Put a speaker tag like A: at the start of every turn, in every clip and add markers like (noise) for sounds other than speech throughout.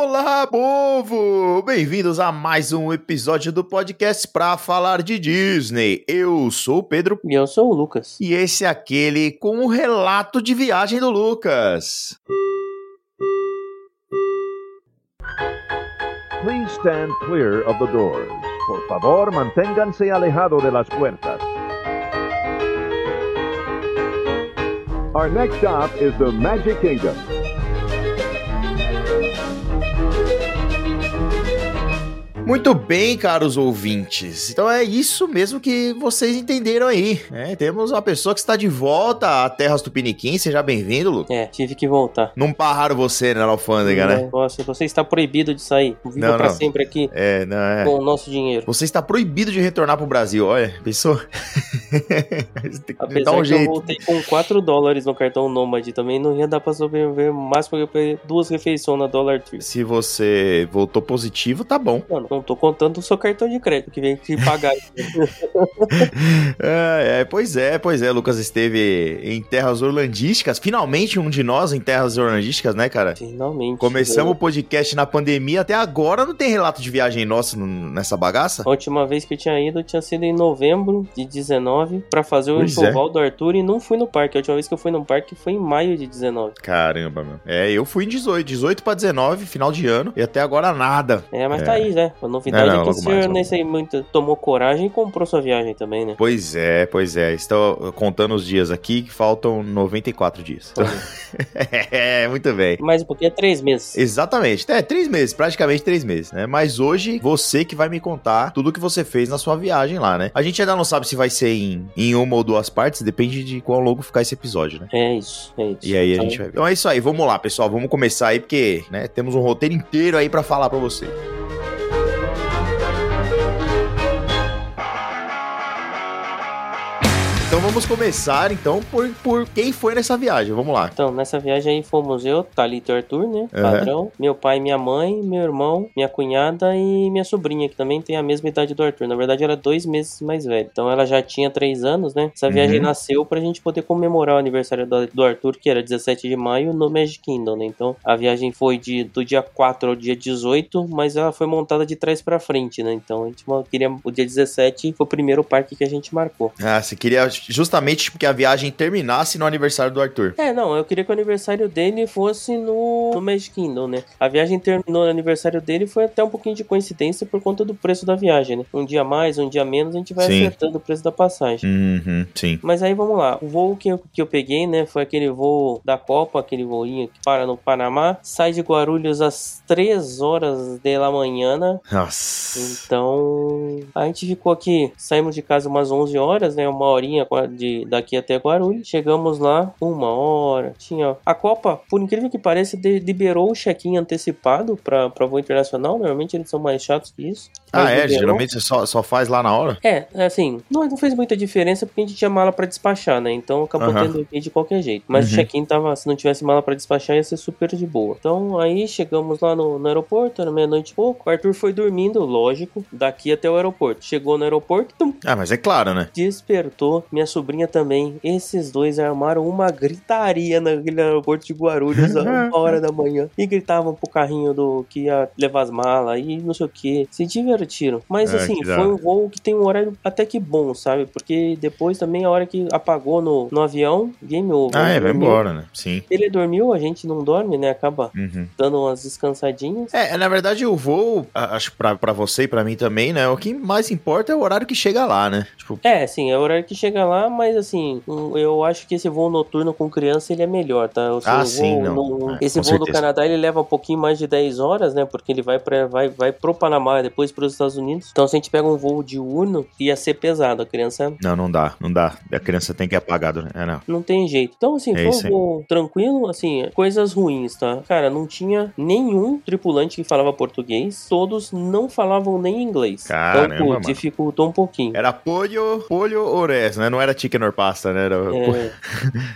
A: Olá, povo! Bem-vindos a mais um episódio do podcast para falar de Disney. Eu sou o Pedro
B: E eu sou o Lucas.
A: e esse é aquele com o relato de viagem do Lucas.
C: Please stand clear of the doors. Por favor, manténganse alejado de las puertas. Our next stop is the Magic Kingdom.
A: Muito bem, caros ouvintes. Então é isso mesmo que vocês entenderam aí. né? Temos uma pessoa que está de volta à Terras Tupiniquim. Seja bem-vindo, Lucas.
B: É, tive que voltar.
A: Não parraram você na alfândega, né?
B: Não posso, você está proibido de sair. Viva
A: Não,
B: pra
A: não.
B: sempre aqui
A: É, não é.
B: com o nosso dinheiro.
A: Você está proibido de retornar pro Brasil, olha, pensou? (laughs) Você tem que
B: Apesar
A: dar um
B: que eu
A: jeito.
B: voltei com 4 dólares no cartão Nômade também, não ia dar pra sobreviver mais porque eu peguei duas refeições na Dollar Tree.
A: Se você voltou positivo, tá bom.
B: Mano, não tô contando o seu cartão de crédito que vem te
A: (laughs)
B: pagar.
A: É, é, pois é, pois é. Lucas esteve em terras orlandísticas. Finalmente um de nós em terras orlandísticas, né, cara?
B: Finalmente.
A: Começamos o podcast na pandemia, até agora não tem relato de viagem nossa n- nessa bagaça?
B: A última vez que eu tinha ido tinha sido em novembro de 19 pra fazer o
A: Pois é.
B: enxoval do Arthur e não fui no parque. A última vez que eu fui no parque foi em maio de 19.
A: Caramba, meu. É, eu fui em 18, 18 pra 19, final de ano, e até agora nada.
B: É, mas
A: É.
B: tá aí, né? A novidade
A: Não, não,
B: é que o
A: logo mais,
B: senhor
A: logo
B: nesse aí muito tomou coragem e comprou sua viagem também, né?
A: Pois é, pois é. Estou contando os dias aqui, que faltam 94 dias. (laughs) é, muito bem.
B: Mais um pouquinho é três meses.
A: Exatamente. É, três meses, praticamente três meses, né? Mas hoje, você que vai me contar tudo que você fez na sua viagem lá, né? A gente ainda não sabe se vai ser em, em uma ou duas partes, depende de quão longo ficar esse episódio, né?
B: É isso, é isso.
A: E aí a
B: Então,
A: gente vai ver. Então é isso aí, vamos lá, pessoal. Vamos começar aí, porque, né, temos um roteiro inteiro aí pra falar pra você. Então vamos começar, então, por, por quem foi nessa viagem. Vamos lá.
B: Então, nessa viagem aí fomos eu, Thalita e Arthur, né? Padrão. Meu pai, minha mãe, meu irmão, minha cunhada e minha sobrinha, que também tem a mesma idade do Arthur. Na verdade, era dois meses mais velha. Então, ela já tinha três anos, né? Essa viagem
A: Uhum.
B: nasceu pra gente poder comemorar o aniversário do, do Arthur, que era 17 de maio, no Magic Kingdom, né? Então, a viagem foi de, do dia 4 ao dia 18, mas ela foi montada de trás pra frente, né? Então, a gente queria... O dia 17 foi o primeiro parque que a gente marcou.
A: Ah, você queria justamente que a viagem terminasse no aniversário do Arthur.
B: É, não, eu queria que o aniversário dele fosse no, no Magic Kingdom, né? A viagem terminou no aniversário dele foi até um pouquinho de coincidência por conta do preço da viagem, né? Um dia mais, um dia menos, a gente vai
A: Sim.
B: acertando o preço da passagem.
A: Uhum, sim.
B: Mas aí vamos lá, o voo que eu, que eu peguei, né, foi aquele voo da Copa, aquele voinho que para no Panamá, sai de Guarulhos às 3 horas da manhã, né?
A: Nossa.
B: Então, a gente ficou aqui, saímos de casa umas 11 horas, né? Uma horinha qua- de, daqui até Guarulhos. Chegamos lá, uma hora. Tinha. A Copa, por incrível que pareça, de- liberou o check-in antecipado pra, pra voo internacional. Normalmente eles são mais chatos que isso.
A: Ah,
B: Mas
A: é?
B: liberou.
A: Geralmente você só, só faz lá na hora?
B: É, assim, não, não fez muita diferença porque a gente tinha mala pra despachar, né? Então acabou
A: Aham.
B: tendo que ir de qualquer jeito. Mas
A: Uhum.
B: o check-in tava, se não tivesse mala pra despachar, ia ser super de boa. Então aí chegamos lá no, no aeroporto, era meia-noite e pouco. O Arthur foi dormindo, lógico, daqui até o aeroporto. Chegou no aeroporto, tum,
A: Ah, mas é claro, né?
B: despertou. Minha sobrinha também. Esses dois armaram uma gritaria naquele aeroporto
A: (laughs)
B: de Guarulhos a uma hora da manhã. E gritavam pro carrinho do que ia levar as malas e não sei o que. Se divertiram. Mas
A: Ah,
B: assim,
A: que da
B: foi
A: hora.
B: um voo que tem um horário até que bom, sabe? Porque depois também a hora que apagou no, no avião, game over.
A: Ah, é,
B: Ele
A: vai
B: dormiu.
A: embora, né? Sim.
B: Ele dormiu, a gente não dorme, né? Acaba
A: Uhum.
B: dando umas descansadinhas.
A: É, na verdade, o voo, a- acho pra, pra você e pra mim também, né? O que mais importa é o horário que chega lá, né? Tipo,
B: É, sim, é o horário que chega lá, mas assim, um- eu acho que esse voo noturno com criança ele é melhor, tá? O seu
A: Ah,
B: voo
A: sim, não. É,
B: esse
A: com
B: voo do
A: certeza.
B: Canadá ele leva um pouquinho mais de 10 horas, né? Porque ele vai para vai vai pro Panamá, depois pros Estados Unidos. Então se a gente pega um voo diurno, ia ser pesado, a criança
A: não, não dá, não dá. A criança tem que ir apagado, né? É, não.
B: não tem jeito. Então, assim,
A: É isso
B: foi
A: aí.
B: um voo tranquilo, assim, coisas ruins, tá? Cara, não tinha nenhum tripulante que falava português, todos não falavam nem inglês.
A: Caramba,
B: então, pô,
A: mano.
B: dificultou um pouquinho.
A: Era polho, polho ores, né? não era chicken or pasta, né? Era...
B: (laughs) É.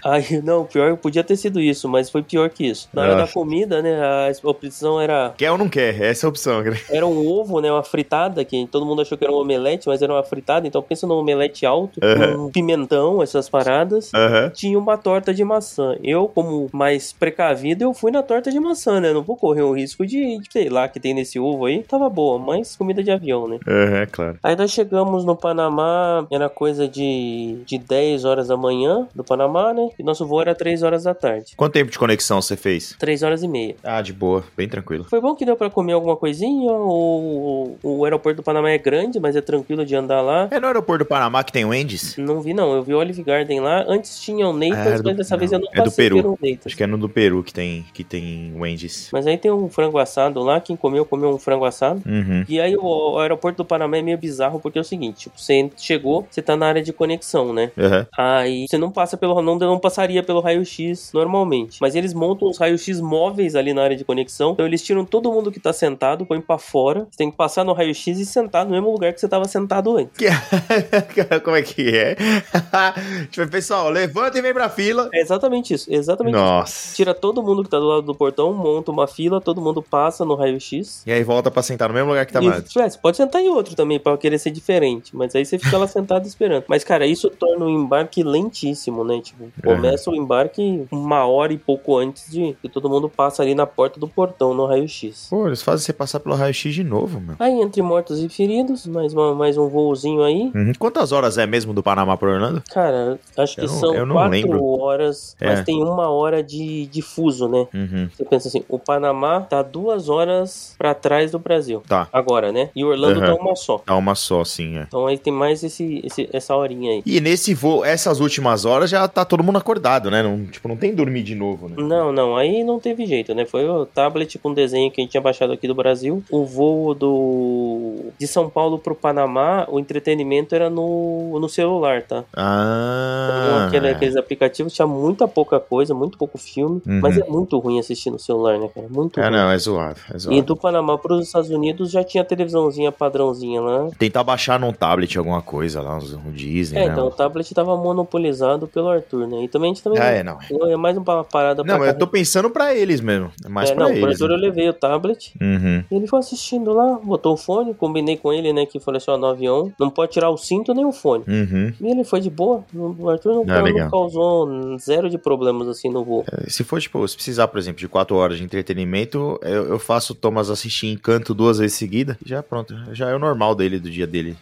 B: Aí, não, pior, podia ter sido isso, mas foi pior que isso. Na hora da
A: Nossa.
B: comida, né, a opção era,
A: Quer ou não quer? Essa é a opção. cara.
B: era um ovo, né, uma fritada, que todo mundo achou que era um omelete, mas era uma fritada, então pensa num omelete alto,
A: Aham.
B: um pimentão, essas paradas.
A: Aham.
B: Tinha uma torta de maçã. Eu, como mais precavido, eu fui na torta de maçã, né? Não vou correr o risco de, de sei lá, que tem nesse ovo aí. Tava boa, mas comida de avião, né?
A: Aham, é claro.
B: Aí nós chegamos no Panamá, era coisa de, de 10 horas da manhã do Panamá, né? E nosso voo era 3 horas da tarde.
A: Quanto tempo de conexão você fez?
B: 3 horas e meia.
A: Ah, de boa. Bem tranquilo.
B: Foi bom que deu pra comer alguma coisinha. O, o, o aeroporto do Panamá é grande, mas é tranquilo de andar lá.
A: É no aeroporto do Panamá que tem o Andes?
B: Não vi, não. Eu vi o Olive Garden lá. Antes tinha o Nathan's,
A: Ah, era do-
B: mas dessa vez eu não
A: é do
B: passei
A: Peru.
B: pelo Nathan's.
A: Acho que é no do Peru que tem, que tem o Andes.
B: Mas aí tem um frango assado lá. Quem comeu, comeu um frango assado.
A: Uhum.
B: E aí o, o aeroporto do Panamá é meio bizarro, porque é o seguinte. Tipo, você chegou, você tá na área de conexão, né?
A: Aham.
B: Aí você não passa pelo não, não passaria pelo raio-x normalmente. Mas eles montam os raio-x móveis ali na área de conexão. Então eles tiram todo mundo que tá sentado, põem pra fora. Você tem que passar no raio-x e sentar no mesmo lugar que você tava sentado antes.
A: Que- (laughs) Como é que é? (laughs) tipo, pessoal, levanta e vem pra fila.
B: É exatamente isso, é exatamente isso.
A: Nossa.
B: Tira todo mundo que tá do lado do portão, monta uma fila, todo mundo passa no raio-x.
A: E aí volta pra sentar no mesmo lugar que tá
B: E,
A: mais.
B: é, você pode sentar em outro também, pra querer ser diferente. Mas aí você fica lá sentado esperando. Mas, cara, isso torna o embarque lentíssimo, né? Tipo,
A: É.
B: começa o embarque uma hora e pouco antes de que todo mundo passa ali na porta do portão, no raio-x.
A: Pô, eles fazem você passar pelo raio-x de novo, meu.
B: Aí, entre mortos e feridos, mais, uma, mais um voozinho aí.
A: Uhum. Quantas horas é mesmo do Panamá pra Orlando?
B: Cara, acho que
A: Eu não-
B: são
A: eu não
B: quatro
A: lembro.
B: horas,
A: É.
B: mas tem uma hora de, de fuso, né?
A: Uhum.
B: Você pensa assim, o Panamá tá duas horas pra trás do Brasil.
A: Tá.
B: Agora, né? E Orlando
A: Aham.
B: tá uma só.
A: Dá uma só, sim, é.
B: Então aí tem mais esse, esse- essa horinha aí.
A: E nesse voo, essas últimas horas já tá todo mundo acordado, né? Não, tipo, não tem dormir de novo, né?
B: Não, não, aí não teve jeito, né? Foi o tablet com desenho que a gente tinha baixado aqui do Brasil. O voo do de São Paulo pro Panamá, o entretenimento era no, no celular, tá? Então,
A: Ah.
B: aquele- aqueles aplicativos tinha muita pouca coisa, muito pouco filme,
A: Uhum.
B: mas é muito ruim assistir no celular, né, cara? Muito
A: É,
B: ruim.
A: não, é zoado. É zoado.
B: E do Panamá pros Estados Unidos já tinha televisãozinha padrãozinha lá,
A: Tentar baixar num tablet alguma coisa lá, uns- um Disney,
B: É,
A: né?
B: então o tablet tava monopolizado pelo Arthur, né? E também a gente também.
A: Ah, é, não.
B: É mais uma parada
A: Não,
B: pra
A: mas eu
B: carregar.
A: tô pensando pra eles mesmo. É mais
B: É,
A: pra
B: não, o
A: eles.
B: Arthur
A: né?
B: eu levei o tablet.
A: Uhum.
B: e Ele foi assistindo lá, botou o fone, combinei com ele, né? Que falei assim: ó, 9 e 1, não pode tirar o cinto nem o fone.
A: Uhum.
B: E ele foi de boa. O Arthur não,
A: Ah,
B: não
A: legal.
B: causou zero de problemas assim no voo.
A: Se for, tipo, se precisar, por exemplo, de quatro horas de entretenimento, eu, eu faço o Thomas assistir Encanto duas vezes seguida. Já pronto, já é o normal dele, do dia dele.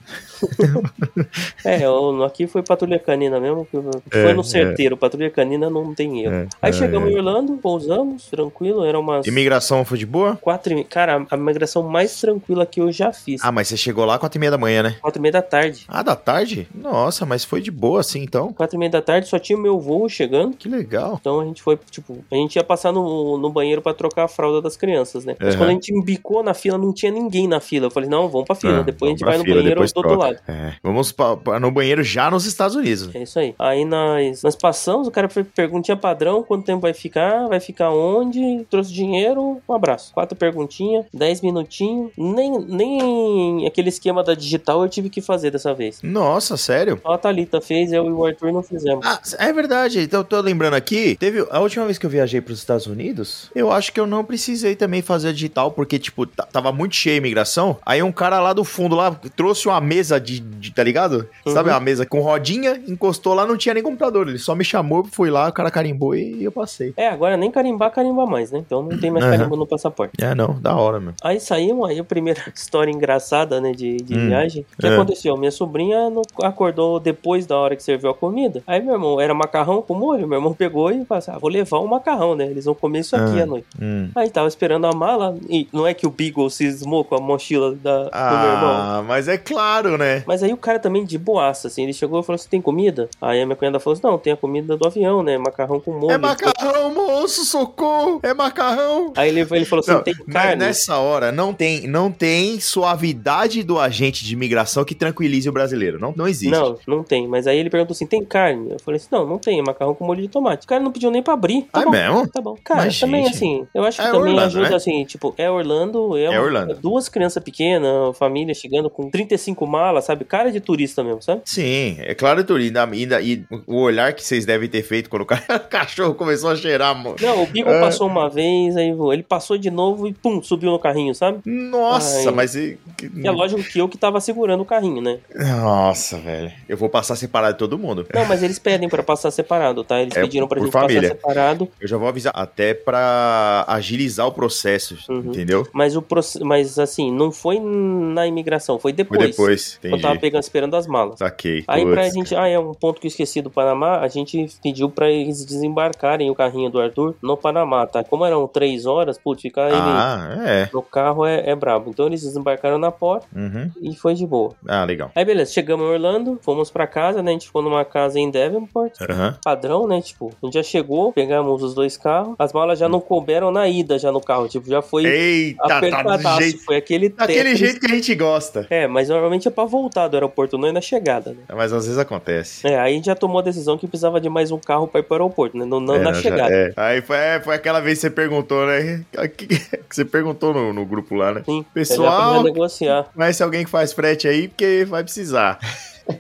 B: É, eu- aqui foi patrulha canina mesmo. que Foi
A: É,
B: no certeiro, patrulha canina não tem erro.
A: É,
B: Aí
A: é,
B: chegamos
A: é.
B: em Orlando, pousamos, tranquilo, era umas.
A: Imigração foi de boa?
B: Quatro e... me- Cara, a migração mais tranquila que eu já fiz.
A: Ah, mas você chegou lá quatro e meia da manhã, né?
B: Quatro e meia da tarde.
A: Ah, da tarde? Nossa, mas foi de boa assim, então?
B: quatro e meia da tarde, só tinha o meu voo chegando.
A: Que legal.
B: Então a gente foi, tipo, a gente ia passar no, no banheiro pra trocar a fralda das crianças, né? Mas
A: Aham.
B: quando a gente embicou na fila, não tinha ninguém na fila. Eu falei, não, vamos pra fila,
A: Ah,
B: depois a gente
A: vamos pra
B: vai no
A: fila,
B: banheiro
A: depois
B: do outro
A: troca.
B: lado.
A: É. Vamos pa- pa- no banheiro já nos Estados Unidos.
B: É isso aí. Aí nós, nós passamos, o cara per- perguntinha padrão, quanto tempo vai ficar, vai ficar onde, trouxe dinheiro, um abraço. Quatro perguntinhas, dez minutinhos. Nem, nem aquele esquema da digital eu tive que fazer dessa vez.
A: Nossa, sério?
B: Só a Thalita fez, eu e o Arthur não fizemos.
A: Ah, é verdade. Então, eu tô lembrando aqui, teve a última vez que eu viajei pros Estados Unidos, eu acho que eu não precisei também fazer a digital, porque, tipo, ta- tava muito cheia a imigração. Aí um cara lá do fundo lá trouxe uma mesa de, de- tá ligado?
B: Uhum.
A: Sabe, uma mesa com rodinha, encostou lá, não tinha nem computador. Ele só me chamou, fui lá, o cara carimbou e eu passei.
B: É, agora nem carimbar, carimba mais, né? Então não tem mais
A: Aham.
B: carimbo no passaporte.
A: É, não, da hora, meu.
B: Aí saímos, aí a primeira (laughs) história engraçada, né, de, de
A: Hum.
B: viagem. O que
A: É.
B: aconteceu? Minha sobrinha não- acordou depois da hora que serviu a comida. Aí meu irmão, era macarrão com molho, meu irmão pegou e falou assim, ah, vou levar o macarrão, né, eles vão comer isso aqui
A: Ah.
B: à noite.
A: Hum.
B: Aí tava esperando a mala, e não é que o Beagle cismou com a mochila da, do meu irmão.
A: Ah, mas é claro, né?
B: Mas aí o cara também de boaça, assim, ele chegou e falou assim, tem comida? Aí a minha cunhada falou assim, não, tem a comida do avião, né, macarrão com molho.
A: É macarrão, osso, socorro, é macarrão.
B: Aí ele, ele falou assim:
A: Não, né,
B: tem
A: ne-
B: carne.
A: Nessa hora, não tem, não tem suavidade do agente de imigração que tranquilize o brasileiro. Não, não existe.
B: Não, não tem. Mas aí ele perguntou assim: tem carne? Eu falei assim: não, não tem. É macarrão com molho de tomate. O cara não pediu nem pra abrir.
A: Ah,
B: Tá
A: é
B: bom.
A: mesmo?
B: Tá bom. Cara,
A: Mas,
B: também
A: gente,
B: assim, eu acho que
A: é
B: também
A: Orlando,
B: ajuda
A: né?
B: assim, tipo, é Orlando, é,
A: É
B: uma-
A: Orlando.
B: duas crianças pequenas, família chegando com 35 malas, sabe? Cara de turista mesmo, sabe?
A: Sim, é claro, Turi. ainda- ainda- E o olhar que vocês devem ter feito quando o cara- (laughs) o cachorro começou a cheirar, mano.
B: Não, o Beagle
A: É.
B: passou uma vez, aí voou. ele passou de novo e pum, subiu no carrinho, sabe?
A: Nossa,
B: Ai.
A: mas. e-
B: E é lógico que eu que tava segurando o carrinho, né?
A: Nossa, velho. Eu vou passar separado de todo mundo.
B: Não, mas eles pedem pra passar separado, tá? Eles
A: É,
B: pediram pra
A: por
B: gente
A: família.
B: passar separado,
A: Eu já vou avisar, até pra agilizar o processo,
B: Uhum.
A: entendeu?
B: mas o proce- mas assim, não foi na imigração, foi
A: Foi
B: depois.
A: depois,
B: Eu tava
A: entendi.
B: pegando esperando as malas.
A: Saquei.
B: Aí
A: putz.
B: pra gente, ah, é um ponto que eu esqueci do Panamá, a gente pediu pra eles desembarcarem o carrinho do Arthur no Panamá, tá? Como eram três horas, putz, ficar ele
A: Ah, é.
B: no carro é, é brabo. Então eles desembarcaram na porta
A: Uhum.
B: e foi de boa.
A: Ah, legal.
B: Aí beleza, chegamos em Orlando, fomos pra casa, né? A gente ficou numa casa em Devonport.
A: Aham.
B: Padrão, né? Tipo, a gente já chegou, pegamos os dois carros, as malas já não couberam na ida já no carro, tipo, já foi
A: Eita, tá do
B: apertadaço,
A: jeito.
B: foi aquele
A: Daquele
B: Tetris.
A: jeito que a gente gosta.
B: É, mas normalmente é pra voltar do aeroporto, não é na chegada, né?
A: Mas às vezes acontece.
B: É, aí já tomou a decisão que precisava de mais um carro pra ir pro aeroporto, né? Não, não
A: É,
B: na
A: não, já-
B: chegada.
A: é. Aí foi, é, foi aquela vez que você perguntou, né? (laughs) Que, que- que você perguntou no, no grupo lá, né?
B: Sim,
A: Pessoal-
B: já podia negociar.
A: Conhece alguém que faz frete aí, porque vai precisar.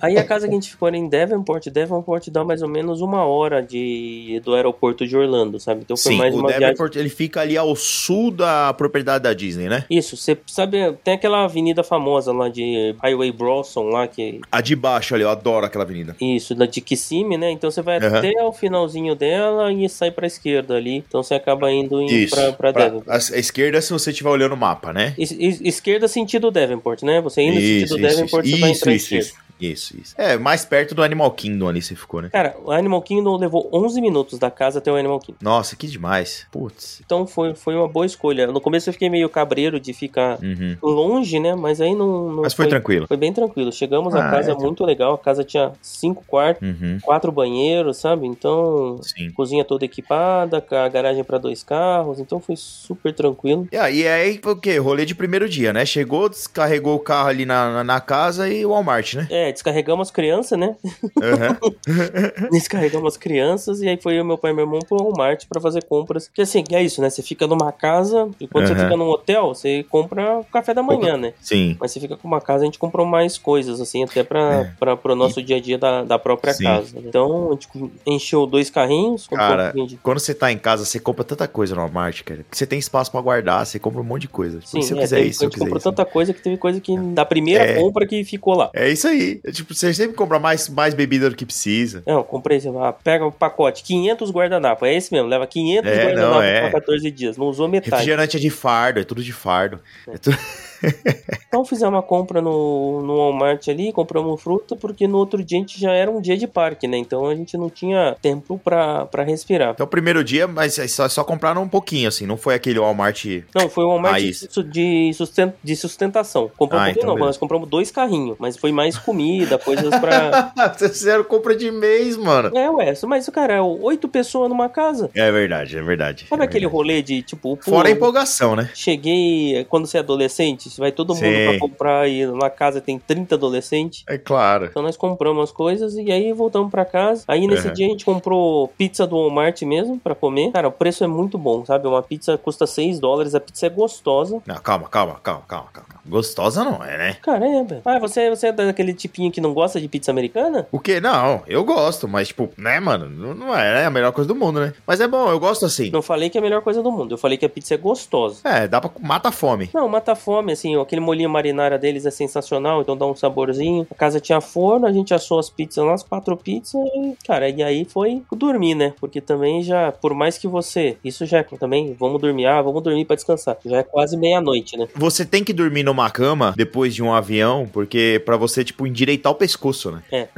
B: Aí a casa que a gente ficou era em Devonport. Devonport dá mais ou menos uma hora de, do aeroporto de Orlando, sabe? Então foi
A: Sim,
B: mais
A: o
B: uma viagem.
A: Davenport, ele fica ali ao sul da propriedade da Disney, né?
B: Isso, você sabe, tem aquela avenida famosa lá de Highway Bronson lá que
A: A de baixo ali, eu adoro aquela avenida.
B: isso, da de Kissimmee, né? Então você vai
A: Aham.
B: até o finalzinho dela e sai pra esquerda ali. Então você acaba indo em,
A: Isso.
B: pra, pra Devonport.
A: a, a esquerda, se você estiver olhando o mapa, né?
B: Es- es- Esquerda sentido Devonport, né? Você indo
A: Isso,
B: sentido Devonport, você vai
A: isso,
B: entrar à
A: isso,
B: esquerda.
A: isso, isso, isso. É, mais perto do Animal Kingdom ali você ficou, né?
B: Cara, o Animal Kingdom levou 11 minutos da casa até o Animal Kingdom.
A: Nossa, que demais. Putz.
B: Então foi, foi uma boa escolha. No começo eu fiquei meio cabreiro de ficar
A: Uhum.
B: longe, né? Mas aí não. não
A: Mas foi, tranquilo.
B: Foi bem tranquilo. Chegamos, a
A: Ah,
B: casa
A: é.
B: muito legal. A casa tinha cinco quartos,
A: Uhum.
B: quatro banheiros, sabe? Então.
A: Sim.
B: Cozinha toda equipada, ca- garagem pra dois carros, então foi super tranquilo.
A: E aí, e aí, o quê? Rolê de primeiro dia, né? Chegou, descarregou o carro ali na, na, na casa e o Walmart, (laughs) né?
B: É, descarregamos as crianças, né?
A: Aham.
B: (laughs) Descarregamos as crianças e aí foi eu, meu pai e meu irmão pro Walmart pra fazer compras. Que assim, é isso, né? Você fica numa casa e quando você
A: Aham.
B: fica num hotel, você compra o café da manhã, né?
A: Sim.
B: Mas você fica com uma casa, a gente comprou mais coisas, assim, até pra, pra, pro nosso dia a dia da, da própria
A: É. Sim.
B: casa. né? Então, a gente encheu dois carrinhos, comprou um
A: Cara,
B: pouquinho de.
A: Quando você tá em casa, você compra tanta coisa no Walmart, cara. Que você tem espaço pra guardar, você compra um monte de coisa. Tipo,
B: Sim,
A: se eu
B: é,
A: quiser
B: teve-
A: isso,
B: a
A: se eu
B: gente
A: quiser
B: comprou
A: isso.
B: tanta coisa que teve coisa que da primeira
A: É.
B: compra que ficou lá.
A: É isso aí. É, tipo, você sempre compra mais, mais bebida do que precisa.
B: Não, comprei, sei lá, pega o pacote, 500 guardanapos, é esse mesmo, leva 500
A: É, não,
B: guardanapos
A: é.
B: pra 14 dias, não usou metade.
A: Refrigerante é de fardo, é tudo de fardo.
B: Então fizemos uma compra no, no Walmart ali, compramos fruta, porque no outro dia a gente já era um dia de parque, né? Então a gente não tinha tempo pra, pra respirar.
A: Então, primeiro dia, mas é só, só compraram um pouquinho, assim. Não foi aquele Walmart.
B: Não, foi um Walmart
A: Ah,
B: de
A: isso.
B: su- de, susten- de sustentação. Compramos
A: Ah,
B: pouquinho,
A: então
B: não,
A: beleza.
B: nós compramos dois carrinhos, mas foi mais comida, coisas pra.
A: (laughs)
B: (laughs)
A: Vocês fizeram compra de mês, mano.
B: é, ué, mas o cara, é oito pessoas numa casa.
A: É verdade, é verdade.
B: Sabe
A: é
B: aquele
A: verdade.
B: rolê de tipo. pô,
A: Fora a empolgação, né?
B: Cheguei, quando você é adolescente, vai todo mundo
A: Sim.
B: pra comprar e numa casa tem 30 adolescentes.
A: É claro.
B: Então nós compramos as coisas e aí voltamos pra casa. Aí nesse
A: Uhum.
B: dia a gente comprou pizza do Walmart mesmo pra comer. Cara, o preço é muito bom, sabe? Uma pizza custa 6 dólares, a pizza é gostosa.
A: Não, calma, calma, calma, calma, calma. calma. Gostosa não é, né?
B: Cara, é, velho. Ah, você, você é daquele tipinho que não gosta de pizza americana?
A: O quê? Não, eu gosto, mas tipo, né, mano? Não, não é, né? a melhor coisa do mundo, né? Mas é bom, eu gosto assim.
B: Não falei que é a melhor coisa do mundo, eu falei que a pizza é gostosa.
A: É, dá pra. Mata a fome.
B: Não, mata a fome, assim, ó, aquele molhinho marinara deles é sensacional, então dá um saborzinho. A casa tinha forno, a gente assou as pizzas lá, as quatro pizzas, e, cara, e aí foi dormir, né? Porque também já, por mais que você. Isso já é também, vamos dormir, ah, vamos dormir pra descansar. Já é quase meia-noite, né?
A: Você tem que dormir numa cama depois de um avião, porque pra você, tipo, endireitar o pescoço, né?
B: É.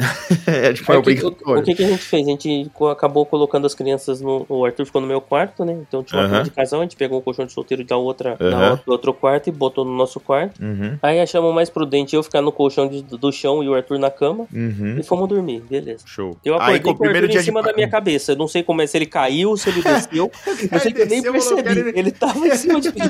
A: (laughs) é tipo, é
B: Aí o que-
A: obrigatório.
B: O que, que a gente fez? A gente co- acabou colocando as crianças no. O Arthur ficou no meu quarto, né? Então tinha uma
A: Aham.
B: cama de casal, a gente pegou um colchão de solteiro da outra, da
A: Aham.
B: outra- do outro quarto e botou no nosso nosso quarto.
A: Uhum.
B: Aí achamos mais prudente eu ficar no colchão de- do chão e o Arthur na cama.
A: Uhum.
B: E fomos dormir, beleza.
A: Show.
B: Eu
A: Aí,
B: acordei
A: com o
B: com o
A: primeiro
B: Arthur
A: dia
B: em
A: de
B: cima
A: pa-
B: da minha cabeça. Eu não sei como é, se ele caiu, se
A: (laughs)
B: ele desceu. Eu sei que eu nem
A: Desceu, falou,
B: percebi.
A: "Quero ir".
B: Ele tava em cima de mim.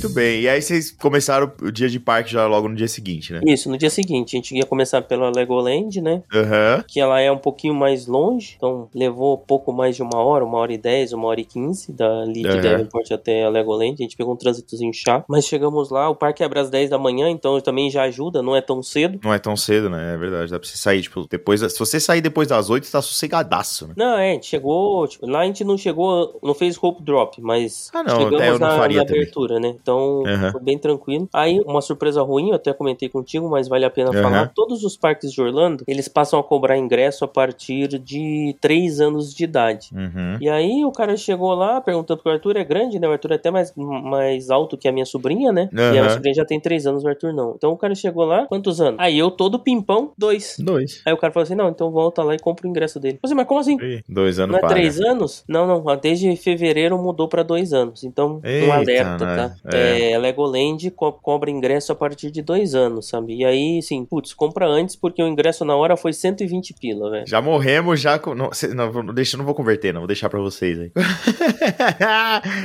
A: Muito bem. E aí vocês começaram o dia de parque já logo no dia seguinte, né?
B: Isso, no dia seguinte, a gente ia começar pela Legoland, né?
A: Aham.
B: Que ela é um pouquinho mais longe, então levou pouco mais de uma hora, uma hora e dez, uma hora e quinze, dali de
A: Aham.
B: Davenport até a Legoland. A gente pegou um trânsitozinho chato, mas chegamos lá. O parque é abre às 10 da manhã, então também já ajuda, não é tão cedo.
A: Não é tão cedo, né? É verdade. Dá pra você sair, tipo, depois. da- Se você sair depois das oito, tá sossegadaço, né?
B: Não, é, a gente chegou. tipo, lá a gente não chegou, não fez rope drop, mas
A: Ah, não,
B: chegamos
A: é, eu não
B: na,
A: faria
B: na
A: também.
B: abertura, né? Então
A: Aham.
B: foi bem tranquilo. Aí, uma surpresa ruim, eu até comentei contigo, mas vale a pena
A: Aham.
B: falar. Todos os parques de Orlando, eles passam a cobrar ingresso a partir de 3 anos de idade.
A: Uhum.
B: E aí o cara chegou lá perguntando porque o Arthur é grande, né? O Arthur é até mais, mais alto que a minha sobrinha, né? E a minha
A: Aham.
B: sobrinha já tem três anos, o Arthur não. Então o cara chegou lá, quantos anos? Aí eu todo pimpão, dois.
A: Dois.
B: Aí o cara falou assim, não, então volta lá e compra o ingresso dele. Eu falei, mas como assim?
A: Dois anos
B: Não é
A: paga.
B: três anos? Não, não. ó, Desde fevereiro mudou pra dois anos. Então, um
A: Eita,
B: alerta,
A: né?
B: tá? É. Legoland co- cobra ingresso a partir de dois anos, sabe? E aí, assim, putz, compra antes porque o ingresso na hora foi 120 pila, velho.
A: Já morremos, já. Com... Não, cê- não, vou- deixa, não vou converter, não. Vou deixar pra vocês aí.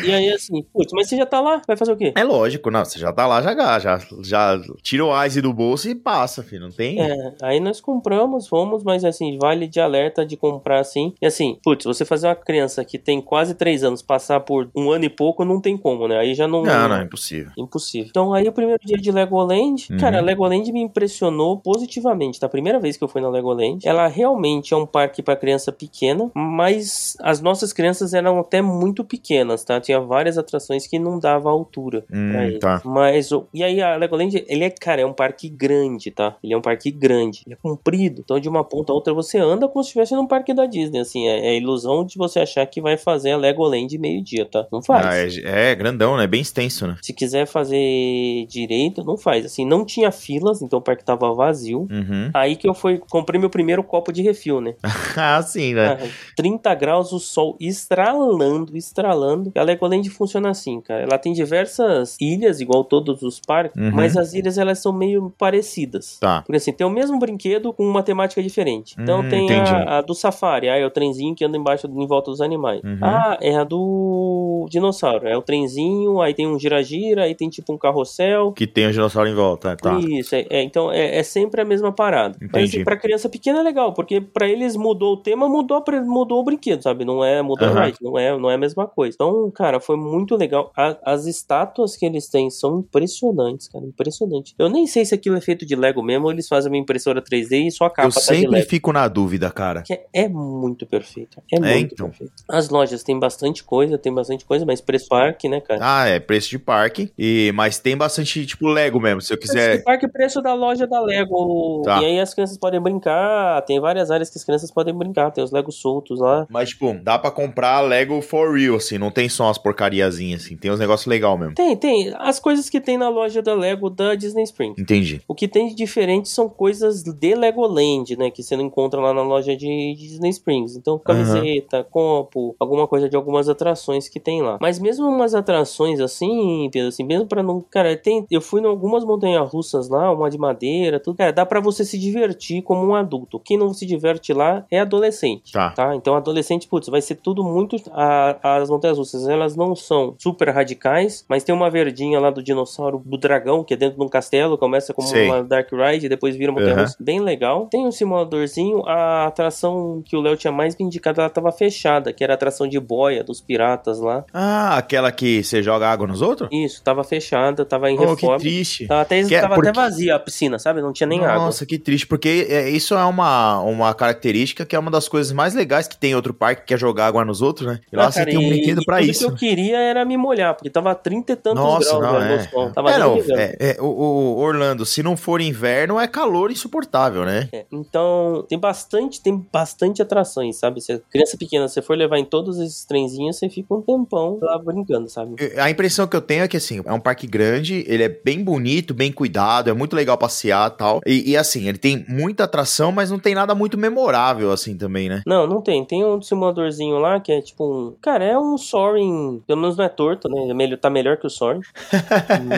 B: E aí, assim, putz, mas você já tá lá? Vai fazer o quê?
A: é lógico, não. Você já tá lá, já, ga- já, já tira o Ice do bolso e passa, filho. Não tem.
B: É, aí nós compramos, fomos, mas assim, vale de alerta de comprar assim. E assim, putz, você fazer uma criança que tem quase três anos passar por um ano e pouco, não tem como, né? Aí já não.
A: Não, não, é impossível.
B: Impossível. Então, aí o primeiro dia de Legoland,
A: Uhum.
B: cara, a Legoland me impressionou positivamente. Tá? A primeira vez que eu fui na Legoland, ela realmente é um parque pra criança pequena, mas as nossas crianças eram até muito pequenas, tá? Tinha várias atrações que não dava altura.
A: Hum,
B: pra eles.
A: tá.
B: Mas, o- e aí a Legoland, ele é, cara, é um parque grande, tá? Ele é um parque grande, ele é comprido. Então, de uma ponta a outra, você anda como se estivesse num parque da Disney, assim. É, é a ilusão de você achar que vai fazer a Legoland meio-dia, tá? Não faz.
A: Ah, é, é grandão, né? Bem extenso, né?
B: Se quiser fazer direito, não faz. Assim, não tinha filas, então o parque tava vazio.
A: Uhum. (laughs)
B: Aí que eu fui, comprei meu primeiro copo de refil, né?
A: Ah, sim, né?
B: Cara, 30 graus, o sol estralando, estralando. A Legoland funciona assim, cara. Ela tem diversas ilhas, igual todos os parques,
A: Uhum.
B: mas as ilhas elas são meio parecidas.
A: Tá.
B: Porque assim, tem o mesmo brinquedo com uma temática diferente. Então
A: Hum,
B: tem
A: entendi.
B: a, a do safari, aí é o trenzinho que anda embaixo, em volta dos animais.
A: Uhum.
B: Ah, é a do dinossauro, é o trenzinho, aí tem um gira-gira, aí tem tipo um carrossel.
A: Que tem o dinossauro em volta. Tá.
B: Isso, é, é, então é, é sempre a mesma parada. Mas
A: Entendi.
B: assim, pra criança pequena é legal, porque pra eles mudou o tema, mudou, a pre- mudou o brinquedo, sabe? Não é mudou o
A: Aham.
B: ride, não é, não é a mesma coisa. Então, cara, foi muito legal. A- as estátuas que eles têm são impressionantes, cara, impressionante. Eu nem sei se aquilo é feito de Lego mesmo, ou eles fazem uma impressora 3D e só a capa
A: Eu
B: tá de
A: sempre
B: Lego.
A: fico na dúvida, cara.
B: Que é- é muito perfeito. É, muito
A: então.
B: perfeito. As lojas têm bastante coisa, tem bastante coisa, mas preço parque, né, cara?
A: Ah, é preço de parque. E, mas tem bastante, tipo, Lego mesmo. Se eu
B: Esse
A: quiser.
B: parque preço da loja da Lego.
A: Tá.
B: E aí as crianças podem brincar. Tem várias áreas que as crianças podem brincar. Tem os Legos soltos lá.
A: Mas, tipo, dá pra comprar Lego for real, assim. Não tem só umas porcariazinhas, assim. Tem uns negócios legal mesmo.
B: Tem, tem. As coisas que tem na loja da Lego da Disney Springs.
A: Entendi.
B: O que tem de diferente são coisas de Legoland, né? Que você não encontra lá na loja de Disney Springs. Então, camiseta, copo, alguma coisa de algumas atrações que tem lá. Mas mesmo umas atrações assim, Pedro, assim, mesmo pra não. Cara, tem. Eu fui em algumas montanhas russas lá, uma de madeira, tudo. Cara, dá pra você se divertir como um adulto. Quem não se diverte lá é adolescente.
A: Tá.
B: Tá? Então, adolescente, putz, vai ser tudo muito. a- as montanhas russas, elas não são super radicais, mas tem uma verdinha lá do dinossauro, do dragão, que é dentro de um castelo, começa como
A: Sei.
B: uma Dark Ride, depois vira uma montanha
A: Aham.
B: russa. Bem legal. Tem um simuladorzinho, a atração que o Léo tinha mais me indicado, ela tava fechada, que era a atração de boia dos piratas lá.
A: Ah, aquela que você joga água nos outros?
B: Isso, tava fechada, tava em
A: Oh, que
B: reforma.
A: triste.
B: Tava até,
A: Que é
B: tava
A: porque-
B: até vazia a piscina, sabe? Não tinha nem
A: Nossa,
B: água.
A: que triste, porque é, isso é uma, uma característica que é uma das coisas mais legais que tem em outro parque, que é jogar água nos outros, né? E lá
B: Ah,
A: você
B: cara,
A: tem um
B: e-
A: brinquedo
B: e
A: pra
B: tudo
A: isso.
B: que eu queria era me molhar, porque tava 30 e tantos graus né, no sol. Tava
A: É, não,
B: 30 graus.
A: é, é, o, o Orlando, se não for inverno, é calor insuportável, né?
B: É, Então, tem bastante, tem bastante atrações, sabe? Se a criança pequena, se você for levar em todos esses trenzinhos, você fica um tempão lá brincando, sabe?
A: Eu- A impressão que eu tenho é que assim, é um parque grande, ele é bem bonito, bem cuidado, é muito legal passear tal. E, e assim, ele tem muita atração, mas não tem nada muito memorável assim também, né?
B: Não, não tem. Tem um simuladorzinho lá que é tipo um. Cara, é um Soaring. Pelo menos não é torto, né? É melhor- Tá melhor que o Soaring.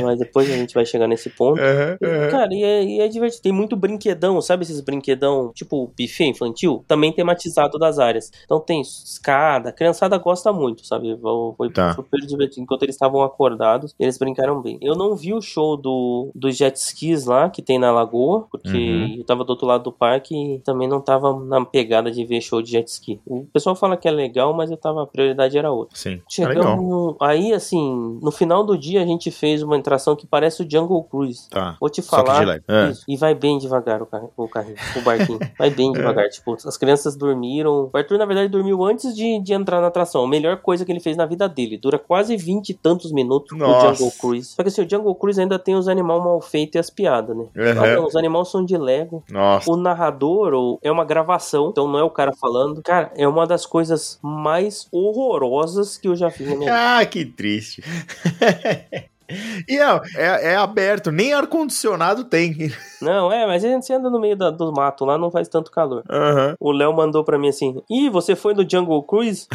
B: mas depois a gente vai chegar nesse ponto.
A: Aham, aham.
B: Cara, e é, e é divertido. Tem muito brinquedão, sabe esses brinquedão, tipo buffet infantil? Também tematizado das áreas. Então tem escada, a criançada gosta muito, sabe? Foi, foi
A: Tá.
B: super divertido. Enquanto eles estavam acordados, eles brincaram bem. Eu não vi o show do, dos jet skis lá, que tem na lagoa, porque
A: Uhum.
B: eu tava do outro lado do parque e também não tava na pegada de ver show de jet ski. O pessoal fala que é legal, mas eu tava, a prioridade era outra.
A: Sim. É legal.
B: Chegamos. aí, assim, no final do dia a gente fez uma atração que parece o Jungle Cruise.
A: Tá.
B: Vou te
A: Só que de
B: falar.
A: leve. É.
B: isso. E vai bem devagar o, car o carrinho, o barquinho. Vai
A: (laughs)
B: bem devagar. Tipo, as crianças dormiram. O Arthur, na verdade, dormiu antes de, de entrar na atração. A melhor coisa que ele fez na vida dele. Dura quase 20 e tantos minutos
A: Nossa.
B: o Jungle Cruise. Só que assim, o Jungle Cruise ainda tem os animais mal feitos e as piadas, né?
A: Uhum.
B: Ah, não, os animais são de Lego.
A: Nossa.
B: O narrador ou, é uma gravação, então não é o cara falando. Cara, é uma das coisas mais horrorosas que eu já fiz
A: (laughs)
B: na minha vida.
A: Ah, que triste. (laughs) E é, é- é aberto, nem ar-condicionado tem. (laughs)
B: Não, é, mas você anda no meio da- do mato lá, não faz tanto calor.
A: Aham.
B: O Léo mandou pra mim assim: Ih, você foi no Jungle Cruise?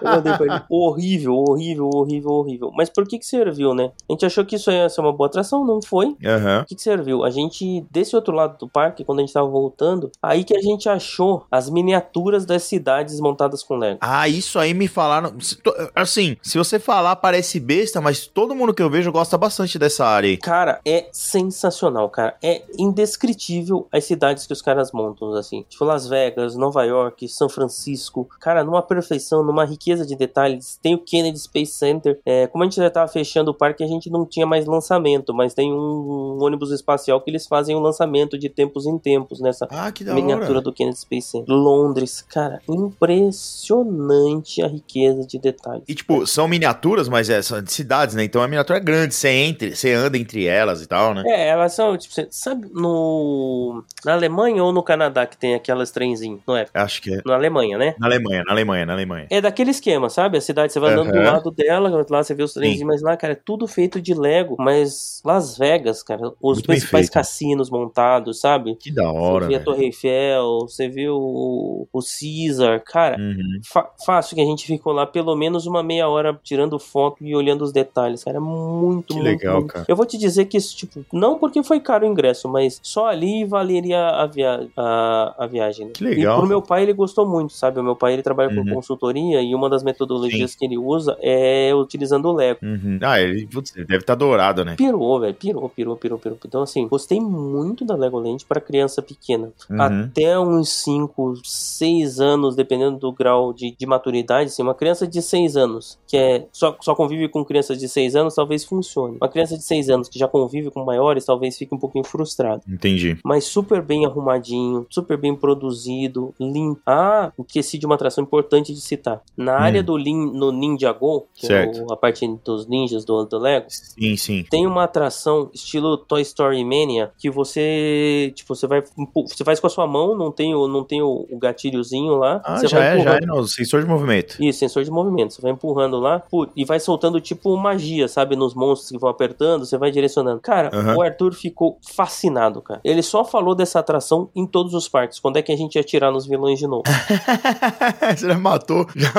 B: Eu mandei pra ele: Horrível, horrível, horrível, horrível. Mas por que que serviu, né? A gente achou que isso ia ser uma boa atração, não foi?
A: Aham.
B: O que que serviu? A gente, desse outro lado do parque, quando a gente tava voltando, aí que a gente achou as miniaturas das cidades montadas com Lego.
A: Ah, isso aí me falaram. se to- Assim, se você falar, parece besta, mas todo mundo que eu vejo gosta bastante dessa área aí.
B: Cara, é sensacional, cara. É indescritível as cidades que os caras montam, assim. Tipo Las Vegas, Nova York, São Francisco. Cara, numa perfeição, numa riqueza de detalhes. Tem o Kennedy Space Center. É, como a gente já tava fechando o parque, a gente não tinha mais lançamento, mas tem um ônibus espacial que eles fazem um lançamento de tempos em tempos nessa
A: Ah, que da
B: miniatura
A: hora.
B: do Kennedy Space Center. Londres, cara, impressionante a riqueza de detalhes.
A: E, tipo, são miniaturas, mas é, são de cidades, né? Então a miniatura é grande, você entre, você anda entre elas e tal, né?
B: É, elas são, tipo, você sabe, no. Na Alemanha ou no Canadá que tem aquelas trenzinhas? Não é?
A: Acho que é.
B: Na Alemanha, né?
A: Na Alemanha, na Alemanha, na Alemanha.
B: É daquele esquema, sabe? A cidade, você vai andando do
A: Aham.
B: lado dela, lá você vê os trenzinhos, mas lá, cara, é tudo feito de Lego. Mas Las Vegas, cara, os
A: Muito bem
B: principais
A: feito.
B: cassinos montados, sabe?
A: Que da hora.
B: você vê a
A: velho.
B: Torre Eiffel, você vê o, o Caesar, cara.
A: Uhum.
B: fa- fácil que a gente ficou lá pelo menos uma meia hora tirando foto e olhando os detalhes, cara. É Muito,
A: Que
B: muito,
A: legal,
B: muito.
A: cara.
B: Eu vou te dizer que isso, tipo, não porque foi caro o ingresso, mas só ali valeria a, via a, a viagem. né?
A: Que legal.
B: E pro meu pai, ele gostou muito, sabe? O meu pai, ele trabalha com
A: Uhum.
B: consultoria e uma das metodologias que ele usa é utilizando o Lego.
A: Uhum. Ah, ele, putz, ele deve estar dourado, né?
B: Pirou, velho. Pirou, pirou, pirou, pirou. Então, assim, gostei muito da Legoland pra criança pequena.
A: Uhum.
B: Até uns 5, 6 anos, dependendo do grau de, de maturidade. Assim, uma criança de 6 anos, que é só, só convive com crianças de 6 anos, talvez funcione. Uma criança de 6 anos que já convive com maiores, talvez fique um pouquinho frustrada.
A: Entendi.
B: Mas super bem arrumadinho, super bem produzido, limpo. Ah, esqueci de uma atração importante de citar. Na área do Lin, no Ninja Go, que
A: Hum.
B: é
A: Certo.
B: o- a parte dos ninjas do, do Lego,
A: Sim, sim.
B: tem uma atração estilo Toy Story Mania que você, tipo, você vai, empu- você faz com a sua mão, não tem o, não tem o, o gatilhozinho lá,
A: Ah,
B: você
A: já
B: vai
A: é, já é.
B: empurrando.
A: Não, sensor de movimento.
B: Isso, sensor de movimento. Você vai empurrando lá pu- e vai soltando tipo magia, sabe? Nos monstros que vão apertando, você vai direcionando. Cara,
A: Aham.
B: o Arthur ficou fascinado, cara. Ele só falou dessa atração em todos os parques. Quando é que a gente ia tirar nos
A: (laughs)
B: vilões de novo?
A: (laughs) Você já matou. (laughs) Já,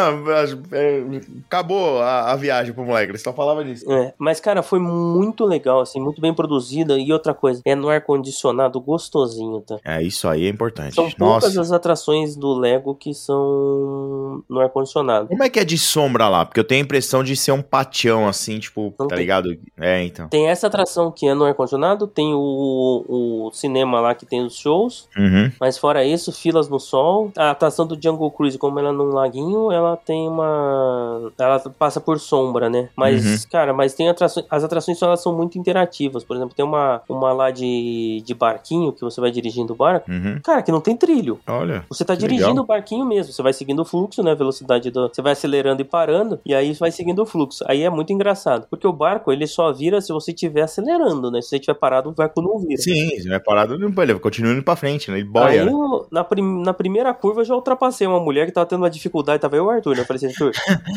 A: é, acabou a, a viagem pro moleque. Ele só falava disso.
B: É, mas, cara, foi muito legal, assim, muito bem produzida. E outra coisa, é no ar-condicionado gostosinho, tá?
A: É, isso aí é importante.
B: São poucas
A: Nossa.
B: as atrações do Lego que são no ar-condicionado.
A: Como é que é de sombra lá? Porque eu tenho a impressão de ser um patião, assim, tipo,
B: Não
A: tá
B: tem.
A: ligado? É, então.
B: Tem essa atração que é no ar-condicionado, tem o, o cinema lá que tem os shows,
A: Uhum.
B: mas fora isso, filas no sol. A atração do Jungle Cruise, como ela é num laguinho, ela tem uma. Ela passa por sombra, né? Mas, cara, mas tem atrações. As atrações elas são muito interativas. Por exemplo, tem uma, uma lá de, de barquinho que você vai dirigindo o barco.
A: Uhum.
B: Cara, que não tem trilho.
A: Olha.
B: Você tá
A: Que
B: dirigindo
A: legal.
B: o barquinho mesmo, você vai seguindo o fluxo, né? A velocidade do. Você vai acelerando e parando, e aí você vai seguindo o fluxo. Aí Aí é muito engraçado, porque o barco ele só vira se você estiver acelerando, né? Se você estiver parado, o barco não vira.
A: Sim, se não é parado, não- ele continua indo pra frente, né? Ele boia,
B: Aí,
A: né?
B: eu, na, prim- na primeira curva, eu já ultrapassei uma mulher que tava tendo uma dificuldade, tava eu e o Arthur, né? Eu falei assim, Arthur,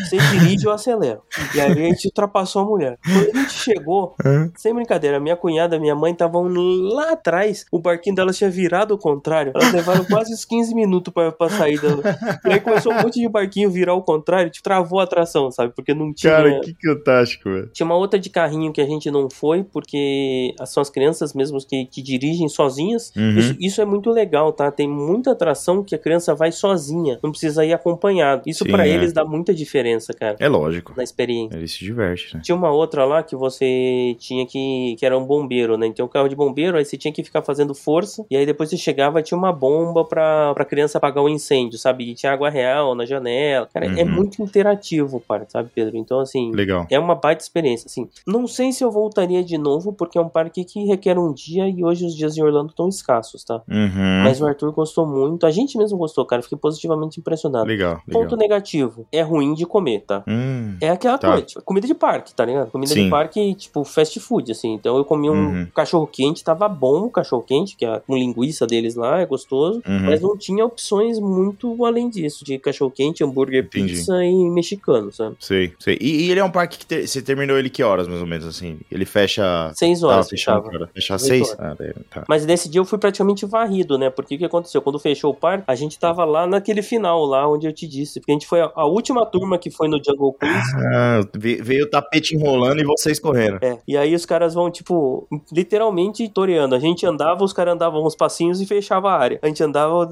B: você dirige, eu acelero. E aí a gente ultrapassou a mulher. Quando a gente chegou,
A: Hum.
B: sem brincadeira, minha cunhada e minha mãe estavam lá atrás, o barquinho delas tinha virado ao contrário. Elas levaram quase uns 15 minutos pra, pra sair da... E aí começou um monte de barquinho virar ao contrário, tipo, travou a tração, sabe? Porque não tinha...
A: Cara, que fantástico, velho.
B: Tinha uma outra de carrinho que a gente não foi, porque são as crianças mesmo que, que dirigem sozinhas.
A: Uhum.
B: Isso, isso é muito legal, tá? Tem muita atração que a criança vai sozinha, não precisa ir acompanhado. Isso
A: Sim,
B: pra
A: é.
B: eles dá muita diferença, cara,
A: É lógico.
B: na experiência.
A: Ele se diverte, né?
B: Tinha uma outra lá que você tinha que. que era um bombeiro, né? Então, o carro de bombeiro, aí você tinha que ficar fazendo força. E aí depois você chegava tinha uma bomba pra, pra criança apagar o incêndio, sabe? E tinha água real na janela. Cara, é
A: Uhum.
B: muito interativo, parque, sabe, Pedro? Então, assim.
A: Legal.
B: É uma baita experiência, assim. Não sei se eu voltaria de novo, porque é um parque que requer um dia e hoje os dias em Orlando estão escassos, tá?
A: Uhum.
B: Mas o Arthur gostou muito. A gente mesmo gostou, cara. Fiquei positivamente impressionado.
A: Legal,
B: Ponto
A: legal.
B: negativo. É ruim de comer, tá?
A: Hum.
B: É aquela
A: Tá.
B: coisa, tipo, comida de parque, tá ligado? Comida de
A: Sim.
B: parque, tipo, fast food, assim. Então eu comi um
A: Uhum.
B: cachorro quente, tava bom o cachorro quente, que é com linguiça deles lá, é gostoso.
A: Uhum.
B: Mas não tinha opções muito além disso, de cachorro quente, hambúrguer,
A: Entendi.
B: pizza e mexicano, sabe?
A: Sei, sei. E, e ele é um parque que te- você terminou ele que horas, mais ou menos, assim? Ele fecha...
B: Seis
A: Tava
B: horas
A: fechando,
B: fechava.
A: cara. Fechar
B: Oito
A: seis?
B: horas.
A: Ah, daí- tá.
B: Mas nesse dia eu fui praticamente varrido, né? Porque o que aconteceu? Quando fechou o parque, a gente tava lá naquele final, lá onde eu te disse. Porque a gente foi a, a última turma que foi no Jungle Cruise.
A: Ah, ve- veio o tapete enrolando e vocês correndo. (laughs)
B: É, e aí os caras vão, tipo, literalmente toreando. A gente andava, os caras andavam uns passinhos e fechava a área. A gente andava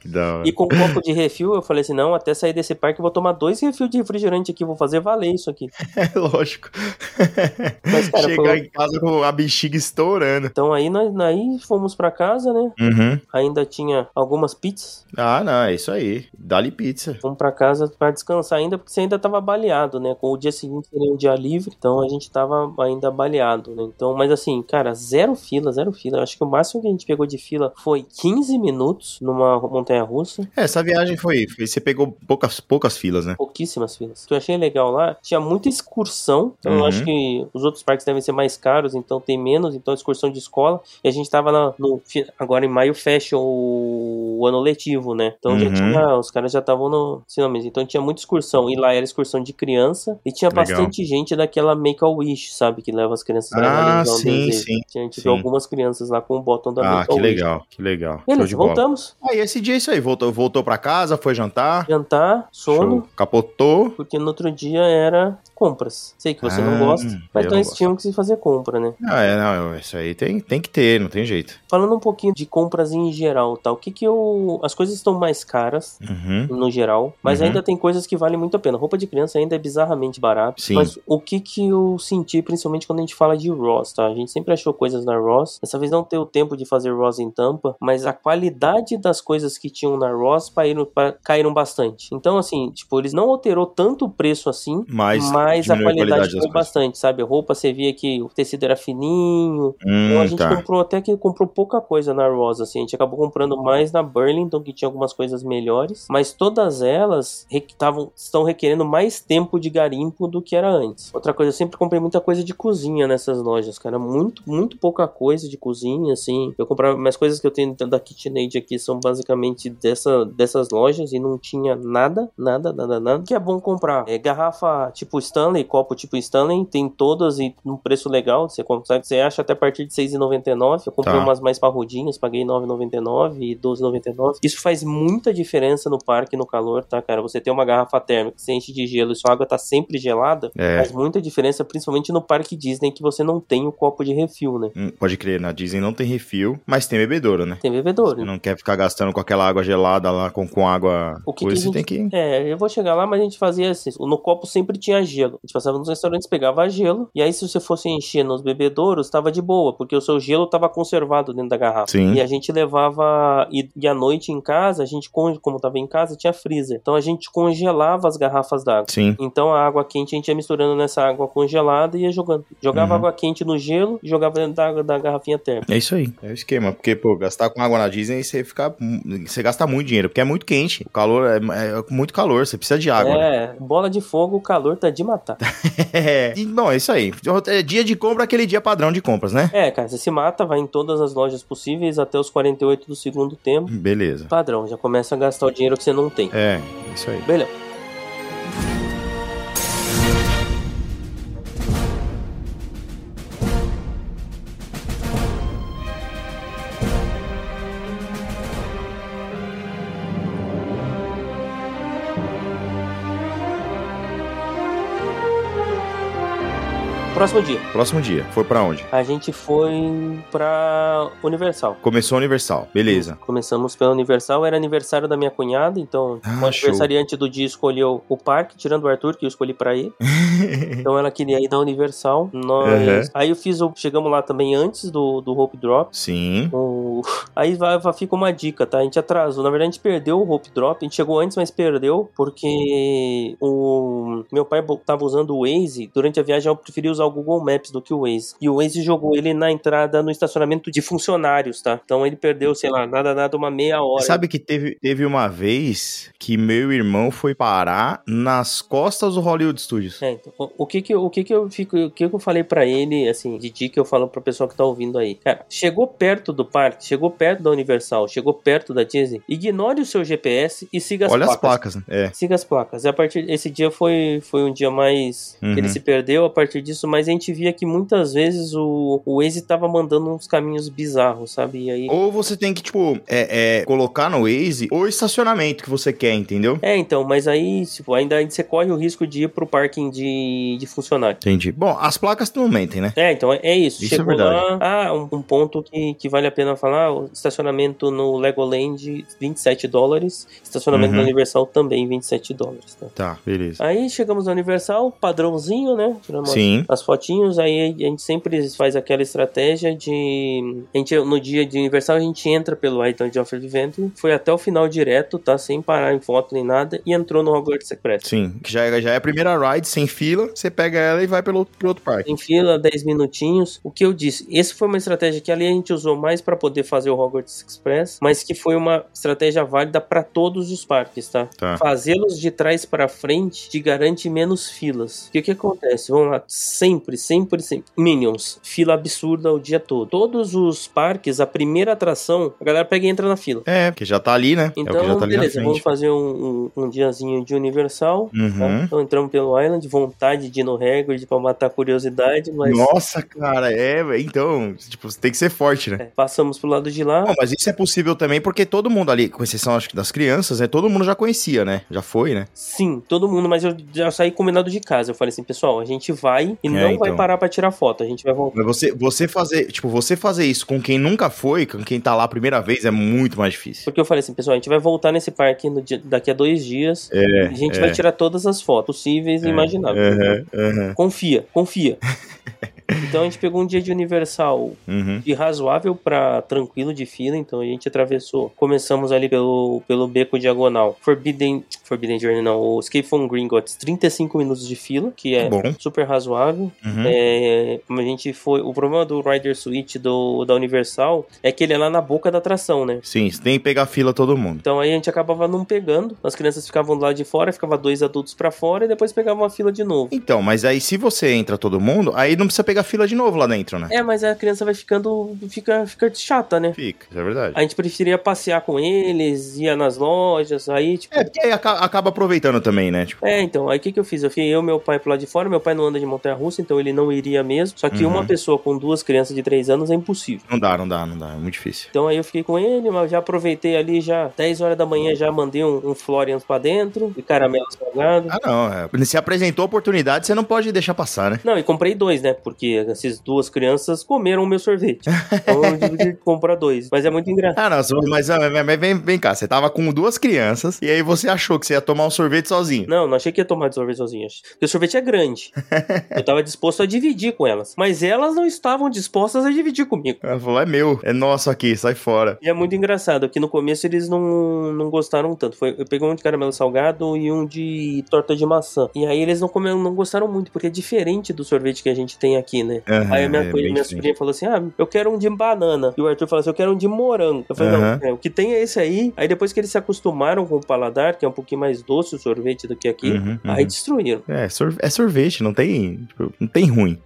A: que da hora.
B: e com um copo de refil, eu falei assim: não, até sair desse parque eu vou tomar dois refil de refrigerante aqui, vou fazer valer isso aqui.
A: (laughs) É lógico.
B: Mas, cara,
A: (laughs) Chegar
B: foi-
A: em casa com a bexiga estourando.
B: Então aí nós aí fomos pra casa, né?
A: Uhum.
B: Ainda tinha algumas pizzas.
A: Ah, não, é isso aí. Dá-lhe pizza.
B: Vamos pra casa pra descansar ainda, porque você ainda tava baleado, né? Com o dia seguinte seria um dia livre, então a gente tava ainda baleado, né? Então, mas assim, cara, zero fila, zero fila. Eu Acho que o máximo que a gente pegou de fila foi 15 minutos numa montanha russa.
A: É, essa viagem foi, foi- Você pegou poucas, poucas filas, né?
B: Pouquíssimas filas. O que eu achei legal lá, tinha muita excursão. Então eu
A: Uhum.
B: acho que os outros parques devem ser mais caros, então tem menos. Então excursão de escola. E a gente tava na- no. fi- Agora em maio fecha o, o ano letivo, né? Então já
A: Uhum.
B: tinha. Os caras já estavam no. Se não me engano, Então tinha muita excursão. E lá era excursão de criança. E tinha
A: Legal.
B: bastante gente daquela Make a Wish, sabe? Que leva as crianças pra
A: Ah,
B: realizar um
A: sim,
B: desejo.
A: sim,
B: Tinha tipo,
A: sim.
B: algumas crianças lá com o botão da
A: Ah,
B: Make a
A: que
B: Wish.
A: legal, que legal. Show de
B: Beleza,
A: bola.
B: voltamos.
A: Aí esse dia é isso aí. Voltou, voltou pra casa, foi jantar.
B: Jantar, sono.
A: Show. Capotou.
B: Porque no outro dia era compras. Sei que você não
A: Ah,
B: gosta, mas
A: eu
B: nós
A: não gosto.
B: tínhamos que se fazer compra, né?
A: Ah, é, não, isso aí tem, tem que ter, não tem jeito.
B: Falando um pouquinho de compras em geral, tá? O que que eu... As coisas estão mais caras,
A: Uhum.
B: no geral, mas
A: Uhum.
B: ainda tem coisas que valem muito a pena. Roupa de criança ainda é bizarramente barato.
A: Sim.
B: Mas o que que eu senti, principalmente quando a gente fala de Ross, tá? A gente sempre achou coisas na Ross. Dessa vez não teve o tempo de fazer Ross em Tampa, mas a qualidade das coisas que tinham na Ross caíram, pa- caíram bastante. Então, assim, tipo, eles não alterou tanto o preço assim,
A: Mas,
B: mas a
A: diminuiu
B: qualidade,
A: das
B: foi
A: coisas.
B: bastante, sabe? A roupa você via que o tecido era fininho. Então a
A: Hum,
B: gente
A: tá.
B: comprou até que comprou pouca coisa na Rosa, assim. A gente acabou comprando mais na Burlington, que tinha algumas coisas melhores. Mas todas elas re- tavam- estão requerendo mais tempo de garimpo do que era antes. Outra coisa, eu sempre comprei muita coisa de cozinha nessas lojas, cara. Muito, muito pouca coisa de cozinha, assim. Eu comprava. Mas coisas que eu tenho da KitchenAid aqui são basicamente dessa, dessas lojas e não tinha nada, nada, nada, nada. Que é bom comprar. É garrafa tipo Stanley, copo tipo Stanley, tem todas e num preço legal. Você consegue, você acha até a partir de R$6,99. Eu comprei
A: Tá.
B: umas mais parrudinhas, paguei R$9,99 e R$12,99. Isso faz muita diferença no parque, no calor, tá, cara? Você tem uma garrafa térmica que você enche de gelo e sua água tá sempre gelada,
A: É,
B: faz muita diferença, principalmente no parque Disney, que você não tem o copo de refil, né?
A: hum, pode crer, na Disney não tem refil, mas tem bebedouro, né?
B: Tem bebedouro.
A: Você não quer ficar gastando com aquela água gelada lá, com, com água.
B: O que
A: coisa,
B: que a
A: você tem que.
B: É, eu vou chegar lá, mas a gente fazia assim. No copo sempre tinha gelo. A gente passava nos restaurantes, pegava gelo. E aí, se você fosse encher nos bebedouros, tava de boa, porque o seu gelo tava conservado dentro da garrafa.
A: Sim.
B: E a gente levava. E, e à noite em casa, a gente, conge- como estava em casa, tinha freezer. Então a gente congelava as garrafas d'água.
A: Sim.
B: Então a água quente a gente ia misturando nessa água congelada e ia jogando. Jogava
A: Uhum.
B: água quente no gelo e jogava dentro da, água- da garrafinha térmica.
A: É isso aí. É o esquema. Porque, pô, gastar com água na Disney, você fica. Você gasta muito dinheiro, porque é muito quente. O calor é, é muito calor, você precisa de água. né?
B: é, bola de fogo, o calor tá de matar.
A: É. (laughs) E, bom, é isso aí. É Dia de compra, é aquele dia padrão de compras, né?
B: é, cara, você se mata, vai em todas as lojas possíveis até os 48 do segundo tempo.
A: Beleza.
B: Padrão, já começa a gastar o dinheiro que você não tem.
A: É, isso aí.
B: Beleza. Próximo dia,
A: Próximo dia. Foi pra onde?
B: a gente foi pra Universal.
A: Começou a Universal. Beleza.
B: Começamos pela Universal, era aniversário da minha cunhada, então
A: Ah,
B: o aniversariante do dia escolheu o parque, tirando o Arthur, que eu escolhi pra ir. então ela queria ir na Universal. Nós...
A: Uhum.
B: Aí eu fiz o. Chegamos lá também antes do, do Hope Drop.
A: Sim.
B: O- Aí vai, vai- fica uma dica, tá? A gente atrasou. Na verdade, a gente perdeu o Hope Drop. A gente chegou antes, mas perdeu. Porque o meu pai bo- tava usando o Waze. Durante a viagem, eu preferi usar o Google Maps do que o Waze. E o Waze jogou ele na entrada no estacionamento de funcionários, tá? Então ele perdeu, sei lá, nada, nada, uma meia hora.
A: Sabe que teve, teve uma vez que meu irmão foi parar nas costas do Hollywood Studios.
B: É, então, o, o que que, eu- o que que eu fico, o que que eu falei pra ele, assim, de dica eu falo pro pessoal que tá ouvindo aí. Cara, chegou perto do parque, chegou perto da Universal, chegou perto da Disney, ignore o seu GPS e siga as
A: Olha
B: placas.
A: as placas. né? É.
B: Siga as placas. E a partir esse dia foi, foi um dia mais
A: Uhum.
B: que ele se perdeu a partir disso, mas a gente via que muitas vezes o, o Waze tava mandando uns caminhos bizarros, sabe? E aí
A: Ou você tem que, tipo, é, é, colocar no Waze o estacionamento que você quer, entendeu?
B: É, então, mas aí, tipo, ainda aí você corre o risco de ir pro parking de, de funcionário.
A: Entendi. Bom, as placas não mentem, né?
B: É, então é- é isso.
A: Isso é
B: Chegou
A: verdade.
B: lá. Ah, um, um ponto que, que vale a pena falar: o estacionamento no Legoland, 27 dólares. Estacionamento
A: Uhum.
B: na Universal também, 27 dólares. Tá?
A: Tá, beleza.
B: Aí chegamos na Universal, padrãozinho, né? Tiramos
A: Sim.
B: as fotinhos, aí a gente sempre faz aquela estratégia de. A gente, no dia de Universal, a gente entra pelo Island of Adventure, foi até o final direto, tá? Sem parar em foto nem nada, e entrou no Hogwarts Express.
A: Sim. Que já, é- já é a primeira ride sem fila, você pega ela e vai pelo, pro outro parque.
B: Em fila, 10 minutinhos. O que eu disse? Essa foi uma estratégia que ali a gente usou mais pra poder fazer o Hogwarts Express, mas que foi uma estratégia válida pra todos os parques, tá?
A: Tá.
B: Fazê-los de trás pra frente te garante menos filas. E o que acontece? Vamos lá, sempre, sempre, sempre. Minions, fila absurda o dia todo. Todos os parques, a primeira atração, a galera pega e entra na fila.
A: É, porque já tá ali, né? é o que já
B: Então,
A: tá ali
B: beleza,
A: na
B: vamos
A: frente.
B: fazer um, um, um diazinho de Universal. tá?
A: Uhum.
B: Então entramos pelo Island, vontade de ir no Hagrid pra matar a curiosidade, mas
A: Nossa, cara, é, velho, então, tipo, você tem que ser forte, né?
B: é, passamos pro lado de lá.
A: Não, mas isso é possível também porque todo mundo ali, com exceção acho que das crianças, né? Todo mundo já conhecia, né? Já foi, né?
B: Sim, todo mundo, mas eu já saí combinado de casa. Eu falei assim, pessoal, a gente vai e não vai
A: então.
B: parar pra tirar foto, a gente vai voltar.
A: Mas você, você fazer, tipo, você fazer isso com quem nunca foi, com quem tá lá a primeira vez, é muito mais difícil.
B: Porque eu falei assim, pessoal, a gente vai voltar nesse parque no dia- daqui a dois dias.
A: É.
B: a gente vai né? tirar todas as fotos possíveis e imagináveis.
A: Aham, aham,
B: Confia,
A: (laughs)
B: confia. então a gente pegou um dia de Universal
A: uhum.
B: de razoável pra tranquilo de fila, então a gente atravessou. Começamos ali pelo, pelo beco diagonal. Forbidden, Forbidden Journey não, o Escape from Gringotts, 35 minutos de fila, que é
A: Bom.
B: super razoável.
A: uhum.
B: É, a gente foi, o problema do Rider Suite do, da Universal é que ele é lá na boca da atração, né?
A: Sim, você tem que pegar fila todo mundo.
B: Então aí a gente acabava não pegando, as crianças ficavam do lado de fora, ficava dois adultos pra fora e depois pegava uma fila de novo.
A: Então, mas aí se você entra todo mundo, aí não precisa pegar fila de novo lá dentro, né?
B: É, mas a criança vai ficando, fica, fica chata, né?
A: Fica, isso é verdade.
B: A gente preferia passear com eles, ia nas lojas, aí tipo,
A: É, porque aí aca- acaba aproveitando também, né? Tipo,
B: É, então, aí o que, que eu fiz? Eu fiquei eu e meu pai pro lado de fora, meu pai não anda de montanha russa, então ele não iria mesmo. Só que
A: Uhum.
B: uma pessoa com duas crianças de três anos é impossível.
A: não dá, não dá, não dá, é muito difícil.
B: Então aí eu fiquei com ele, mas já aproveitei ali, já 10 horas da manhã, já mandei um, um Florians pra dentro, e caramelos salgados.
A: Ah, não, é. Se apresentou a oportunidade, você não pode deixar passar, né?
B: Não, e comprei dois, né? Porque que essas duas crianças comeram o meu sorvete. Então eu tive que comprar dois. Mas é muito engraçado.
A: Ah, não, você- mas, ah, mas- mas vem, vem cá, você tava com duas crianças e aí você achou que você ia tomar um sorvete sozinho.
B: Não, não achei que ia tomar de sorvete sozinho. acho. Porque o sorvete é grande. Eu tava disposto a dividir com elas. Mas elas não estavam dispostas a dividir comigo.
A: Ela falou, é meu, é nosso aqui, sai fora.
B: E é muito engraçado, que no começo eles não, não gostaram tanto. Foi, eu peguei um de caramelo salgado e um de torta de maçã. E aí eles não, comeram, não gostaram muito, porque é diferente do sorvete que a gente tem aqui, né?
A: Aham,
B: Aí a minha,
A: é
B: coisa,
A: bem
B: minha
A: diferente.
B: sobrinha falou assim: Ah, eu quero um de banana. E o Arthur falou assim: Eu quero um de morango. Eu falei:
A: Aham.
B: Não, é, o que tem é esse aí. Aí depois que eles se acostumaram com o paladar, que é um pouquinho mais doce o sorvete do que aqui,
A: Uhum, uhum.
B: aí destruíram.
A: É, sor- é sorvete, não tem, tipo, não tem ruim.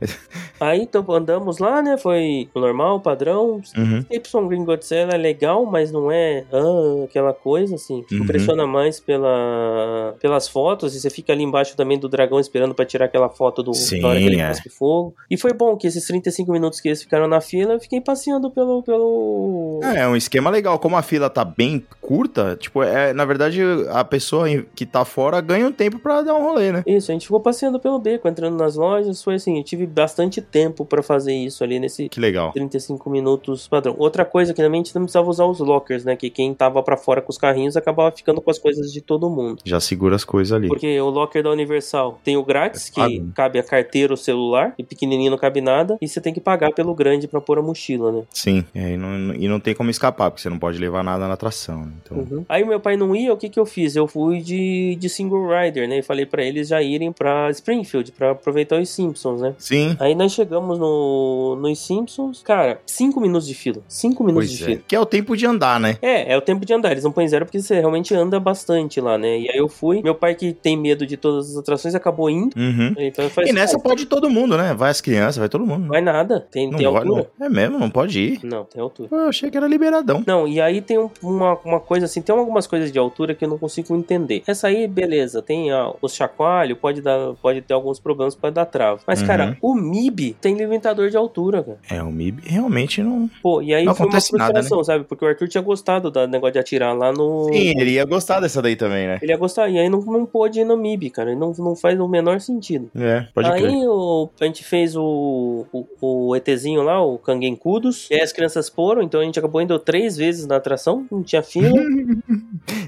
B: Aí então andamos lá, né? Foi o normal, o padrão.
A: Uhum.
B: Y Green Godzilla é legal, mas não é ah, aquela coisa assim.
A: Uhum.
B: Impressiona mais pela, pelas fotos e você fica ali embaixo também do dragão esperando pra tirar aquela foto do
A: Sim,
B: da hora que ele
A: é.
B: cospe fogo. E foi bom que esses 35 minutos que eles ficaram na fila, eu fiquei passeando pelo pelo
A: É, é um esquema legal. Como a fila tá bem curta, tipo, é, na verdade, a pessoa em- que tá fora ganha um tempo pra dar um rolê, né?
B: Isso, a gente ficou passeando pelo beco, entrando nas lojas, foi assim, eu tive bastante tempo pra fazer isso ali nesse
A: Que legal.
B: 35 minutos padrão. Outra coisa que também a gente não precisava usar os lockers, né? Que quem tava pra fora com os carrinhos acabava ficando com as coisas de todo mundo.
A: Já segura as coisas ali.
B: Porque o locker da Universal tem o grátis,
A: É pago,
B: que
A: né?
B: cabe a carteira, o celular, e pequenininho não cabe nada, e você tem que pagar pelo grande pra pôr a mochila, né?
A: Sim, é, e, não, e não tem como escapar, porque você não pode levar nada na atração. né? Então,
B: Uhum. Aí meu pai não ia, o que que eu fiz? Eu fui de, de single rider, né? E falei pra eles já irem pra Springfield, pra aproveitar os Simpsons, né?
A: Sim,
B: Aí nós chegamos no, nos Simpsons, cara, 5 minutos de fila. 5 minutos
A: pois
B: de
A: é.
B: fila.
A: Que é o tempo de andar, né?
B: É, é o tempo de andar. Eles não põem zero porque você realmente anda bastante lá, né? E aí eu fui. Meu pai, que tem medo de todas as atrações, acabou indo.
A: Uhum.
B: Então eu
A: E
B: falei assim,
A: nessa
B: "Ah,
A: pode todo mundo, né? Vai as crianças, vai todo mundo.
B: Vai nada. Tem,
A: Não
B: tem
A: vai,
B: altura?
A: não. É mesmo, não pode ir.
B: Não. tem altura.
A: Pô, eu achei que era liberadão.
B: Não, e aí tem um- uma, uma coisa assim, tem algumas coisas de altura que eu não consigo entender. Essa aí, beleza, tem ah, os chacoalhos, pode, dar, pode ter alguns problemas pra dar trava. Mas,
A: Uhum.
B: cara, o MIB tem limitador de altura, cara.
A: É, o MIB realmente não.
B: Pô, e aí
A: Não
B: foi uma
A: acontece nada, né?
B: frustração, sabe? Porque o Arthur tinha gostado do negócio de atirar lá no.
A: Sim, ele ia gostar dessa daí também, né?
B: Ele ia gostar, e aí não, não pôde ir no MIB, cara. E Não, não faz o menor sentido.
A: É, pode
B: aí
A: crer.
B: o- a gente fez o, o, o ETzinho lá, o Kangenkudos. E aí as crianças foram, então a gente acabou indo três vezes na atração, não tinha fila.
A: (laughs)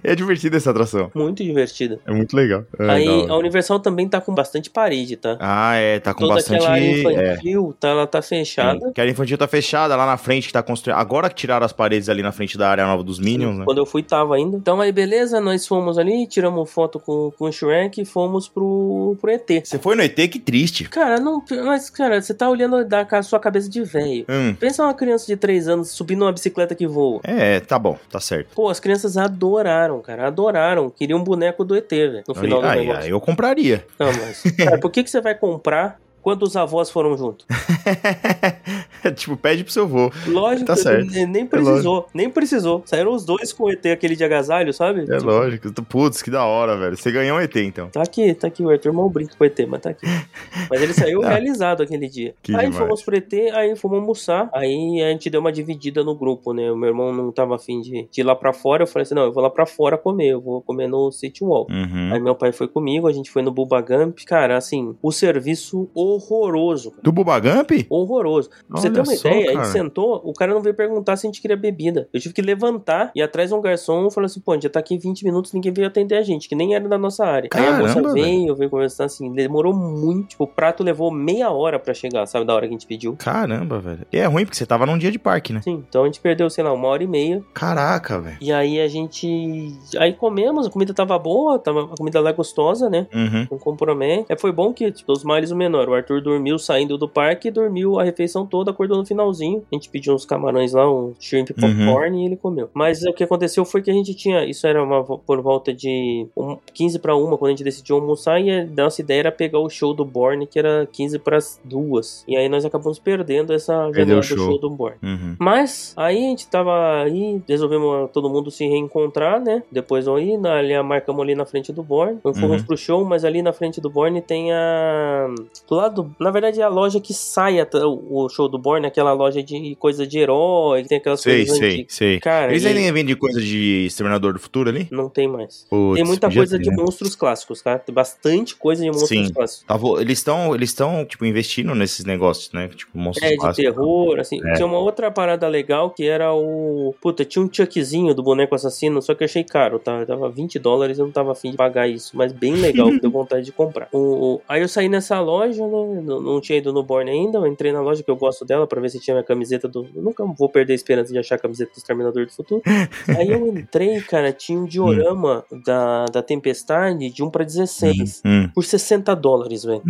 A: É divertida essa atração.
B: muito divertida.
A: É muito legal. É,
B: aí
A: da hora.
B: a Universal também tá com bastante parede, tá?
A: Ah, é, tá com
B: Toda
A: bastante.
B: aquela área
A: é,
B: infantil, tá, ela tá fechada.
A: Sim. Que a área infantil tá fechada lá na frente, que tá construindo. Agora que tiraram as paredes ali na frente da área nova dos Minions, né?
B: Quando eu fui, tava ainda. Então aí, beleza, nós fomos ali, tiramos foto com, com o Shrek e fomos pro, pro ET.
A: Você foi no ET, que triste.
B: Cara, não. Mas, cara, você tá olhando da ca- sua cabeça de velho.
A: Hum.
B: Pensa uma criança de 3 anos subindo uma bicicleta que voa.
A: É, tá bom, tá certo.
B: Pô, as crianças adoraram, cara. Adoraram. Queriam um boneco do ET, velho. No final do
A: Aí- aí,
B: negócio.
A: aí eu compraria. (laughs)
B: Não, mas. Cara, por que, que você vai comprar quando os avós foram junto?
A: tipo, pede pro seu avô.
B: Lógico,
A: Tá
B: que
A: certo.
B: nem- nem precisou. nem precisou. Saíram os dois com o ET aquele de agasalho, sabe? Tipo,
A: É lógico. Putz, que da hora, velho. Você ganhou um ET, então.
B: Tá aqui, tá aqui, o Arthur mal brinca com o ET, mas tá aqui. Mas ele
A: (laughs)
B: saiu
A: Ah.
B: realizado aquele dia.
A: Que
B: aí
A: demais.
B: fomos pro ET, aí fomos almoçar, aí a gente deu uma dividida no grupo, né? O meu irmão não tava afim de, de ir lá pra fora, eu falei assim, não, eu vou lá pra fora comer, eu vou comer no City Wall.
A: Uhum.
B: Aí meu pai foi comigo, a gente foi no Bubagamp, cara, assim, o serviço horroroso, cara.
A: Do Bubagump?
B: Horroroso. Pra você ter
A: Olha
B: uma
A: só,
B: ideia, a
A: cara.
B: gente sentou, o cara não veio perguntar se a gente queria bebida. Eu tive que levantar e atrás um garçom falou assim: pô, a gente já tá aqui 20 minutos, ninguém veio atender a gente, que nem era da nossa área. Aí a
A: Caramba,
B: moça veio, veio conversar assim, demorou muito. Tipo, o prato levou meia hora pra chegar, sabe, da hora que a gente pediu.
A: Caramba, velho. E é ruim porque você tava num dia de parque, né?
B: Sim, então a gente perdeu, sei lá, uma hora e meia.
A: Caraca, velho.
B: E aí a gente. Aí comemos, a comida tava boa, tava... a comida lá é gostosa, né?
A: Uhum.
B: Não compromete. É, foi bom que, tipo, dos males o menor. O Arthur dormiu saindo do parque, dormiu a refeição toda, acordou no finalzinho. A gente pediu uns camarões lá, um shrimp
A: Uhum.
B: popcorn e ele comeu. Mas é, o que aconteceu foi que a gente tinha. Isso era uma vo- por volta de um, 15 pra 1 quando a gente decidiu almoçar. E a nossa ideia era pegar o show do Borne, que era 15 pras 2. E aí nós acabamos perdendo essa
A: Perdeu o
B: janela do
A: show.
B: show do Borne.
A: Uhum.
B: Mas aí a gente tava aí, resolvemos todo mundo se reencontrar, né? Depois aí, na, ali, marcamos ali na frente do Borne. Não fomos
A: Uhum.
B: pro show, mas ali na frente do Borne tem a. Do lado lado, na verdade, é a loja que sai a- o show do Born, aquela loja de coisa de herói, que tem aquelas
A: Sei,
B: coisas
A: sei,
B: antigas.
A: sei.
B: Cara,
A: Eles
B: e-
A: ainda vendem coisa de Exterminador do Futuro ali?
B: não tem mais.
A: Putz,
B: tem muita
A: podia
B: coisa
A: ter,
B: de
A: né?
B: monstros clássicos, cara. Tem bastante coisa de monstros
A: Sim.
B: clássicos.
A: Tá, vo- Eles estão, eles estão tipo, investindo nesses negócios, né? Tipo, monstros
B: É, de
A: clássicos.
B: terror, assim.
A: É.
B: Tinha uma outra parada legal que era o. Puta, tinha um Chuckzinho do boneco assassino, só que eu achei caro, tá? Tava 20 dólares, eu não tava afim de pagar isso, mas bem legal, deu vontade de comprar. O, o- Aí eu saí nessa loja, né? Não, não tinha ido no Born ainda, eu entrei na loja que eu gosto dela pra ver se tinha minha camiseta do. Eu nunca vou perder a esperança de achar a camiseta do Exterminador do Futuro. Aí eu entrei, cara, tinha um diorama da, da Tempestade de 1 pra 16
A: Hum.
B: por 60 dólares, velho.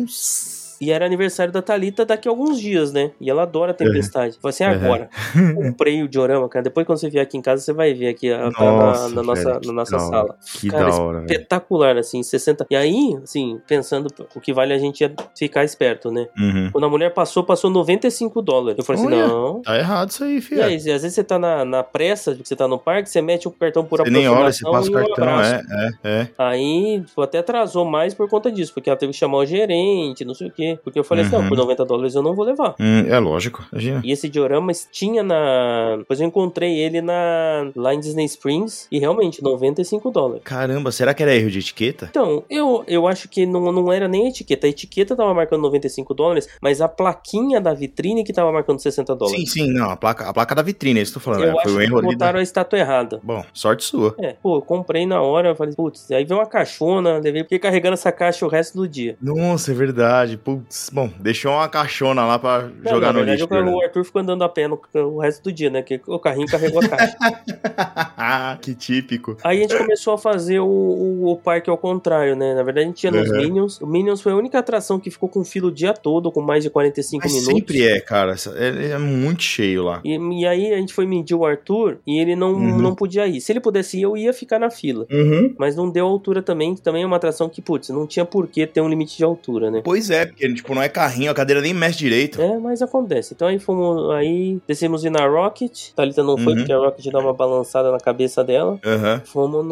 A: Nossa.
B: E era aniversário da Thalita daqui a alguns dias, né? E ela adora a tempestade. Falei assim,
A: Uhum. (laughs)
B: agora. Comprei o diorama, cara. Depois quando você vier aqui em casa, você vai ver aqui. Ela tá
A: Nossa,
B: na, na nossa,
A: velho,
B: na
A: que
B: nossa
A: da hora.
B: sala.
A: Que
B: Cara,
A: da hora, velho.
B: Espetacular, assim, 60. E aí, assim, pensando, o que vale a gente é ficar esperto, né?
A: Uhum.
B: Quando a mulher passou, passou 95 dólares. Eu falei assim,
A: Olha.
B: não.
A: Tá errado isso aí,
B: E
A: filho.
B: aí, às vezes você tá na, na pressa, de que você tá no parque, você mete o cartão por
A: Você nem olha, você passa o
B: e um
A: cartão,
B: abraço.
A: é, é, é.
B: Aí, tipo, até atrasou mais por conta disso, porque ela teve que chamar o gerente, não sei o quê. Porque eu falei assim, não,
A: Uhum.
B: por 90 dólares eu não vou levar.
A: Hum, é lógico, imagina.
B: E esse diorama tinha na. Depois eu encontrei ele na. lá em Disney Springs e realmente 95 dólares.
A: Caramba, será que era erro de etiqueta?
B: Então, eu, eu acho que não, não era nem a etiqueta. A etiqueta tava marcando 95 dólares, mas a plaquinha da vitrine que tava marcando 60 dólares.
A: Sim, sim, não, a placa, a placa da vitrine, é isso que eu tô falando.
B: eu
A: né? Foi
B: acho
A: o
B: que
A: erro ali da...
B: botaram a estátua errada.
A: Bom, sorte sua.
B: É, pô, eu comprei na hora, falei, putz, aí veio uma caixona, levei, fiquei carregando essa caixa o resto do dia.
A: Nossa, é verdade. Putz, bom, deixou uma caixona lá pra
B: Não,
A: jogar
B: na
A: no
B: verdade,
A: lixo. né?
B: o
A: (laughs)
B: cara- o Arthur ficou andando a pé no- o resto do dia, né? Que o carrinho carregou a caixa.
A: né? que típico.
B: Aí a gente começou a fazer o, o, o parque ao contrário, né? Na verdade, a gente tinha nos
A: Uhum.
B: Minions. O Minions foi a única atração que ficou com fila o dia todo, com mais de 45
A: Mas
B: minutos.
A: sempre é, cara. essa- É, é muito cheio lá.
B: E, e aí a gente foi medir o Arthur e ele não,
A: Uhum.
B: não podia ir. Se ele pudesse ir, eu ia ficar na fila.
A: Uhum.
B: Mas não deu altura também, que também é uma atração que, putz, não tinha por que ter um limite de altura, né?
A: Pois é, porque tipo, não é carrinho, a cadeira nem mexe direito.
B: É, mas acontece. Então aí fomos, aí decidimos ir na Rocket. Thalita não foi,
A: Uhum.
B: porque a Rocket dá uma balançada na cabeça dela.
A: Aham.
B: Fomos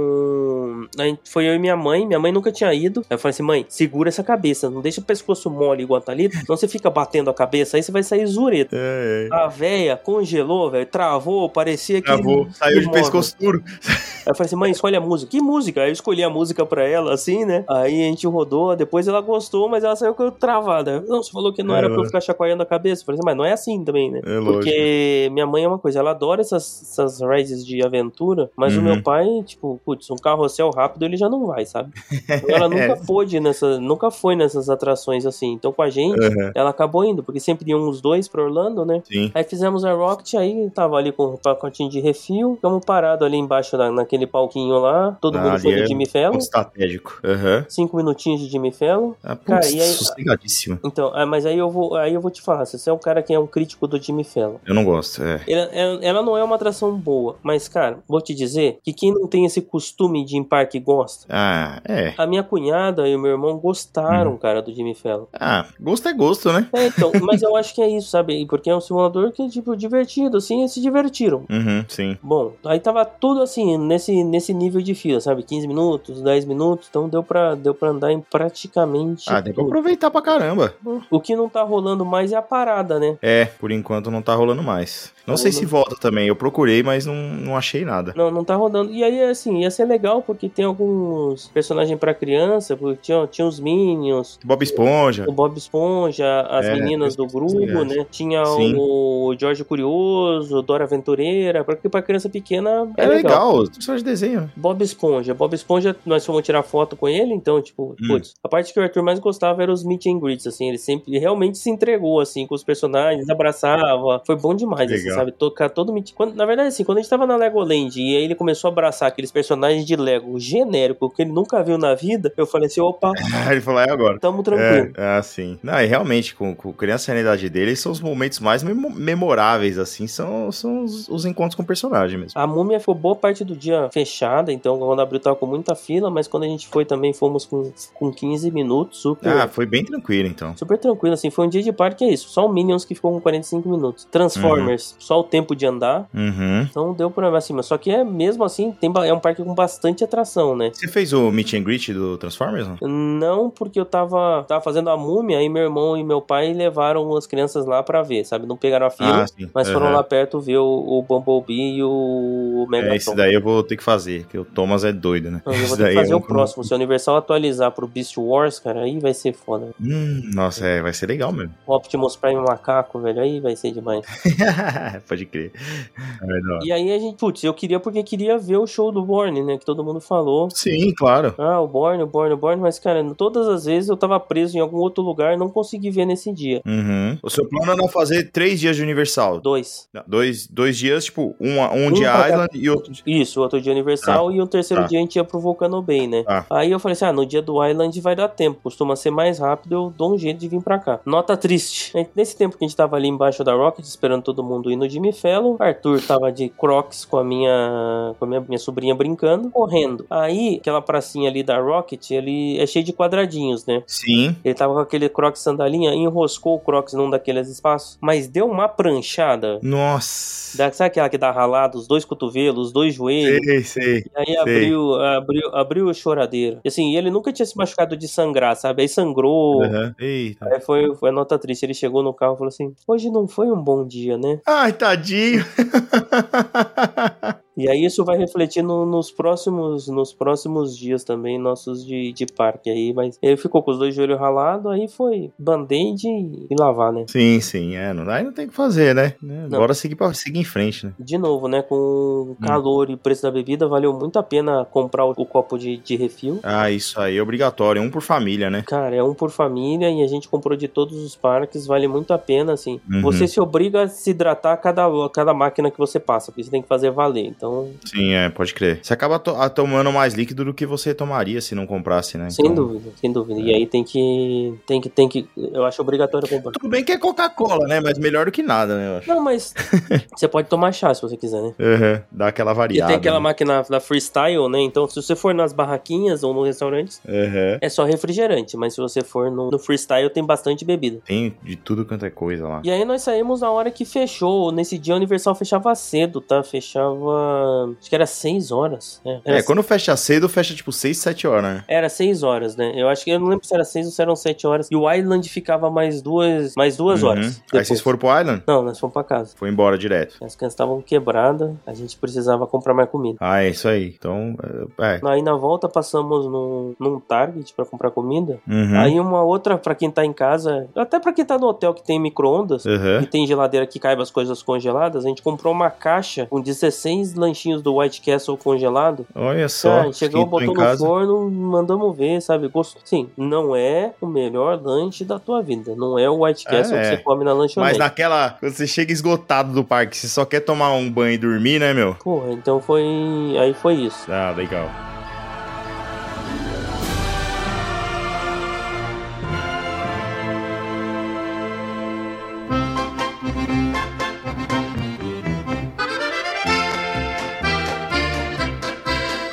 B: no. a gente- Foi eu e minha mãe. Minha mãe nunca tinha ido. Aí eu falei assim: mãe, segura essa cabeça. Não deixa o pescoço mole igual a Thalita. Não você fica batendo a cabeça. Aí você vai sair zureta.
A: É, é.
B: A véia congelou, velho. Travou. Parecia que.
A: Travou, saiu de
B: imóvel.
A: pescoço duro.
B: Aí eu falei assim: mãe, escolhe a música. Que música? Aí eu escolhi a música pra ela, assim, né? Aí a gente rodou. Depois ela gostou, mas ela saiu com eu travada. Não, você falou que não
A: É,
B: era pra eu
A: mano.
B: ficar chacoalhando a cabeça. Eu falei assim: mas não é assim também, né?
A: É lógico.
B: Porque minha mãe é uma coisa, ela adora essas, essas rides de aventura, mas o
A: Uhum.
B: meu pai, tipo, putz, um carrossel rápido ele já não vai,
A: (laughs)
B: sabe? Então
A: É.
B: ela nunca pôde nessa, nunca foi nessas atrações assim. Então com a gente,
A: Aham,
B: ela acabou indo, porque sempre iam os dois pra Orlando, né?
A: Sim.
B: Aí fizemos a Rocket, aí tava ali com o pacotinho de refil, ficamos parados ali embaixo na- naquele palquinho lá, todo
A: Ah,
B: mundo foi
A: ali
B: no
A: é
B: Jimmy Fallon,
A: Ponto estratégico. Aham.
B: cinco minutinhos de Jimmy Fallon,
A: Ah, putz,
B: Cara, e aí-
A: sossegadíssimo.
B: então, ah, mas aí eu vou, aí eu vou te falar, se você é um cara que é um crítico do Jimmy Fallon,
A: Eu não gosto, é.
B: Ela, ela- ela não é uma atração boa, mas, cara, vou te dizer que quem não tem esse costume de ir em parque gosta.
A: Ah, é.
B: A minha cunhada e o meu irmão
A: Hum.
B: gostaram, cara, do Jimmy Fallon.
A: Ah, gosto é gosto, né?
B: É, então, mas eu acho que é isso, sabe? Porque é um simulador que é, tipo, divertido, assim, eles se divertiram.
A: Uhum, sim.
B: Bom, aí tava tudo assim, nesse, nesse nível de fila, sabe? 15 minutos, 10 minutos, então deu pra, deu pra andar em praticamente
A: Ah, tem que
B: tudo.
A: aproveitar pra caramba.
B: O que não tá rolando mais é a parada, né?
A: É, por enquanto não tá rolando mais. Não
B: Tá
A: sei se volta também. Eu procurei, mas não, não achei nada.
B: Não, não tá rodando. E aí, assim, ia ser legal porque tem alguns personagens pra criança, porque tinha, tinha os Minions,
A: Bob Esponja.
B: o Bob Esponja, as
A: É,
B: meninas
A: tem
B: do
A: os
B: grupo,
A: personagens.
B: né? Tinha
A: Sim.
B: o Jorge Curioso, o Dora Aventureira, porque pra criança pequena é,
A: É
B: legal.
A: legal, só de desenho. (laughs) né?
B: Bob Esponja. Bob Esponja, nós fomos tirar foto com ele, então, tipo,
A: Hum.
B: putz, a parte que o Arthur mais gostava era os meet and greets, assim, ele sempre ele realmente se entregou, assim, com os personagens, abraçava, foi bom demais, assim,
A: Legal.
B: sabe, tocar todo meet... Quando, na verdade, assim, quando a gente tava na Legoland e aí ele começou a abraçar aqueles personagens de Lego genérico que ele nunca viu na vida, eu falei assim, opa,
A: Ele falou, é agora.
B: tamo tranquilo.
A: É, ah, sim. Não, e realmente, com, com criança na idade dele, são os momentos mais memo- memoráveis, assim, são, são os, os encontros com o personagem mesmo.
B: A múmia ficou boa parte do dia fechada, então quando abriu tava com muita fila, mas quando a gente foi também fomos com, com 15 minutos, super
A: Ah, foi bem tranquilo, então.
B: Super tranquilo, assim, foi um dia de parque, é isso. Só o Minions que ficou com 45 minutos. Transformers, só o tempo de andar.
A: Uhum.
B: Então deu problema assim, mas só que é mesmo assim, tem, ba- é um parque com bastante atração, né?
A: Você fez o meet and greet do Transformers? Não?
B: Não, porque eu tava, tava fazendo a múmia e meu irmão e meu pai levaram as crianças lá pra ver, sabe? Não pegaram a fila,
A: sim.
B: mas foram
A: Uhum.
B: lá perto ver o, o Bumblebee e o Megatron.
A: É, esse daí eu vou ter que fazer, porque o Thomas é doido, né?
B: Não, então. eu
A: Esse
B: vou ter
A: daí
B: que fazer
A: eu
B: o
A: não-
B: próximo. Se a Universal atualizar pro Beast Wars, cara, aí vai ser foda.
A: Hum, nossa, é, vai ser legal mesmo. (laughs)
B: O Optimus Prime é um macaco, velho, aí vai ser demais.
A: Pode crer. É, da hora.
B: E aí a gente, putz, eu queria porque queria ver o show do Borne, né? Que todo mundo falou.
A: Sim, claro.
B: Ah, o Borne, o Borne, o Borne, mas cara, todas as vezes eu tava preso em algum outro lugar, não consegui ver nesse dia.
A: Uhum. O seu plano era fazer três dias de Universal.
B: Dois.
A: Não, Dois, dois dias, tipo, um, um,
B: Um
A: de
B: pra cada-
A: Island e outro de...
B: Isso, outro dia Universal e o terceiro
A: tá.
B: dia a gente ia pro Volcano Bay, né?
A: Tá.
B: Aí eu falei assim: ah, no dia do Island vai dar tempo, costuma ser mais rápido, eu dou um jeito de vir pra cá. Nota triste. Aí, Nesse tempo que a gente tava ali embaixo da Rocket, esperando todo mundo ir no Jimmy Fallon, Arthur tava de crocs com a minha, com a minha, minha sobrinha brincando, correndo. Aí, aquela pracinha ali da Rocket, ele é cheio de quadradinhos, né?
A: Sim.
B: Ele tava com aquele crocs sandalinha, enroscou o crocs num daqueles espaços, mas deu uma pranchada.
A: Nossa.
B: Da- Sabe aquela que dá ralado, os dois cotovelos, os dois joelhos?
A: Sei, sei.
B: E aí abriu, abriu, abriu a choradeira. E assim, ele nunca tinha se machucado de sangrar, sabe? Aí sangrou.
A: Uhum. Eita.
B: Aí foi, foi a nota triste. Ele chegou no carro e falou assim: Hoje não foi um bom dia, né?
A: Ai, tadinho.
B: E aí isso vai refletir no- nos, próximos, nos próximos dias também, nossos de, de parque aí. Mas ele ficou com os dois joelhos ralados, aí foi band-aid e e lavar, né?
A: sim, sim, é. Não, aí não tem o que fazer, né? né?
B: Não.
A: Bora seguir, pra, seguir em frente, né?
B: De novo, né?
A: Hum.
B: Com o calor e o preço da bebida, valeu muito a pena comprar o, o copo de, de refil.
A: Ah, isso aí é obrigatório. Um por família, né?
B: Cara, é um por família e a gente comprou de todos os parques, vale muito a pena, assim.
A: Uhum.
B: Você se obriga a se hidratar a cada, a cada máquina que você passa, porque você tem que fazer valer. Então,
A: Sim, é, pode crer. Você acaba to- ah, tomando mais líquido do que você tomaria se não comprasse, né?
B: sem
A: Então-
B: dúvida, sem dúvida. E aí tem que, tem que, tem que, eu acho obrigatório comprar.
A: Tudo bem que é Coca-Cola, né? Mas melhor do que nada, né? Eu acho. (laughs)
B: Não, mas você pode tomar chá se você quiser, né?
A: Uhum, dá aquela
B: E
A: variada.
B: tem aquela
A: né?
B: máquina da freestyle, né? Então, se você for nas barraquinhas ou no restaurante,
A: Uhum.
B: é só refrigerante. Mas se você for no, no freestyle, tem bastante bebida.
A: Tem de tudo quanto é coisa lá.
B: E aí nós saímos na hora que fechou. Nesse dia a Universal fechava cedo, tá? Fechava. Acho que era 6 horas. né? Era,
A: É, quando fecha cedo, fecha tipo 6, 7 horas, né?
B: era 6 horas, né? Eu acho que eu não lembro se era 6 ou se eram 7 horas. E o Island ficava mais duas, mais duas
A: Uhum.
B: horas.
A: Aí
B: depois.
A: vocês foram pro Island?
B: Não, nós fomos pra casa.
A: Foi embora direto.
B: As crianças estavam quebradas, a gente precisava comprar mais comida.
A: Ah, é isso aí. Então, é. é.
B: Aí na volta passamos num, num Target pra comprar comida.
A: Uhum.
B: Aí uma outra, pra quem tá em casa, até pra quem tá no hotel que tem micro-ondas,
A: Uhum.
B: e tem geladeira que caiba as coisas congeladas, a gente comprou uma caixa com 16 lanchinhos do White Castle congelado.
A: Olha só.
B: Cara, chegou,
A: esquentou
B: botou no forno, mandamos ver, sabe? Gosto. Sim, não é o melhor lanche da tua vida. Não é o White Castle
A: É.
B: que você come na lanchonete.
A: Mas naquela. Quando você chega esgotado do parque, você só quer tomar um banho e dormir, né, meu?
B: Porra, então foi. Aí foi isso.
A: Ah, legal.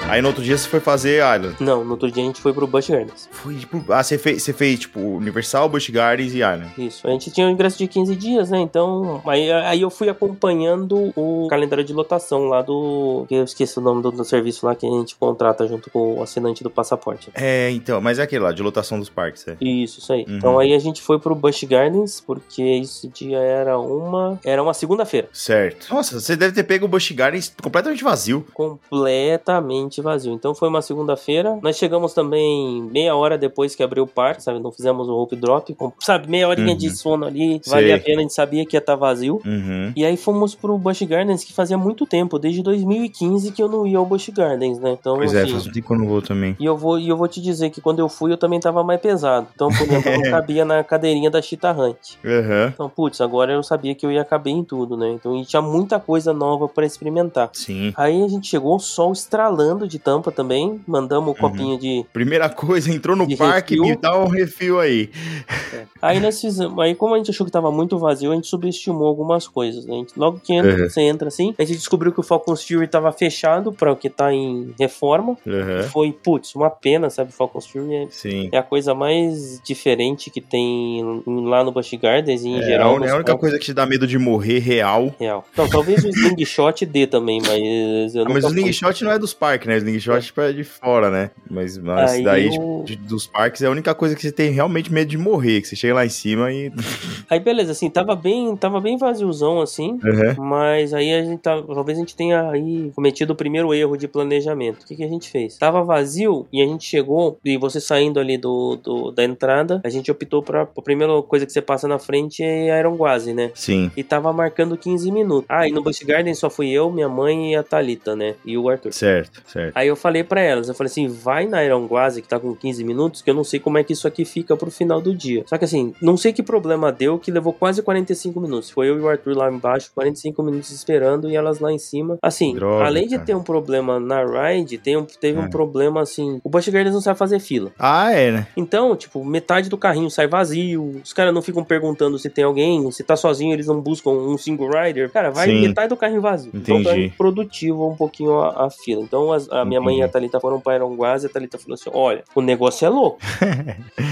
A: Aí no outro dia você foi fazer Island.
B: Não, no outro dia a gente foi pro Busch Gardens.
A: Foi, tipo, ah, você fez, você fez tipo Universal, Busch Gardens e Island.
B: Isso, a gente tinha um ingresso de 15 dias, né? Então, aí, aí eu fui acompanhando o calendário de lotação lá do. Eu esqueci o nome do, do serviço lá que a gente contrata junto com o assinante do passaporte.
A: É, então, mas é aquele lá, de lotação dos parques, é.
B: Isso, isso aí.
A: Uhum.
B: Então aí a gente foi pro Busch Gardens, porque esse dia era uma. Era uma segunda-feira.
A: Certo. Nossa, você deve ter pego o Busch Gardens completamente vazio.
B: Completamente vazio. Então foi uma segunda-feira. Nós chegamos também meia hora depois que abriu o parque, sabe? Não fizemos o rope drop. com- sabe, meia horinha
A: Uhum.
B: de sono ali.
A: Sei.
B: Valia a pena, a gente sabia que ia estar vazio.
A: Uhum.
B: E aí fomos pro Busch Gardens, que fazia muito tempo, desde 2015 que eu não ia ao Busch Gardens, né? Então,
A: Pois é,
B: assim,
A: faz um tempo que eu não vou também.
B: E eu, vou, e eu vou te dizer que quando eu fui, eu também tava mais pesado. Então, por
A: (laughs)
B: exemplo, eu não cabia na cadeirinha da Cheetah Hunt.
A: Aham.
B: Então, putz, agora eu sabia que eu ia caber em tudo, né? Então, e tinha muita coisa nova pra experimentar.
A: Sim.
B: Aí a gente chegou, o sol estralando lado de Tampa também. Mandamos um
A: Uhum.
B: copinho de.
A: Primeira coisa, entrou no
B: De
A: parque
B: refil.
A: me dá um refil aí.
B: Aí nós fizemos. Aí, como a gente achou que tava muito vazio, a gente subestimou algumas coisas. Né? A gente- logo que entra,
A: Uhum.
B: você entra assim, a gente descobriu que o Falcon's Fury tava fechado para o que tá em reforma.
A: Aham.
B: Foi, putz, uma pena, sabe? O Falcon's Fury é
A: Sim.
B: É a coisa mais diferente que tem lá no Busch Gardens e em
A: É,
B: geral.
A: a,
B: nos
A: é a única
B: palcos
A: coisa que te dá medo de morrer real.
B: Real. Não, talvez o Sling Shot dê também, mas eu
A: Ah, mas
B: nunca
A: o Sling
B: fui.
A: Shot não é dos parques, né? O Sling Shot é de fora, né? Mas, mas
B: Aí
A: daí,
B: o-
A: tipo, de- dos parques é a única coisa que você tem realmente medo de morrer, que você chega lá em cima e. (laughs)
B: Aí beleza, assim, tava bem, tava bem vaziozão assim.
A: Aham.
B: Mas aí a gente tá, talvez a gente tenha aí cometido o primeiro erro de planejamento. O que, que a gente fez? Tava vazio e a gente chegou e você saindo ali do, do- da entrada, a gente optou para a primeira coisa que você passa na frente é Iron Guazi, né?
A: Sim.
B: E tava marcando 15 minutos. Ah, e no Busch Garden só fui eu, minha mãe e a Thalita, né? E o Arthur.
A: Certo, certo.
B: Aí eu falei pra elas, eu falei assim, vai na Ironguase que tá com 15 minutos, que eu não sei como é que isso aqui fica pro final do dia. Só que assim, não sei que problema deu, que levou quase 45 minutos. Foi eu e o Arthur lá embaixo, 45 minutos esperando, e elas lá em cima. Assim,
A: Droga,
B: além de
A: cara.
B: ter um problema na ride, tem um- teve
A: É.
B: um problema assim, o Busch Gardens não sabe fazer fila.
A: Ah, é, né?
B: Então, tipo, metade do carrinho sai vazio, os caras não ficam perguntando se tem alguém, se tá sozinho, eles não buscam um single rider. Cara, vai
A: Sim.
B: metade do carrinho vazio. Então
A: Entendi.
B: tá produtivo um pouquinho a, a fila. Então as- a minha mãe e a
A: Entendi.
B: Thalita foram pra Ironguaz e a Thalita falou assim: olha, o negócio
A: (laughs)
B: é louco.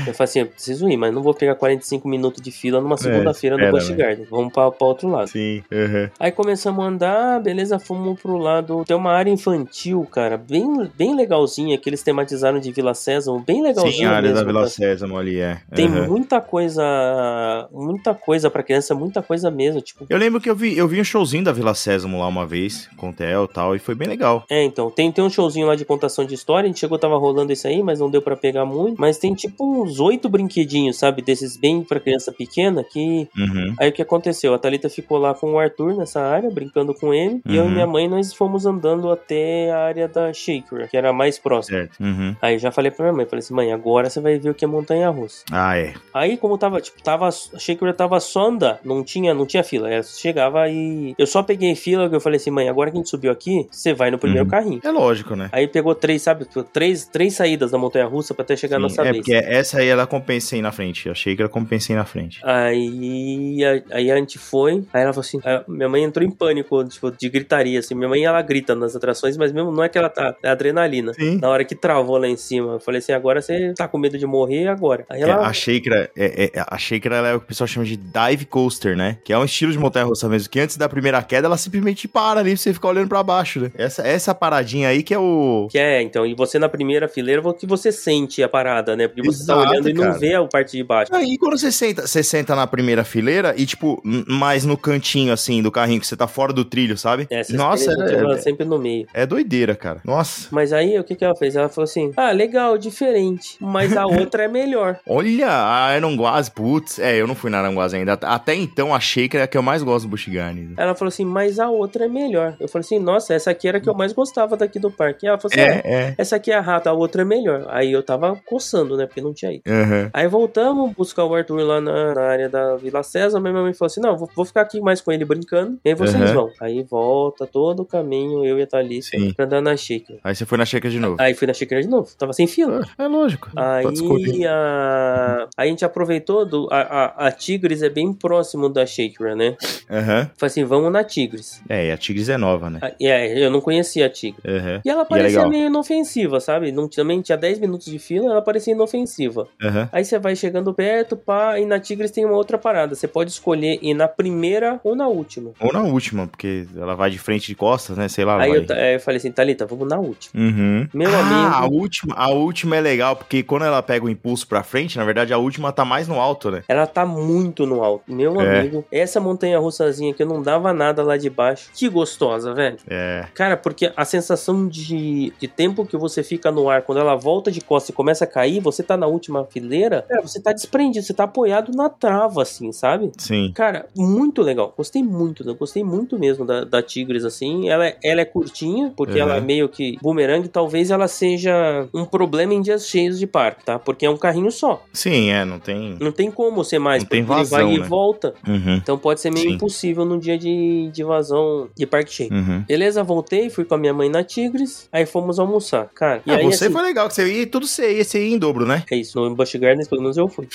B: eu falei assim: eu preciso ir, mas não vou pegar 45 minutos de fila
A: É,
B: numa segunda-feira no
A: espera,
B: Busch
A: né?
B: Garden. Vamos pra, pra outro lado.
A: Sim. Aham.
B: Aí começamos a andar, beleza, fomos pro lado. Tem uma área infantil, cara, bem, bem legalzinha, que eles tematizaram de Vila Sésamo, bem legalzinha.
A: Sim, a área
B: mesmo, tá
A: da Vila
B: cara.
A: Sésamo ali é.
B: Tem
A: Aham.
B: muita coisa, muita coisa pra criança, muita coisa mesmo, tipo.
A: Eu lembro que eu vi, eu vi um showzinho da Vila Sésamo lá uma vez, com o Theo e tal, e foi bem legal.
B: É, então, tem, tem um showzinho lá de contação de história, a gente chegou, tava rolando isso aí, mas não deu pra pegar muito, mas tem tipo uns oito brinquedinhos, sabe, desses bem pra criança pequena, que
A: Uhum.
B: aí o que aconteceu, a Thalita ficou lá com o Arthur nessa área, brincando com ele, e eu e
A: Uhum.
B: minha mãe, nós fomos andando até a área da Shaker, que era a mais próxima.
A: Certo. Uhum.
B: Aí eu já falei pra minha mãe, falei assim, mãe, agora você vai ver o que é montanha-russa.
A: Ah, é.
B: Aí, como tava, tipo, tava. Achei que eu tava só andar, não tinha, não tinha fila. Era, chegava e. Eu só peguei fila que eu falei assim, mãe, agora que a gente subiu aqui, você vai no primeiro
A: Uhum.
B: carrinho.
A: É lógico, né?
B: Aí pegou três, sabe? tipo, Três, três saídas da Montanha Russa pra até chegar na
A: Sim,
B: nossa
A: é,
B: vez.
A: porque essa aí ela compensei na frente. Eu achei que ela compensei na frente.
B: Aí a, aí a gente foi, aí ela falou assim: a- minha mãe entrou em pânico, tipo, de gritaria, assim. Minha mãe ela grita nas atrações, mas mesmo não é que ela tá, é adrenalina.
A: Sim.
B: Na hora que travou lá em cima, eu falei assim: agora você tá com medo de morrer agora. Aí
A: É,
B: ela.
A: a Shaker, é, é, é, a Shaker ela é o que o pessoal chama de dive coaster, né? Que é um estilo de montanha-russa mesmo, que antes da primeira queda ela simplesmente para ali pra você ficar olhando pra baixo, né? Essa, essa paradinha aí que é o...
B: Que é, então, e você na primeira fileira, vo- que você sente a parada, né? Porque você tá
A: Exato,
B: olhando e não
A: cara.
B: vê a parte de baixo.
A: Aí quando você senta, você senta na primeira fileira e tipo, n- mais no cantinho assim do carrinho, que você tá fora do trilho, sabe?
B: Essa
A: Nossa,
B: experiência
A: é,
B: ela sempre no meio.
A: é doideira, cara. Nossa.
B: Mas aí, o que que ela fez? Ela falou assim, ah, legal, diferente, mas
A: (laughs)
B: a outra é melhor.
A: Olha, a Aranguaz, putz, é, eu não fui na Aranguaz ainda. Até então, a Shaker é a que eu mais gosto do Busch Gardens.
B: Ela falou assim, mas a outra é melhor. Eu falei assim, nossa, essa aqui era a que eu mais gostava daqui do parque. E ela falou assim, é.
A: É, é.
B: essa aqui é a rata, a outra é melhor. Aí eu tava coçando, né, porque não tinha ido.
A: Aham.
B: Aí voltamos buscar o Arthur lá na, na área da Vila César. Minha mãe falou assim: não, vou, vou ficar aqui mais com ele brincando. E aí vocês
A: Aham.
B: vão. Aí volta todo o caminho, eu e a Thalita,
A: Sim.
B: pra andar na xícara.
A: Aí você foi na Shaker de novo.
B: Aí fui na xícara de novo, tava sem fila.
A: Ah, É lógico. Pode escolher.
B: Aí a... aí a gente aproveitou do. A, a, a Tigres é bem próximo da Shakira, né?
A: Aham.
B: Falei assim: vamos na Tigres.
A: É, e a Tigres é nova, né?
B: Aí- É, eu não conhecia a Tigres.
A: Aham.
B: E ela parecia
A: é legal.
B: meio inofensiva, sabe? Não, também tinha 10 minutos de fila, ela parecia inofensiva.
A: Aham.
B: Aí você vai chegando perto, pá, e na Tigres tem uma outra parada. Você pode escolher ir na primeira ou na última.
A: Ou na última, porque ela vai de frente e de costas, né? Sei lá.
B: aí,
A: vai.
B: eu, ta- aí eu falei assim, Thalita, vamos na última.
A: Uhum.
B: Meu
A: ah,
B: amigo.
A: a última, a última é legal, porque quando ela pega o impulso pra frente, na verdade a última tá mais no alto, né?
B: Ela tá muito no alto. Meu
A: É.
B: amigo, essa montanha russazinha que eu não dava nada lá de baixo. Que gostosa, velho.
A: É.
B: Cara, porque a sensação de, de tempo que você fica no ar, quando ela volta de costas e começa a cair, você tá na última fileira, cara, você tá desprendido, você tá apoiado na trava, assim, sabe?
A: Sim.
B: Cara, muito legal. Gostei muito, né? gostei muito mesmo da, da Tigres, assim. Ela, é- ela é curtinha, porque
A: Uhum.
B: ela é meio que bumerangue. Talvez ela seja um problema em dias cheios de parque, tá? Porque é um carrinho só.
A: Sim, é, não tem.
B: Não tem como ser mais,
A: Não tem
B: porque
A: vazão,
B: ele vai
A: né?
B: e volta.
A: Uhum.
B: Então pode ser meio
A: Sim.
B: impossível num dia de, de vazão de parque cheio.
A: Uhum.
B: Beleza, voltei, fui com a minha mãe na Tigres. Londres, aí fomos almoçar, cara. E
A: Ah,
B: aí,
A: você
B: assim,
A: foi legal, que você ia tudo você ia, você ia em dobro, né?
B: É isso, no Bush Gardens, pelo menos eu
A: (laughs)
B: fui.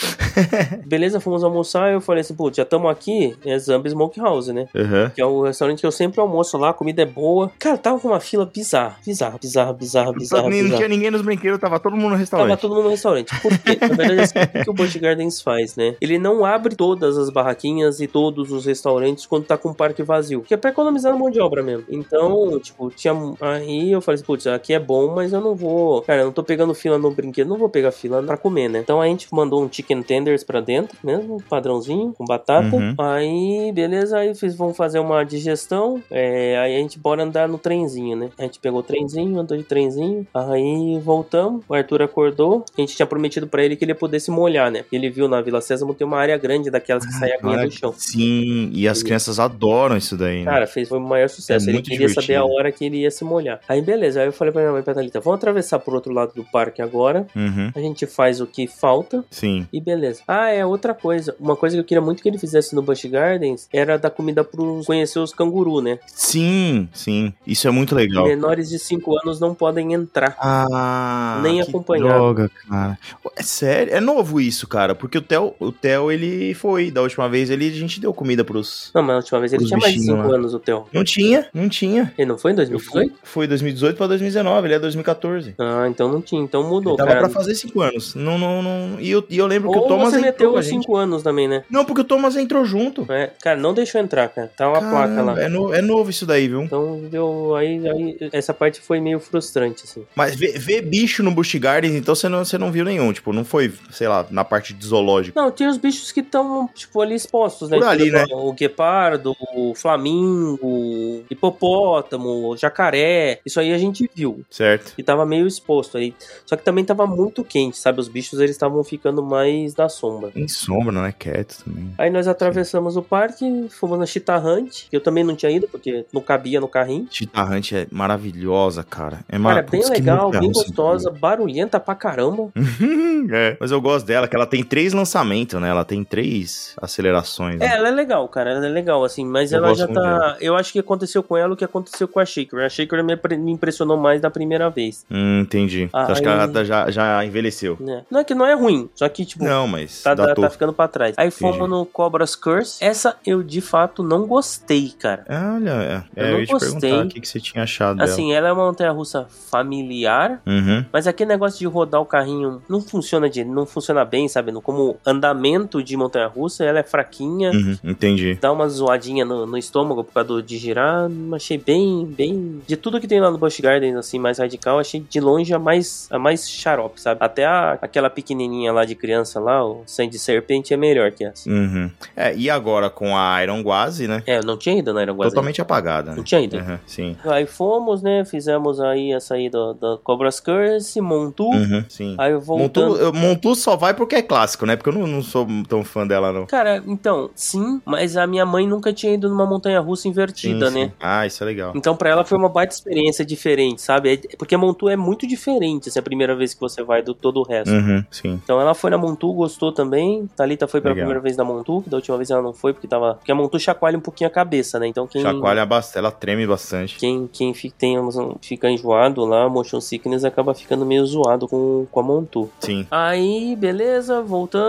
B: Beleza, fomos almoçar, eu falei assim, putz, já estamos aqui, é Zambi Smokehouse, né?
A: Aham.
B: Que é o restaurante que eu sempre almoço lá, a comida é boa. Cara, tava com uma fila bizarra, bizarra, bizarra, bizarra, bizarra,
A: Não
B: bizarra.
A: tinha ninguém nos brinquedos, tava todo mundo no
B: Tava
A: restaurante.
B: todo mundo no restaurante. Por quê? Na verdade, assim, o que o Busch Gardens faz, né? Ele não abre todas as barraquinhas e todos os restaurantes quando tá com o parque vazio. Que é pra economizar na mão de obra mesmo. Então, tipo, tinha. Aí eu falei assim, putz, aqui é bom, mas eu não vou. Cara, eu não tô pegando fila no brinquedo, não vou pegar fila pra comer, né? Então a gente mandou um chicken tenders pra dentro, mesmo, padrãozinho, com batata.
A: Uhum.
B: Aí, beleza, aí fiz, vamos fazer uma digestão. É, aí a gente bora andar no trenzinho, né? A gente pegou o trenzinho, andou de trenzinho. Aí voltamos, o Arthur acordou. A gente tinha prometido pra ele que ele ia poder se molhar, né? Ele viu na Vila Sésamo tem uma área grande daquelas que sai a aguinha
A: Cara,
B: do chão.
A: Ah, Sim, e as crianças adoram isso daí, né?
B: Cara, fez, foi o maior sucesso.
A: É
B: ele
A: muito
B: queria saber a
A: divertido.
B: hora que ele ia se molhar. Aí, beleza. Aí eu falei pra minha mãe, pra Thalita, vamos atravessar por outro lado do parque agora.
A: Uhum,
B: A gente faz o que falta.
A: sim.
B: E beleza. Ah, é outra coisa. Uma coisa que eu queria muito que ele fizesse no Busch Gardens era dar comida pros conhecer os canguru, né?
A: Sim, sim. Isso é muito legal.
B: Menores de 5 anos não podem entrar.
A: Ah,
B: Nem
A: que
B: acompanhado.
A: droga, cara. É sério, é novo isso, cara, porque o Theo, o Theo ele foi, da última vez ele, a gente deu comida pros...
B: Não, mas a última vez ele
A: Os
B: tinha mais de
A: bichinhos
B: 5
A: lá.
B: anos, o Theo.
A: Não tinha, não tinha.
B: Ele não foi em
A: Eu fui,
B: 2018?
A: foi 2018 pra 2019, ele é 2014.
B: Ah, então não tinha. Então mudou,
A: Ele tava
B: cara.
A: pra fazer 5 anos. Não, não, não. E eu, e eu lembro que
B: Ou
A: o Thomas
B: você
A: entrou
B: meteu
A: com a
B: os
A: gente.
B: 5 anos também, né?
A: Não, porque o Thomas entrou junto.
B: É, cara, não deixou entrar, cara. Tá uma placa
A: Caramba,
B: lá.
A: É, no- é novo isso daí, viu?
B: Então deu. Aí, aí essa parte foi meio frustrante, assim.
A: Mas ver bicho no Busch Gardens, então você não, você não viu nenhum. Tipo, não foi, sei lá, na parte de zoológico.
B: Não, tem os bichos que estão, tipo, ali expostos, né?
A: Por ali,
B: Tipo, O guepardo, o flamingo, o hipopótamo, o jacaré. Isso aí a gente viu.
A: Certo?
B: E tava meio exposto aí. Só que também tava muito quente, sabe? Os bichos, eles estavam ficando mais da sombra.
A: Em sombra, não é quieto também.
B: Aí nós atravessamos o parque, fomos na Cheetah Hunt, que eu também não tinha ido, porque não cabia no carrinho.
A: Cheetah Hunt é maravilhosa, cara. É
B: Cara,
A: mara-
B: bem
A: Putz, que
B: legal,
A: montanha
B: bem
A: russa.
B: gostosa, barulhenta pra caramba.
A: (laughs) é. Mas eu gosto dela, que ela tem três lançamentos, né? Ela tem três acelerações.
B: É,
A: né?
B: ela é legal, cara, ela é legal, assim, mas
A: Eu
B: ela
A: gosto
B: já
A: muito
B: tá. Eu acho que aconteceu com ela o que aconteceu com a Shaker. né? A Shaker me apre- me impressionou mais da primeira vez.
A: Hum, entendi.
B: Ah,
A: Acho que
B: aí-
A: ela tá- já, já envelheceu.
B: né? Não é que não é ruim, só que, tipo,
A: Não, mas
B: tá, tá,
A: datou.
B: tá ficando pra trás. Aí fomos
A: Entendi.
B: no Cobra's Curse. Essa eu de fato não gostei, cara.
A: Olha, é,
B: Eu
A: é, eu,
B: não
A: ia te
B: gostei.
A: perguntar o que, que você tinha achado
B: Assim, ela é uma montanha russa familiar,
A: dela. Uhum.
B: Mas aquele negócio de rodar o carrinho não funciona de, não funciona bem, sabe? No- Como andamento de montanha russa, ela é fraquinha, (laughs)
A: Uhum, entendi.
B: dá uma zoadinha no, no estômago por causa do- de girar. Achei bem, bem. De tudo que tem lá no Busch Gardens, assim, mais radical, achei de longe a mais, a mais xarope, sabe? Até a- aquela pequenininha lá de criança lá, o Sandy Serpente, é melhor que essa.
A: Uhum. É, e agora com a Iron Guazi, né?
B: É, eu não tinha ido na Aeroguazi.
A: Totalmente apagada.
B: Não
A: Né?
B: tinha ido.
A: Uhum, sim.
B: Aí fomos, né? Fizemos aí a saída da Cobra's Curse, Montu.
A: Uhum, sim.
B: Aí voltando.
A: Montu, eu- Montu só vai porque é clássico, né? Porque eu não, não sou tão fã dela, não.
B: Cara, então, sim, mas a minha mãe nunca tinha ido numa montanha russa
A: Sim,
B: invertida,
A: sim.
B: né?
A: Ah, isso é legal.
B: Então, pra ela foi uma baita experiência diferente, sabe? É- Porque a Montu é muito diferente, assim, a primeira vez que você vai do todo o resto.
A: Uhum, sim.
B: Então, ela foi na Montu, gostou também. Thalita foi pela
A: Legal.
B: primeira vez na Montu, que da última vez ela não foi, porque tava. Porque a Montu chacoalha um pouquinho a cabeça, né? Então, quem.
A: Chacoalha bastante, ela treme bastante.
B: Quem, quem fi- tem, um- fica enjoado lá, motion sickness, acaba ficando meio zoado com, com a Montu.
A: Sim.
B: Aí, beleza,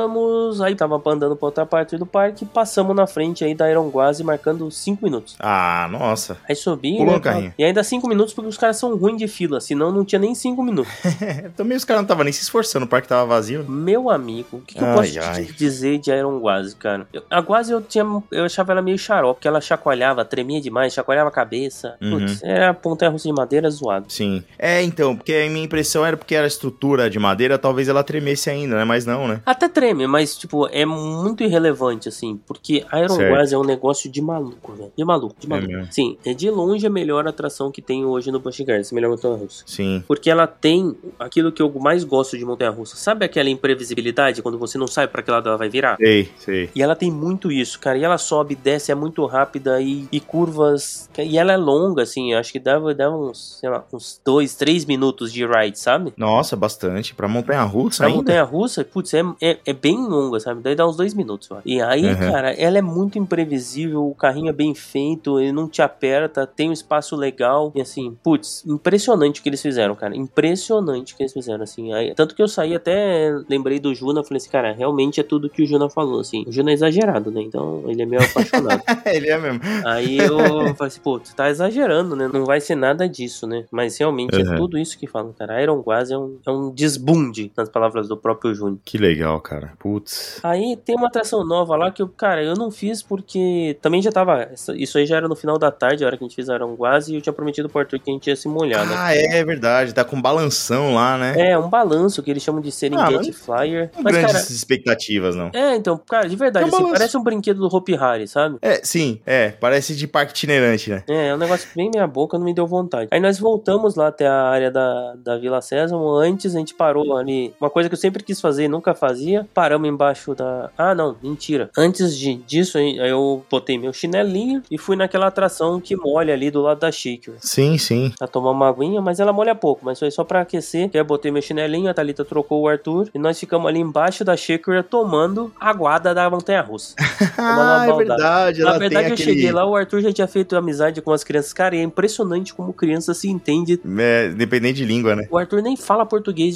B: voltamos. Aí tava andando pra outra parte do parque. Passamos na frente aí da Ironguase, marcando 5 minutos.
A: Ah, nossa.
B: Aí subi.
A: Pulou
B: né,
A: o carrinho.
B: E ainda 5 minutos, porque os caras são ruins de fila. Senão não tinha nem 5 minutos.
A: É, Também os caras não estavam nem se esforçando, o parque tava vazio.
B: Meu amigo, o que, que eu
A: Ai,
B: posso te
A: ai.
B: dizer de Ironguase, cara? Eu- a Guase eu, tinha, eu achava ela meio xarope, porque ela chacoalhava, tremia demais, chacoalhava a cabeça.
A: Uhum.
B: Putz, é, era ponteira russa de madeira zoado.
A: Sim. É, então, porque a minha impressão era porque era estrutura de madeira, talvez ela tremesse ainda, né? Mas não, né?
B: Até treme, mas, tipo, é muito irrelevante, assim, porque Iron
A: Certo.
B: Wars é um negócio de maluco, velho. De maluco, de
A: É
B: maluco.
A: mesmo.
B: Sim, é de longe a melhor atração que tem hoje no Busch Gardens, a melhor montanha russa.
A: Sim.
B: Porque ela tem aquilo que eu mais gosto de montanha russa. Sabe aquela imprevisibilidade, quando você não sabe pra que lado ela vai virar?
A: Sei, sei.
B: E ela tem muito isso, cara. E ela sobe, e desce, é muito rápida e, e curvas. E ela é longa, assim. Acho que dava, dava uns, sei lá, uns dois, três minutos de ride, sabe?
A: Nossa, bastante. Pra montanha russa
B: Pra
A: ainda?
B: montanha russa, putz, é, é, é bem longa, sabe? Daí dá uns dois minutos, eu acho. E aí,
A: Uhum.
B: cara, ela é muito imprevisível, o carrinho é bem feito, ele não te aperta, tem um espaço legal. E assim, putz, impressionante o que eles fizeram, cara. Impressionante o que eles fizeram, assim. Aí, tanto que eu saí até, lembrei do Juna, falei assim, cara, realmente é tudo que o Juna falou, assim. O Juna é exagerado, né? Então, ele é meio (laughs) apaixonado.
A: (laughs) Ele é mesmo. (laughs)
B: Aí eu falei assim, pô, tu tá exagerando, né? Não vai ser nada disso, né? Mas realmente
A: Uhum.
B: é tudo isso que falam, cara. Iron Quase é um, é um desbunde, nas palavras do próprio Júnior.
A: Que legal, cara. Putz.
B: Aí tem uma atração nova lá que, eu, cara, eu não fiz porque também já tava. essa- Isso aí já era no final da tarde, a hora que a gente fez Aranguaz, e eu tinha prometido pro Arthur que a gente ia se molhar, né?
A: Ah, é, verdade. Tá com balanção lá, né?
B: É, um balanço que eles chamam de
A: Ah,
B: Serengeti Flyer.
A: Não
B: Mas,
A: grandes
B: cara.
A: expectativas, não.
B: É, então, cara, de verdade,
A: É um
B: assim,
A: balanço.
B: parece um brinquedo do Hopi Hari, sabe?
A: É, sim. É, parece de parque itinerante, né?
B: É, é um negócio bem meia boca, não me deu vontade. Aí nós voltamos lá até a área da, da Vila Sésamo. Antes a gente parou ali. Uma coisa que eu sempre quis fazer e nunca fazia. Paramos embaixo da. Ah, não, mentira. Antes de, disso, aí aí eu botei meu chinelinho e fui naquela atração que molha ali do lado da xícara.
A: Sim, sim.
B: Pra tomar uma aguinha, mas ela molha pouco, mas foi só pra aquecer. Que aí eu botei meu chinelinho, a Thalita trocou o Arthur. E nós ficamos ali embaixo da xícara tomando a guarda da montanha russa.
A: Ah, é
B: maldade.
A: verdade.
B: Na
A: Ela
B: verdade,
A: tem
B: eu
A: aquele...
B: cheguei lá, o Arthur já tinha feito amizade com as crianças. Cara, e é impressionante como criança se entende.
A: É, dependente de língua, né?
B: O Arthur nem fala português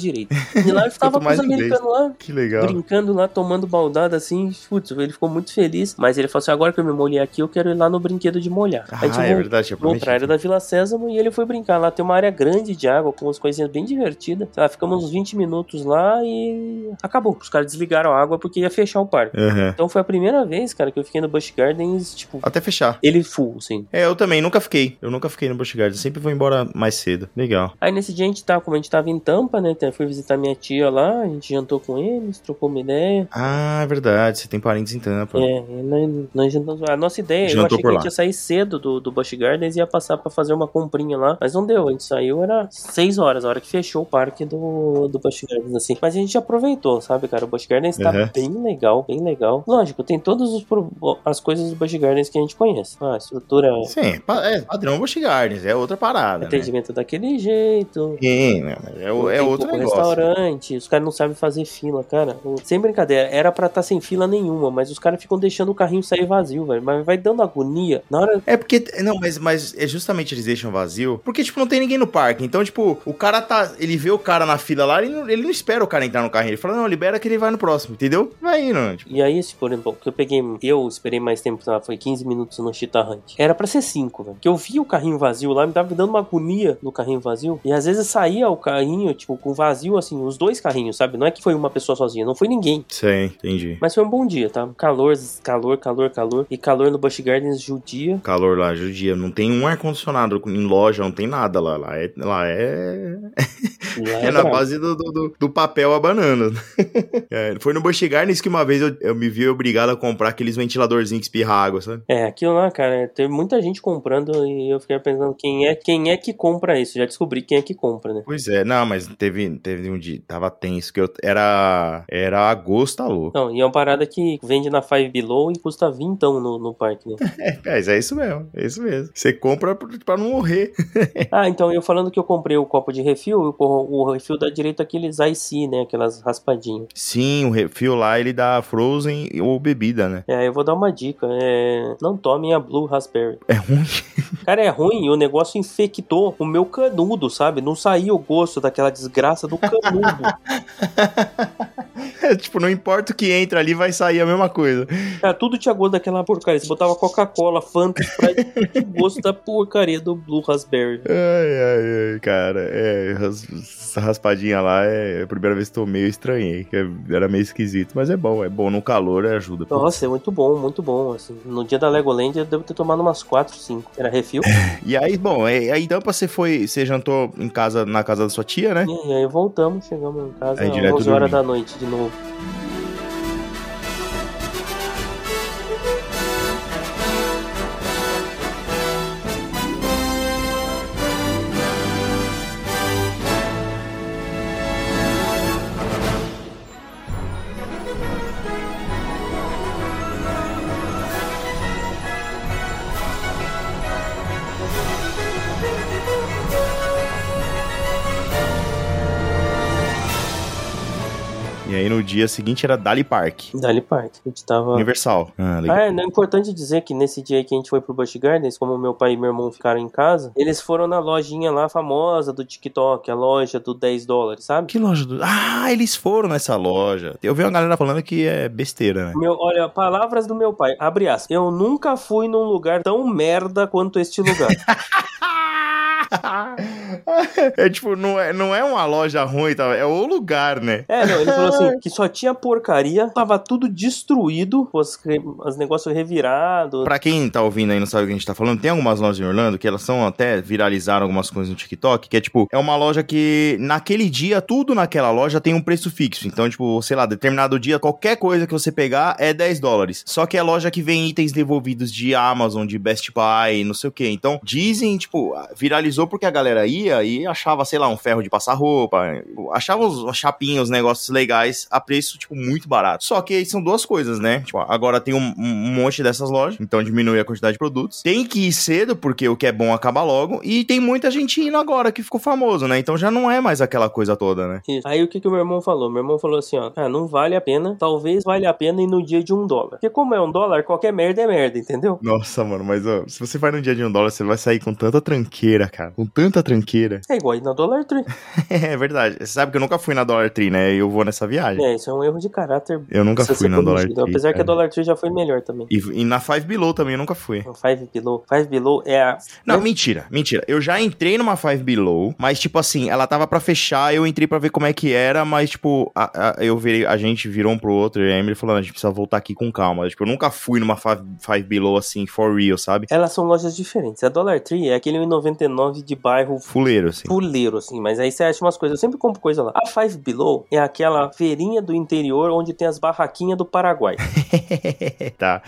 A: (laughs)
B: direito. E lá eu tava com os
A: mais inglês.
B: americanos lá,
A: Que legal.
B: brincando lá, tomando baldada assim. Putz, ele ficou muito feliz. Mas ele falou assim: agora que eu me molhei aqui, eu quero ir lá no brinquedo de molhar.
A: Ah,
B: a gente
A: é
B: voltou
A: verdade. tinha
B: Pro pra
A: prometido.
B: área um da Vila Sésamo e ele foi brincar. Lá tem uma área grande de água, com umas coisinhas bem divertidas. Sei lá, ficamos uns 20 minutos lá e acabou. Os caras desligaram a água porque ia fechar o parque.
A: Aham.
B: Então foi a primeira vez, cara, que eu fiquei no Busch Gardens, tipo,
A: Até fechar.
B: ele full, assim.
A: É, eu também nunca fiquei. Eu nunca fiquei no Busch Gardens. Sempre vou embora mais cedo. Legal.
B: Aí nesse dia a gente tá, como a gente tava em Tampa, né? até Fui visitar minha tia lá, a gente jantou com eles, trocou uma ideia.
A: Ah, é verdade. Você tem parentes em Tampa.
B: É, e nós, nós jantamos. lá. A nossa ideia,
A: Jantou
B: eu achei que
A: por
B: a
A: lá.
B: gente ia sair cedo do, do Busch Gardens e ia passar pra fazer uma comprinha lá, mas não deu. A gente saiu, era 6 horas, a hora que fechou o parque do, do Busch Gardens, assim. Mas a gente aproveitou, sabe, cara? O Busch Gardens tá
A: Uhum.
B: bem legal, bem legal. Lógico, tem todas os pro- as coisas do Busch Gardens que a gente conhece. Ah, a estrutura,
A: Sim, pa- é padrão Busch Gardens. É outra parada, né?
B: atendimento daquele jeito,
A: Sim, né? Mas é, o- é
B: Tem
A: outro
B: pouco
A: negócio.
B: restaurante, os caras não sabem fazer fila, cara. Sem brincadeira, era pra estar sem fila nenhuma, mas os caras ficam deixando o carrinho sair vazio, velho. Mas vai dando agonia. Na hora.
A: É porque. Não, mas, mas é justamente eles deixam vazio. Porque, tipo, não tem ninguém no parque. Então, tipo, o cara tá. Ele vê o cara na fila lá, ele não, ele não espera o cara entrar no carrinho. Ele fala, não, libera que ele vai no próximo, entendeu? Vai indo, né? Tipo,
B: E aí, se por exemplo, que eu peguei, eu esperei mais tempo, sei lá, foi 15 minutos no Cheetah Hunt. Era pra ser 5, velho. Que eu vi o carrinho vazio lá, me tava dando uma agonia no carrinho vazio. E às vezes saía o carrinho, tipo, com vazio, assim, os dois carrinhos, sabe? Não é que foi uma pessoa sozinha, não foi ninguém.
A: sei, entendi.
B: Mas foi um bom dia, tá? Calor, calor, calor, calor. E calor no Busch Gardens judia.
A: Calor lá, judia. Não tem um ar-condicionado em loja, não tem nada lá. Lá é. Lá é...
B: Lá
A: é na
B: brabo.
A: base do, do, do- do papel a banana. (laughs) É, foi no Busch Gardens que uma vez eu, eu me vi obrigado a comprar aqueles ventiladorzinhos que espirra água, sabe?
B: É, aquilo lá, cara, teve muita gente comprando e eu fiquei pensando quem é, quem é que compra isso? Já descobri quem é que compra, né?
A: Pois é, não, mas teve, teve um dia, tava tenso, que eu era, era agosto, tá
B: (laughs)
A: louco.
B: Não, e é uma parada que vende na Five Below e custa vintão no, no parque, né?
A: É, mas é isso mesmo, é isso mesmo. Você compra pra pra não morrer.
B: Ah, então eu falando que eu comprei o copo de refil, o, o refil dá direito àqueles IC, né? Aquelas raspadinhas.
A: Sim, o refil lá, ele dá frozen ou bebida, né?
B: É, eu vou dar uma dica, é... Não tomem a Blue Raspberry.
A: É ruim.
B: Cara, é ruim e o negócio infectou o meu canudo, sabe? Não saiu o gosto daquela desgraça do canudo.
A: (laughs) É, tipo, não importa o que entra ali, vai sair a mesma coisa.
B: Cara, tudo tinha gosto daquela porcaria. Você botava Coca-Cola, Fanta, Sprite, (laughs) tinha o gosto da porcaria do Blue Raspberry.
A: Ai, ai, ai, cara. É, ras- essa raspadinha lá, é, a primeira vez que tomei, eu estranhei. que Era meio esquisito, mas é bom, é bom. No calor ajuda.
B: Nossa, é muito bom, muito bom. Assim, no dia da Legoland eu devo ter tomado umas 4, 5.
A: (laughs)
B: Era refil?
A: E aí, bom, é, aí Tampa você foi, você jantou em casa, na casa da sua tia, né?
B: e aí voltamos, chegamos em casa
A: Aí
B: às
A: direto
B: 11 horas
A: dormir.
B: da noite de novo.
A: E aí no dia seguinte era Dali Park.
B: Dali Park. A gente tava.
A: Universal. Ah, legal.
B: Ah, é, né, é importante dizer que nesse dia aí que a gente foi pro Busch Gardens, como meu pai e meu irmão ficaram em casa, eles foram na lojinha lá famosa do TikTok, a loja do 10 dólares, sabe?
A: Que loja do. Ah, eles foram nessa loja. Eu vi uma galera falando que é (laughs) besteira, né?
B: Meu, olha, palavras do meu pai, abre aspas. Eu nunca fui num lugar tão merda quanto este
A: (laughs)
B: lugar.
A: é tipo, não é, não é uma loja ruim, tá? é o lugar, né?
B: É, não, ele falou assim, que só tinha porcaria, tava tudo destruído, os, os negócios revirados.
A: Pra quem tá ouvindo aí e não sabe o que a gente tá falando, tem algumas lojas em Orlando que elas são até viralizaram algumas coisas no TikTok, que é tipo, é uma loja que naquele dia, tudo naquela loja tem um preço fixo. Então, tipo, sei lá, determinado dia, qualquer coisa que você pegar é 10 dólares. Só que é loja que vem itens devolvidos de Amazon, de Best Buy, não sei o que. Então, dizem, tipo, viralizou porque a galera ia e achava, sei lá, um ferro de passar roupa, achava uns chapinhos, uns negócios legais a preço, tipo, muito barato. Só que aí são duas coisas, né? Tipo, agora tem um, um monte dessas lojas, então diminui a quantidade de produtos. Tem que ir cedo, porque o que é bom acaba logo. E tem muita gente indo agora que ficou famoso, né? Então já não é mais aquela coisa toda, né?
B: Isso. Aí o que que o meu irmão falou? Meu irmão falou assim, ó, ah, não vale a pena, talvez vale a pena ir no dia de um dólar. Porque como é um dólar, qualquer merda é merda, entendeu?
A: Nossa, mano, mas ó, se você vai no dia de um dólar, você vai sair com tanta tranqueira, cara. Com tanta tranqueira.
B: É igual ir na Dollar Tree.
A: (laughs) é verdade. Você sabe que eu nunca fui na Dollar Tree, né? E eu vou nessa viagem.
B: É, isso é um erro de caráter.
A: Eu nunca
B: Precisa
A: fui
B: ser
A: na Dollar
B: corrigido,
A: Tree, é.
B: Apesar que a
A: cara.
B: Dollar Tree já foi melhor também.
A: E, e na Five Below também eu nunca fui.
B: A Five Below. Five Below é a.
A: Não, mentira, mentira. Eu já entrei numa Five Below, mas tipo assim, ela tava pra fechar, eu entrei pra ver como é que era, mas tipo, a, a- eu virei, a gente virou um pro outro e a Emily falou, "Não, a gente precisa voltar aqui com calma. Tipo, eu nunca fui numa Five, Five Below assim, for real, sabe?
B: Elas são lojas diferentes. A Dollar Tree é aquele 1,99 de bairro
A: Fuleiro, assim.
B: fuleiro, assim, mas aí você acha umas coisas. Eu sempre compro coisa lá. A Five Below é aquela feirinha do interior onde tem as barraquinhas do Paraguai.
A: tá.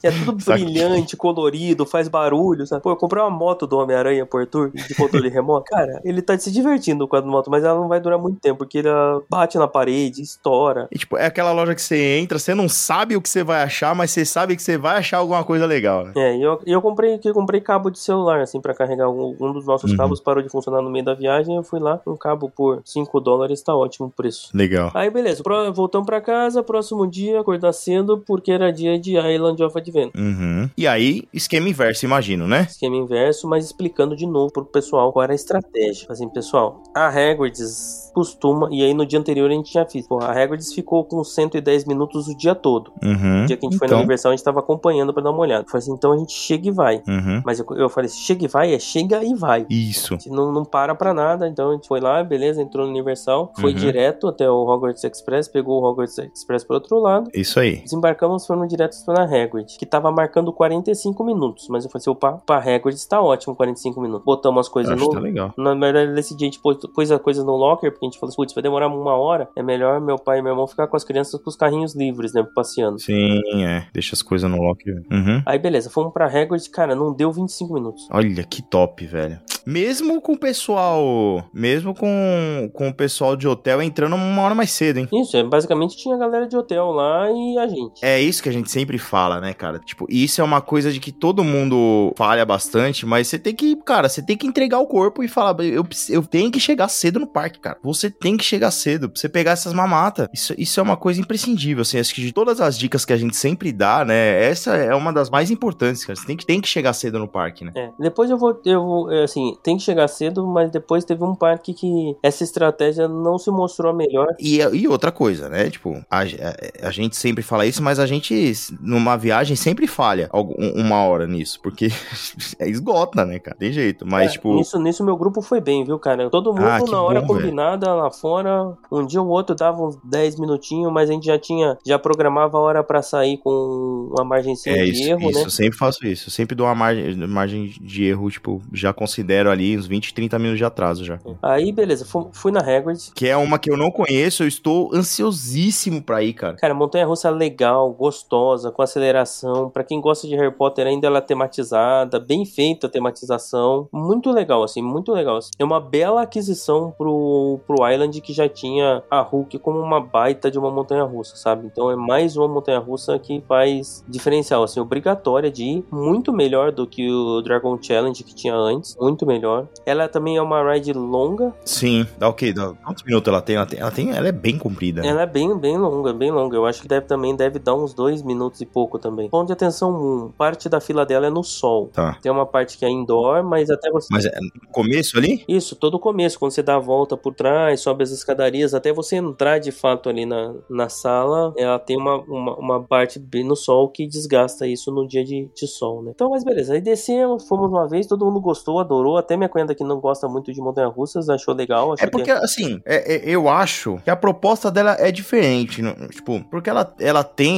B: Que é tudo
A: Saquei.
B: brilhante, colorido, faz barulho, sabe? Pô, eu comprei uma moto do Homem-Aranha por tour de controle remoto. Cara, ele tá se divertindo com a moto, mas ela não vai durar muito tempo, porque ela bate na parede, estoura.
A: E, tipo, é aquela loja que você entra, você não sabe o que você vai achar, mas você sabe que você vai achar alguma coisa legal, né?
B: É, e eu, e eu comprei que eu comprei cabo de celular, assim, pra carregar um, um dos nossos
A: Uhum.
B: cabos parou de funcionar no meio da viagem. Eu fui lá, um cabo por 5 dólares, tá ótimo o preço.
A: Legal.
B: Aí beleza, pro- voltamos pra casa, próximo dia, acordar cedo, porque era dia de Island of Adventure.
A: Uhum. E aí, esquema inverso, imagino, né?
B: Esquema inverso, mas explicando de novo pro pessoal qual era a estratégia. Assim, pessoal, a Hagrid's costuma, e aí no dia anterior a gente tinha feito, pô, a Hagrid's ficou com 110 minutos o dia todo.
A: Uhum.
B: No dia que a gente foi na
A: Então.
B: Universal, a gente tava acompanhando pra dar uma olhada. Eu Falei assim, então a gente chega e vai.
A: Uhum.
B: Mas eu, eu falei, chega e vai, é chega e vai.
A: Isso.
B: A gente não, não para pra nada, então a gente foi lá, beleza, entrou no Universal, foi
A: Uhum.
B: direto até o Hogwarts Express, pegou o Hogwarts Express pro outro lado.
A: Isso aí.
B: Desembarcamos, fomos direto na Hagrid, que tava marcando 45 minutos, mas eu falei assim, opa, pra Hagrid tá ótimo 45 minutos. Botamos as coisas
A: Acho que tá
B: no...
A: legal.
B: Na verdade, nesse dia a gente pôs, pôs as coisas no locker, porque a gente falou assim, putz, vai demorar uma hora, é melhor meu pai e meu irmão ficar com as crianças com os carrinhos livres, né, passeando.
A: Sim, é. Deixa as coisas no lock. Uhum.
B: Aí beleza, fomos pra Hagrid, cara, não deu 25 minutos.
A: Olha que top, velho. Mesmo com o pessoal. Mesmo com, com o pessoal de hotel entrando uma hora mais cedo, hein?
B: Isso, é, basicamente tinha a galera de hotel lá e a gente.
A: É isso que a gente sempre fala, né, cara? Tipo, isso é uma coisa de que todo mundo falha bastante, mas você tem que, cara, você tem que entregar o corpo e falar, eu, preci- eu tenho que chegar cedo no parque, cara. Você tem que chegar cedo pra você pegar essas mamatas. Isso, isso é uma coisa imprescindível, assim, acho que de todas as dicas que a gente sempre dá, né, essa é uma das mais importantes, cara. Você tem que, tem que chegar cedo no parque, né?
B: É, depois eu vou, eu vou, é, assim, tem que chegar cedo, mas depois teve um parque que essa estratégia não se mostrou a melhor.
A: E, e outra coisa, né? Tipo, a, a- a gente sempre fala isso, mas a gente, numa viagem, sempre falha algu- um- uma hora nisso, porque (laughs) esgota, né, cara? Tem jeito. Mas,
B: É,
A: tipo.
B: nisso, nisso meu grupo foi bem, viu, cara? Todo mundo
A: Ah, que
B: na hora
A: bom,
B: combinada lá fora, um dia ou outro dava uns 10 minutinhos, mas a gente já tinha, já programava a hora pra sair com uma margenzinha
A: É
B: de
A: isso,
B: erro,
A: isso.
B: né?
A: Eu sempre faço isso. Eu sempre dou uma margem, margem de erro, tipo, já considero ali uns 20, 30 minutos de atraso já.
B: Aí, beleza, fu- fui na Hagrid.
A: Que é uma que eu não conheço, eu estou ansiosíssimo pra ir, cara.
B: Cara, montanha-russa legal, gostosa, com aceleração. Pra quem gosta de Harry Potter, ainda ela é tematizada, bem feita a tematização. Muito legal, assim, muito legal. assim. É uma bela aquisição pro, pro Island que já tinha a Hulk como uma baita de uma montanha-russa, sabe? Então é mais uma montanha-russa que faz diferencial, assim, obrigatória de ir. Muito melhor do que o Dragon Challenge que tinha antes, muito melhor. dela. Ela também é uma ride longa.
D: Sim, dá o quê? Dá- Quantos minutos ela tem? Ela tem, ela tem- ela é bem comprida. né?
B: Ela é bem, bem longa, bem longa. Eu acho que deve também deve dar uns dois minutos e pouco também. Ponto de atenção um. Parte da fila dela é no sol.
D: Tá.
B: Tem uma parte que é indoor, mas até você.
D: Mas é no começo ali?
B: Isso, todo o começo, quando você dá a volta por trás, sobe as escadarias, até você entrar de fato ali na, na sala, ela tem uma, uma, uma parte bem no sol que desgasta isso no dia de, de sol, né? Então, mas beleza, aí descemos, fomos uma vez, todo mundo gostou, adorou, até minha cunhada que não gosta muito de montanha-russas achou legal, achou
A: É porque,
B: que...
A: assim, é- é- eu acho que a proposta dela é diferente. não- Tipo, porque ela, ela tem.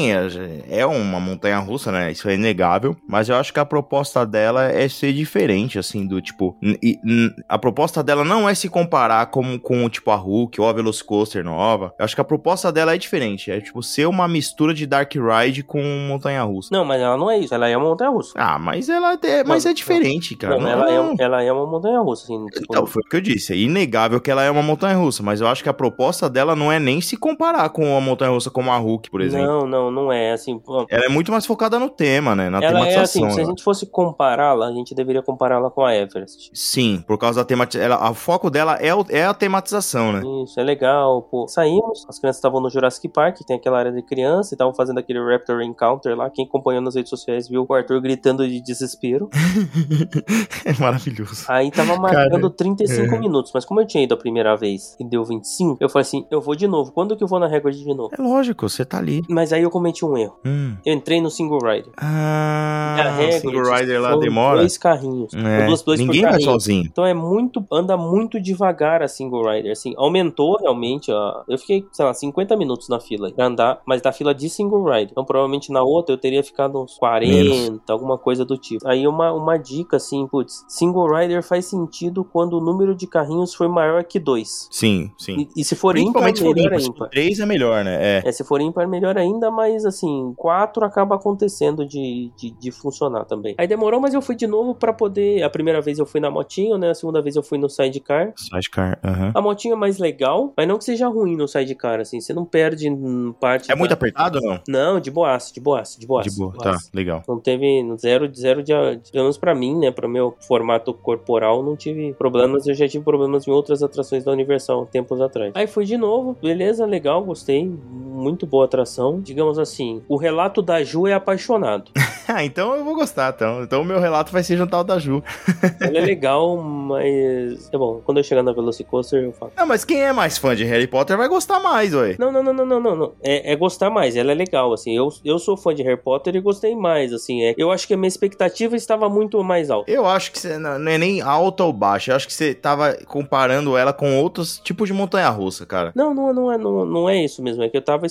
A: É uma montanha russa, né? Isso é inegável. Mas eu acho que a proposta dela é ser diferente, assim, do tipo. n- e- n- a proposta dela não é se comparar como, com, tipo, a Hulk ou a Velocicoaster nova. Eu acho que a proposta dela é diferente. É, tipo, ser uma mistura de Dark Ride com montanha russa.
B: Não, mas ela não é isso, ela é uma montanha-russa.
A: Ah, mas ela é, mas
B: Não,
A: é diferente, cara.
B: não, ela, é, ela é uma montanha-russa, assim, tipo,
A: Então, foi o que eu disse. É inegável que ela é uma montanha-russa, mas eu acho que a proposta dela não é nem se comparar com uma montanha-russa como a Hulk, por exemplo.
B: não, não, não é, assim, pô,
A: Ela é muito mais focada no tema, né? Na
B: ela é
A: tematização.
B: assim, se a
A: né?
B: gente fosse compará-la, a gente deveria compará-la com a Everest.
A: Sim, por causa da tematização. O foco dela é, o- é a tematização, né? (laughs)
B: Isso, é legal, pô. Saímos, as crianças estavam no Jurassic Park, tem aquela área de criança, e estavam fazendo aquele Raptor Encounter lá. Quem acompanhou nas redes sociais viu o Arthur gritando de desespero.
A: É maravilhoso.
B: Aí (laughs) tava marcando 35 minutos, mas como eu tinha ido a primeira vez e deu 25, eu falei assim: eu vou de novo, quando que eu vou na recorde de novo?
A: É lógico, você tá ali.
B: Mas aí eu cometi um erro.
A: Hum.
B: Eu entrei no single rider.
A: Ah,
B: E a
A: o
B: Hagrid
A: single rider lá
B: são
A: demora.
B: Dois carrinhos.
A: É,
B: Duas, dois por
A: Ninguém vai
B: carrinho.
A: sozinho.
B: Então é muito, anda muito devagar a single rider, assim, aumentou realmente, a, eu fiquei, sei lá, 50 minutos na fila pra andar, mas da fila de single rider, então provavelmente na outra eu teria ficado uns 40,
A: Menos.
B: alguma coisa do tipo. Aí uma, uma dica, assim, putz, single rider faz sentido quando o número de carrinhos foi maior que dois.
A: Sim, sim.
B: E, e se for ímpar,
A: Principalmente
B: melhor
A: por ímpar.
B: ímpar.
A: Se for Três é melhor, né? É.
B: É, se for ímpar, melhor ainda, mas assim, quatro acaba acontecendo de, de, de funcionar também. Aí demorou, mas eu fui de novo pra poder. A primeira vez eu fui na motinho, né? A segunda vez eu fui no sidecar.
A: Sidecar, aham.
B: A motinha é mais legal, mas não que seja ruim no sidecar, assim. Você não perde hum, parte.
A: É muito
B: da-
A: apertado ou não?
B: Não, de boaço, de boaço, de boaço.
A: De boa, tá,
B: boaço.
A: legal.
B: Não teve zero, zero de. Pelo menos pra mim, né? Pra meu formato corporal, não tive problemas. Eu já tive problemas em outras atrações da Universal tempos atrás. Aí fui de novo, beleza, legal, gostei. Muito boa atração. Digamos assim, o relato da Ju é apaixonado.
A: (laughs) Ah, então eu vou gostar, então. Então o meu relato vai ser jantar o da Ju.
B: Ela é legal, mas. É bom, quando eu chegar na Velocicoaster, eu falo.
A: Ah, mas quem é mais fã de Harry Potter vai gostar mais, ué.
B: Não, não, não, não, não, não, não. É, é gostar mais, ela é legal, assim. Eu, eu sou fã de Harry Potter e gostei mais, assim. É, eu acho que a minha expectativa estava muito mais alta.
A: Eu acho que você não não é nem alta ou baixa. Eu acho que você tava comparando ela com outros tipos de montanha-russa, cara.
B: Não, não, não é, não, não é isso mesmo. É que eu tava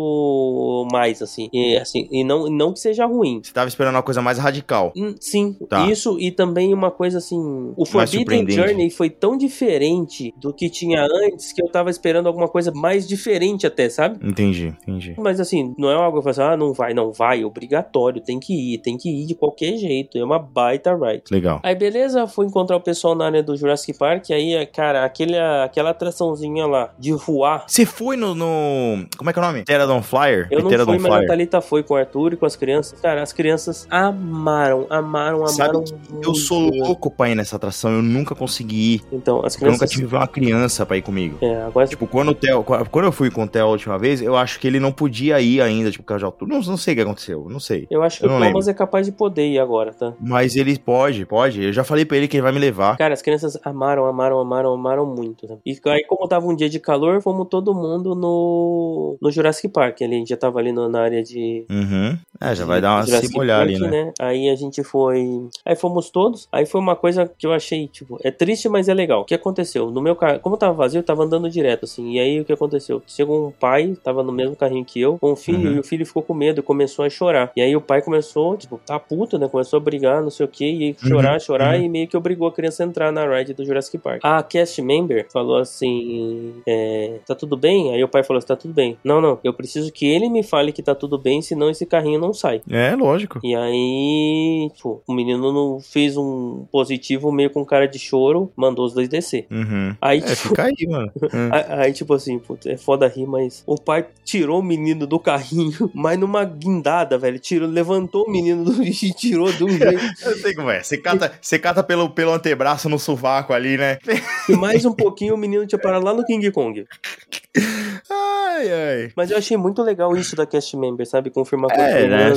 B: esperando mais, assim. E, assim, e não, não que seja ruim.
A: Você tava esperando uma coisa mais radical.
B: Hum, Sim,
A: Tá. é
B: isso e também uma coisa assim. O Forbidden
A: surpreendente.
B: Journey foi tão diferente do que tinha antes que eu tava esperando alguma coisa mais diferente, até, sabe?
A: Entendi, entendi.
B: Mas assim, não é algo que eu falo assim, ah, não vai, não vai, é obrigatório, tem que ir, tem que ir de qualquer jeito, é uma baita ride.
A: Legal.
B: Aí beleza, fui encontrar o pessoal na área do Jurassic Park, aí, é, cara, aquele, aquela atraçãozinha lá de voar.
A: Você foi no, no- Como é que é o nome? Pterodon um Flyer? É
B: Eu não
A: Pterodon
B: fui, mas a Thalita foi com o Arthur e com as crianças. Cara, as crianças amaram, amaram,
A: Sabe
B: amaram.
A: Eu sou
B: muito.
A: louco pra ir nessa atração. Eu nunca consegui ir.
B: Então, as
A: Eu nunca
B: crianças.
A: tive uma criança pra ir comigo.
B: É, agora
A: Tipo, quando, o Theo, quando eu fui com o Theo a última vez, eu acho que ele não podia ir ainda, tipo, por causa de altura. Não, não sei o que aconteceu, não sei.
B: eu acho que
A: eu
B: o
A: não
B: Thomas é capaz de poder ir agora, tá?
A: Mas ele pode, pode. Eu já falei pra ele que ele vai me levar.
B: Cara, as crianças amaram, amaram, amaram, amaram muito. né? E aí, como tava um dia de calor, fomos todo mundo no, no Jurassic Park. Ali, a gente já tava ali no- na área de.
A: Uhum. É, já
B: de
A: vai dar uma
B: Jurassic
A: cibolhar
B: Park,
A: ali, né?
B: Aí a gente foi. Aí fomos todos. Aí foi uma coisa que eu achei, tipo, é triste, mas é legal. O que aconteceu? No meu carro, como tava vazio, eu tava andando direto, assim. E aí o que aconteceu? Chegou um pai, tava no mesmo carrinho que eu, com um filho,
A: Uhum.
B: e o filho ficou com medo e começou a chorar. E aí o pai começou, tipo, tá puto, né? Começou a brigar, não sei o que, e aí chorar, chorar, e meio que obrigou a criança a entrar na ride do Jurassic Park. A cast member falou assim: é, tá tudo bem? Aí o pai falou assim: tá tudo bem. Não, não, eu preciso que ele me fale que tá tudo bem, senão esse carrinho não sai.
A: É, lógico.
B: E aí, tipo, o menino não fez um positivo meio com cara de choro, mandou os dois descer.
A: Uhum.
B: Aí,
A: É,
B: tipo,
A: fica aí, mano. É.
B: a- aí, tipo assim, putz, é foda rir, mas o pai tirou o menino do carrinho, (laughs) mas numa guindada, velho. Tirou, levantou o menino do, (laughs) e tirou de um jeito.
A: (laughs) Eu sei como é. Você cata, você cata pelo, pelo antebraço no sovaco ali, né?
B: E mais um pouquinho o menino tinha parado lá no King Kong.
A: Ai, ai.
B: Mas eu achei muito legal isso da cast member, sabe? Confirmar com
A: É,
B: é,
A: né,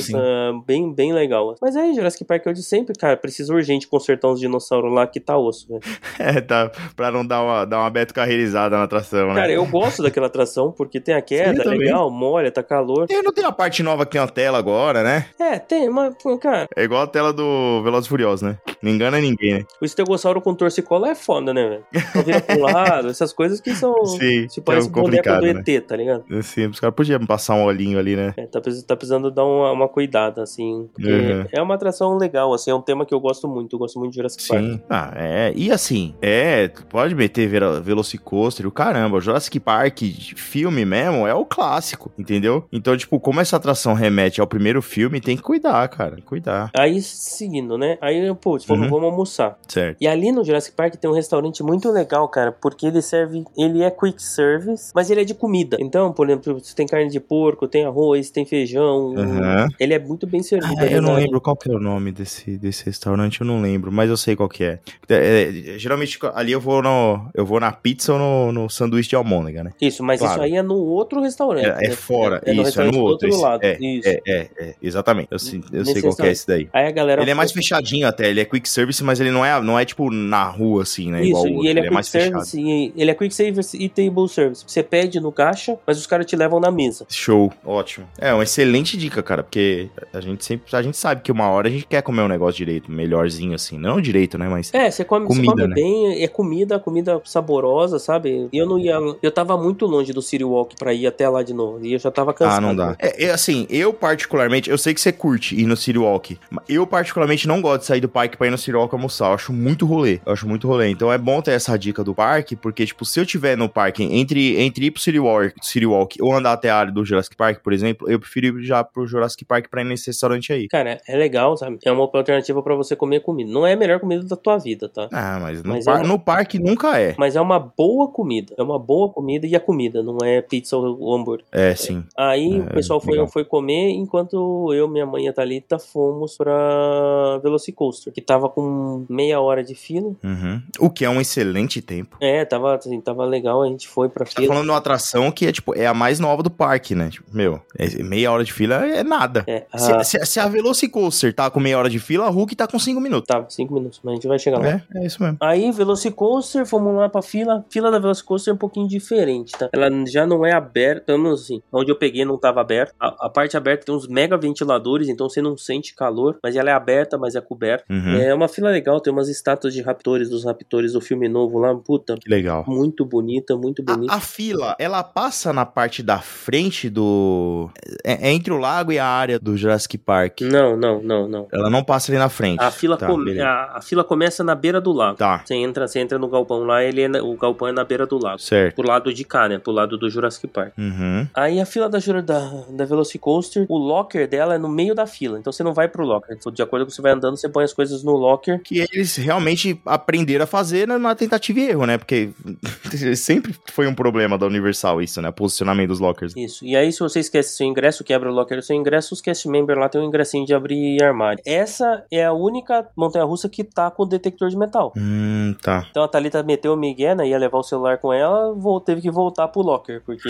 B: bem, bem legal. Mas aí, Jurassic Park é o de sempre, cara. Precisa urgente consertar uns dinossauros lá que tá osso, velho.
A: É, tá. Pra não dar uma, dar uma beto carreirizada na atração, né?
B: Cara, eu gosto daquela atração, porque tem a queda,
A: Sim, eu
B: legal, molha, tá calor.
A: Eu não tem uma parte nova que tem uma tela agora, né?
B: É, tem, mas, pô, cara,
A: É igual a tela do Velozes e Furiosos, né? Não engana ninguém, né?
B: o estegossauro com torcicola é foda, né, velho? Só vira pro lado, essas coisas que são.
A: (laughs) Sim,
B: Se
A: é
B: parece um boneco
A: complicado,
B: do
A: né?
B: ET, tá ligado?
A: Sim, os caras podiam passar um olhinho ali, né?
B: É, tá, precis- tá precisando dar uma, uma cuidada, assim. Porque
A: Uhum.
B: é uma atração legal, assim, é um tema que eu gosto muito. Eu gosto muito de Jurassic Park.
A: Sim. Ah, é. E assim, é, pode meter Velo- Velocicoaster, o caramba, o Jurassic Park, de filme mesmo, é o clássico, entendeu? Então, tipo, como essa atração remete ao primeiro filme, tem que cuidar, cara, tem que cuidar.
B: Aí, seguindo, né? Aí, pô, tipo,
A: Uhum.
B: vamos almoçar.
A: Certo.
B: E ali no Jurassic Park tem um restaurante muito legal, cara, porque ele serve, ele é quick service, mas ele é de comida. Então, por exemplo, você tem carne de porco, tem arroz, tem feijão.
A: Uhum.
B: Ele é muito bem servido.
A: Ah, eu não
B: né?
A: lembro qual que é o nome desse, desse restaurante, eu não lembro, mas eu sei qual que é. É, é, geralmente ali eu vou no, eu vou na pizza ou no, no sanduíche de almôndega, né?
B: Isso, mas
A: Claro.
B: isso aí é no outro restaurante.
A: É, é
B: né?
A: fora,
B: no
A: isso, é
B: restaurante
A: no
B: do
A: outro. esse-
B: lado.
A: é,
B: isso.
A: é, é, é, exatamente. Eu, sei- eu
B: Nesse
A: sei qual que é esse daí.
B: Aí a galera.
A: Ele é mais fechadinho até, ele é quick service, mas ele não é, não é tipo na rua assim, né?
B: Isso,
A: igual o outro.
B: e ele é, quick
A: mais fechado.
B: service, e ele é quick service e table service. Você pede no caixa, mas os caras te levam na mesa.
A: Show, ótimo. É uma excelente dica, cara, porque a gente sempre, a gente sabe que uma hora a gente quer comer um negócio direito, melhorzinho assim, não direito, né, mas
B: É, você come, você
A: Comida,
B: come
A: né?
B: bem, é comida, comida saborosa, sabe? E Eu não ia. Eu tava muito longe do City Walk pra ir até lá de novo. E eu já tava cansado.
A: Ah, não dá. É, é assim, eu particularmente, eu sei que você curte ir no City Walk, mas eu particularmente não gosto de sair do parque pra ir no City Walk almoçar, eu acho muito rolê, eu acho muito rolê. Então é bom ter essa dica do parque, porque tipo, se eu tiver no parque, entre, entre ir pro City Walk, City Walk ou andar até a área do Jurassic Park, por exemplo, eu prefiro ir já pro Jurassic Park pra ir nesse restaurante aí.
B: Cara, é legal, sabe? É uma alternativa pra você comer comida. Não é a melhor comida da tua vida, tá?
A: Ah, mas no,
B: Mas
A: par-
B: é uma-
A: no parque nunca é.
B: Mas é uma boa comida. É uma boa comida e a comida, não é pizza ou hambúrguer.
A: É, sim.
B: Aí
A: É,
B: o pessoal foi,
A: legal.
B: foi comer, enquanto eu, minha mãe e a Thalita fomos pra Velocicoaster, que tava com meia hora de fila.
A: Uhum. O que é um excelente tempo.
B: É, tava, assim, tava legal, a gente foi pra
A: Tá
B: fila.
A: falando de uma atração que é, tipo, é a mais nova do parque, né? Tipo, meu, é- meia hora de fila é nada.
B: É, a-
A: Se, se- se a Velocicoaster tá com meia hora de fila, a Hulk tá com cinco minutos.
B: Tá, cinco minutos, mas a gente vai chegar lá.
A: É, é isso mesmo.
B: Aí, Velocicoaster, fomos lá pra fila. Fila da Velocicoaster é um pouquinho diferente, tá? Ela já não é aberta, pelo menos assim. Onde eu peguei não tava aberta. A, a parte aberta tem uns mega ventiladores, então você não sente calor. Mas ela é aberta, mas é coberta.
A: Uhum.
B: É uma fila legal, tem umas estátuas de raptores, dos raptores do filme novo lá. Puta,
A: Que legal.
B: muito bonita, muito bonita.
A: A, a fila, ela passa na parte da frente do. É, é entre o lago e a área do Jurassic Park.
B: Não, não, não, não.
A: Ela não passa ali na frente.
B: Hum. A fila,
A: tá,
B: come- é
A: beleza.
B: a, a fila começa na beira do lago.
A: Tá,
B: Você entra, você entra no galpão lá, ele é na- o galpão é na beira do lago.
A: certo.
B: Pro lado de cá, né? Pro lado do Jurassic Park.
A: Uhum.
B: Aí a fila da, Jura- da, da Velocicoaster, o locker dela é no meio da fila. Então você não vai pro locker. De acordo com que você vai andando, você põe as coisas no locker.
A: Que eles realmente aprenderam a fazer na- na tentativa e erro, né? Porque (laughs) sempre foi um problema da Universal isso, né? O posicionamento dos lockers.
B: Isso. E aí, se você esquece seu ingresso, quebra o locker do seu ingresso, os cast member lá tem um ingressinho de abrir armário. Essa é a única montanha russa que tá com detector de metal.
A: Hum, tá.
B: Então a Thalita meteu o Miguel, né? Ia levar o celular com ela, vol- teve que voltar pro locker, porque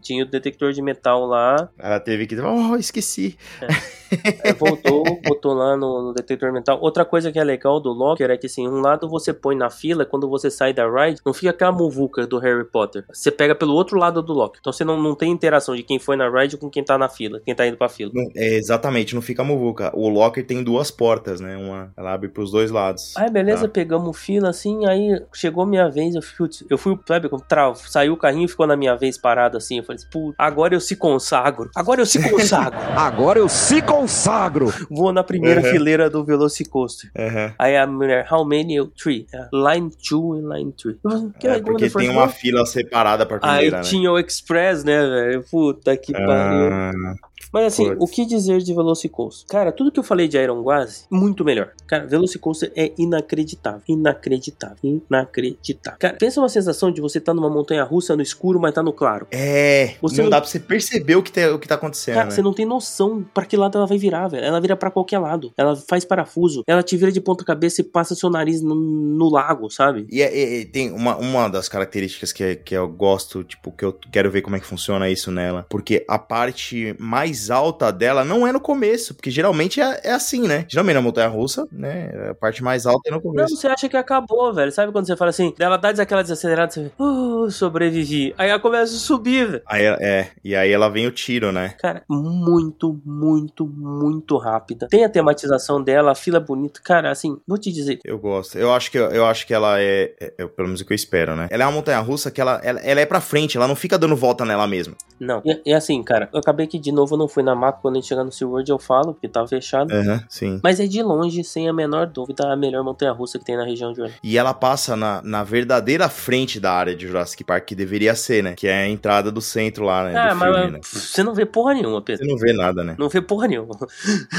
B: tinha o detector de metal lá.
A: Ela teve que. Oh, esqueci.
B: É, voltou, botou lá no, no detector mental. Outra coisa que é legal do Locker é que, assim, um lado você põe na fila, quando você sai da ride, não fica aquela muvuca do Harry Potter. Você pega pelo outro lado do Locker. Então você não, não tem interação de quem foi na ride com quem tá na fila, quem tá indo pra fila.
A: Não, é, exatamente, não fica muvuca. O locker tem duas portas, né? Uma, ela abre pros dois lados.
B: Aí, beleza,
A: Tá.
B: pegamos fila assim, aí chegou minha vez, eu fui, putz, eu fui, sabe, como travo, saiu o carrinho, ficou na minha vez parado assim, eu falei assim, putz, agora eu se consagro, (laughs) agora eu se consagro,
E: (laughs) Agora eu se consagro.
B: vou na primeira
A: Uhum.
B: fileira do Velocicoaster.
A: Aham.
B: Aí a mulher, how many? Eu, three. É, Line two e line three. Eu, "Can
A: É,
B: I go in
A: porque
B: the né, first
A: tem uma
B: one?"
A: fila separada pra
B: Aí
A: primeira, né?
B: tinha o Express, né, velho? Puta que pariu.
A: Ah,
B: Mas assim, o que dizer de Velocicoaster? Cara, tudo que eu falei de Iron Guazi, muito melhor. Cara, Velocicoaster é inacreditável. Inacreditável. Inacreditável. Cara, pensa uma sensação de você tá numa montanha russa no escuro, mas tá no claro.
A: É,
B: Você
A: não
B: não-
A: dá pra você perceber o que, tá- o que tá acontecendo,
B: Cara,
A: né?
B: Ah, você não tem noção pra que lado ela vai virar, velho. Ela vira pra qualquer lado. Ela faz parafuso. Ela te vira de ponta cabeça e passa seu nariz no, no lago, sabe?
A: E, é- é- tem uma, uma das características que, é- que eu gosto, tipo, que eu quero ver como é que funciona isso nela. Porque a parte mais alta dela não é no começo, porque geralmente é, é assim, né? Geralmente na montanha russa, né? A parte mais alta é no
B: Não,
A: começo.
B: você acha que acabou, velho. Sabe quando você fala assim, ela dá aquela desacelerada, você vê, uh, sobrevivi. Aí ela começa a subir, velho.
A: Aí, ela- é, e aí ela vem o tiro, né?
B: Cara, muito, muito, muito rápida. Tem a tematização dela, a fila é bonita. Cara, assim, vou te dizer.
A: Eu gosto. Eu acho que, eu acho que ela é, é- é Pelo menos o que eu espero, né? Ela é uma montanha russa que ela, ela, ela é pra frente, ela não fica dando volta nela mesma.
B: Não. E, e assim, cara, eu acabei que de novo eu não fui na mapa. Quando a gente chegar no SeaWorld eu falo, porque tava fechado.
A: Aham, sim.
B: Mas é de longe, sem a menor dúvida, a melhor montanha-russa que tem na região de Orlando.
A: E ela passa na, na verdadeira frente da área de Jurassic Park, que deveria ser, né? Que é a entrada do centro lá, né?
B: Ah,
A: do
B: mas
A: filme, né?
B: pff, você não vê porra nenhuma,
A: Você
B: Pedro.
A: não vê nada, né?
B: Não vê porra nenhuma. (laughs)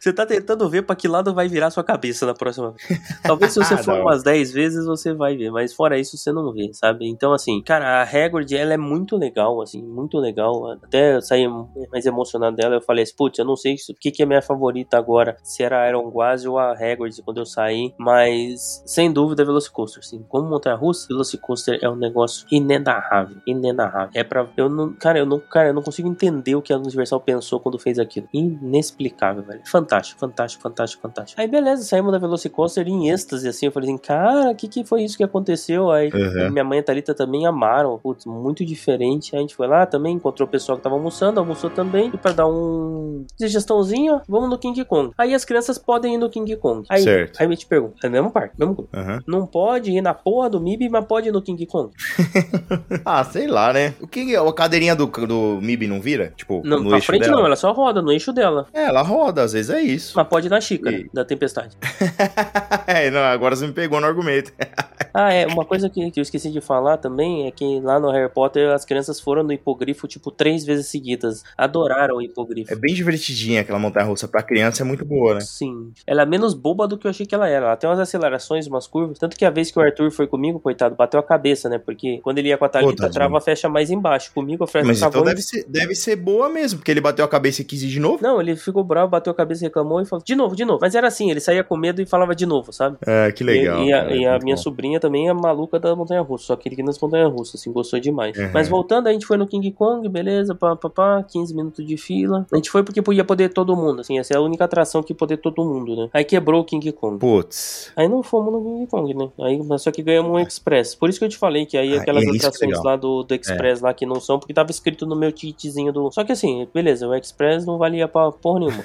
B: você tá tentando ver pra que lado vai virar sua cabeça na próxima vez. Talvez se você
A: Da
B: for
A: hora.
B: umas 10 vezes você vai ver, mas fora isso você não vê, sabe? Então assim, cara, a Hagrid, ela é muito legal, assim, muito legal. Até eu saí mais emocionado dela, eu falei assim, putz, eu não sei se- o que que é minha favorita agora, se era a Iron Guazi ou a Hagrid quando eu saí, mas sem dúvida é Velocicoaster, sim. Como montanha-russa, Velocicoaster é um negócio inenarrável, inenarrável. É para eu não, cara, eu não, cara, eu não consigo entender o que a Universal pensou quando fez aquilo. Inexplicável, velho. Fantástico, fantástico, fantástico, fantástico. Aí beleza, saímos da Velocicoaster em êxtase assim, eu falei assim, cara, o que que foi isso que aconteceu? Aí
A: Uhum.
B: minha mãe e a Thalita também amaram. Putz, muito diferente. A gente foi lá também, encontrou o pessoal que tava almoçando, almoçou também. E pra dar um digestãozinho, vamos no King Kong. Aí as crianças podem ir no King Kong. Aí,
A: Certo.
B: aí eu te pergunto, é mesmo parque, mesmo grupo.
A: Aham.
B: Não pode ir na porra do MIB, mas pode ir no King Kong.
A: Tipo, Ah, sei lá, né? O que a cadeirinha do, do Mib não vira? Tipo,
B: Não,
A: no
B: pra
A: eixo
B: frente
A: dela?
B: não, ela só roda no eixo dela.
A: É, ela roda, às vezes é
B: (laughs)
A: isso. (laughs)
B: Mas pode ir na xícara
A: E-
B: da tempestade. (laughs)
A: é, não, agora você me pegou no argumento.
B: Ah, é, uma coisa que que eu esqueci de falar também é que lá no Harry Potter as crianças foram no hipogrifo, tipo, três vezes seguidas. Adoraram o hipogrifo.
A: É bem divertidinha aquela montanha russa pra criança, é muito boa, né?
B: Sim. Ela é menos boba do que eu achei que ela era. Ela tem umas acelerações, umas curvas. Tanto que a vez que o Arthur foi comigo, coitado, bateu a cabeça, né? Porque quando ele ia com a
A: Ô,
B: Thalita, a
A: tadinho.
B: trava fecha mais embaixo. Comigo a fresta
A: Mas então
B: acabou.
A: deve ser, deve ser boa mesmo, porque ele bateu a cabeça e quis ir de novo.
B: Não, ele ficou bravo, bateu a cabeça, reclamou e falou: de novo, de novo. Mas era assim, ele saía com medo e falava de novo, sabe?
A: É, que legal.
B: E, e a,
A: cara,
B: e a
A: muito
B: minha
A: bom.
B: sobrinha também é maluca da montanha russa, só que ele que nas montanhas russas, assim, gostou demais.
A: Uhum.
B: Mas voltando, a gente foi no King Kong, beleza, pá, pá, pá, 15 minutos de fila. A gente foi porque podia poder todo mundo, assim, essa é a única atração que poder todo mundo, né? Aí quebrou o King Kong.
A: Putz.
B: Aí não fomos no King Kong, né? Aí, mas só que ganhamos um Express. Por isso que eu te falei que aí
A: É. Ah,
B: aquelas
A: é isso que é
B: atrações
A: legal. É.
B: lá do, do Express lá que não são, porque tava escrito no meu ticketzinho do. Só que assim, beleza, o Express não valia pra
A: (laughs)
B: porra nenhuma.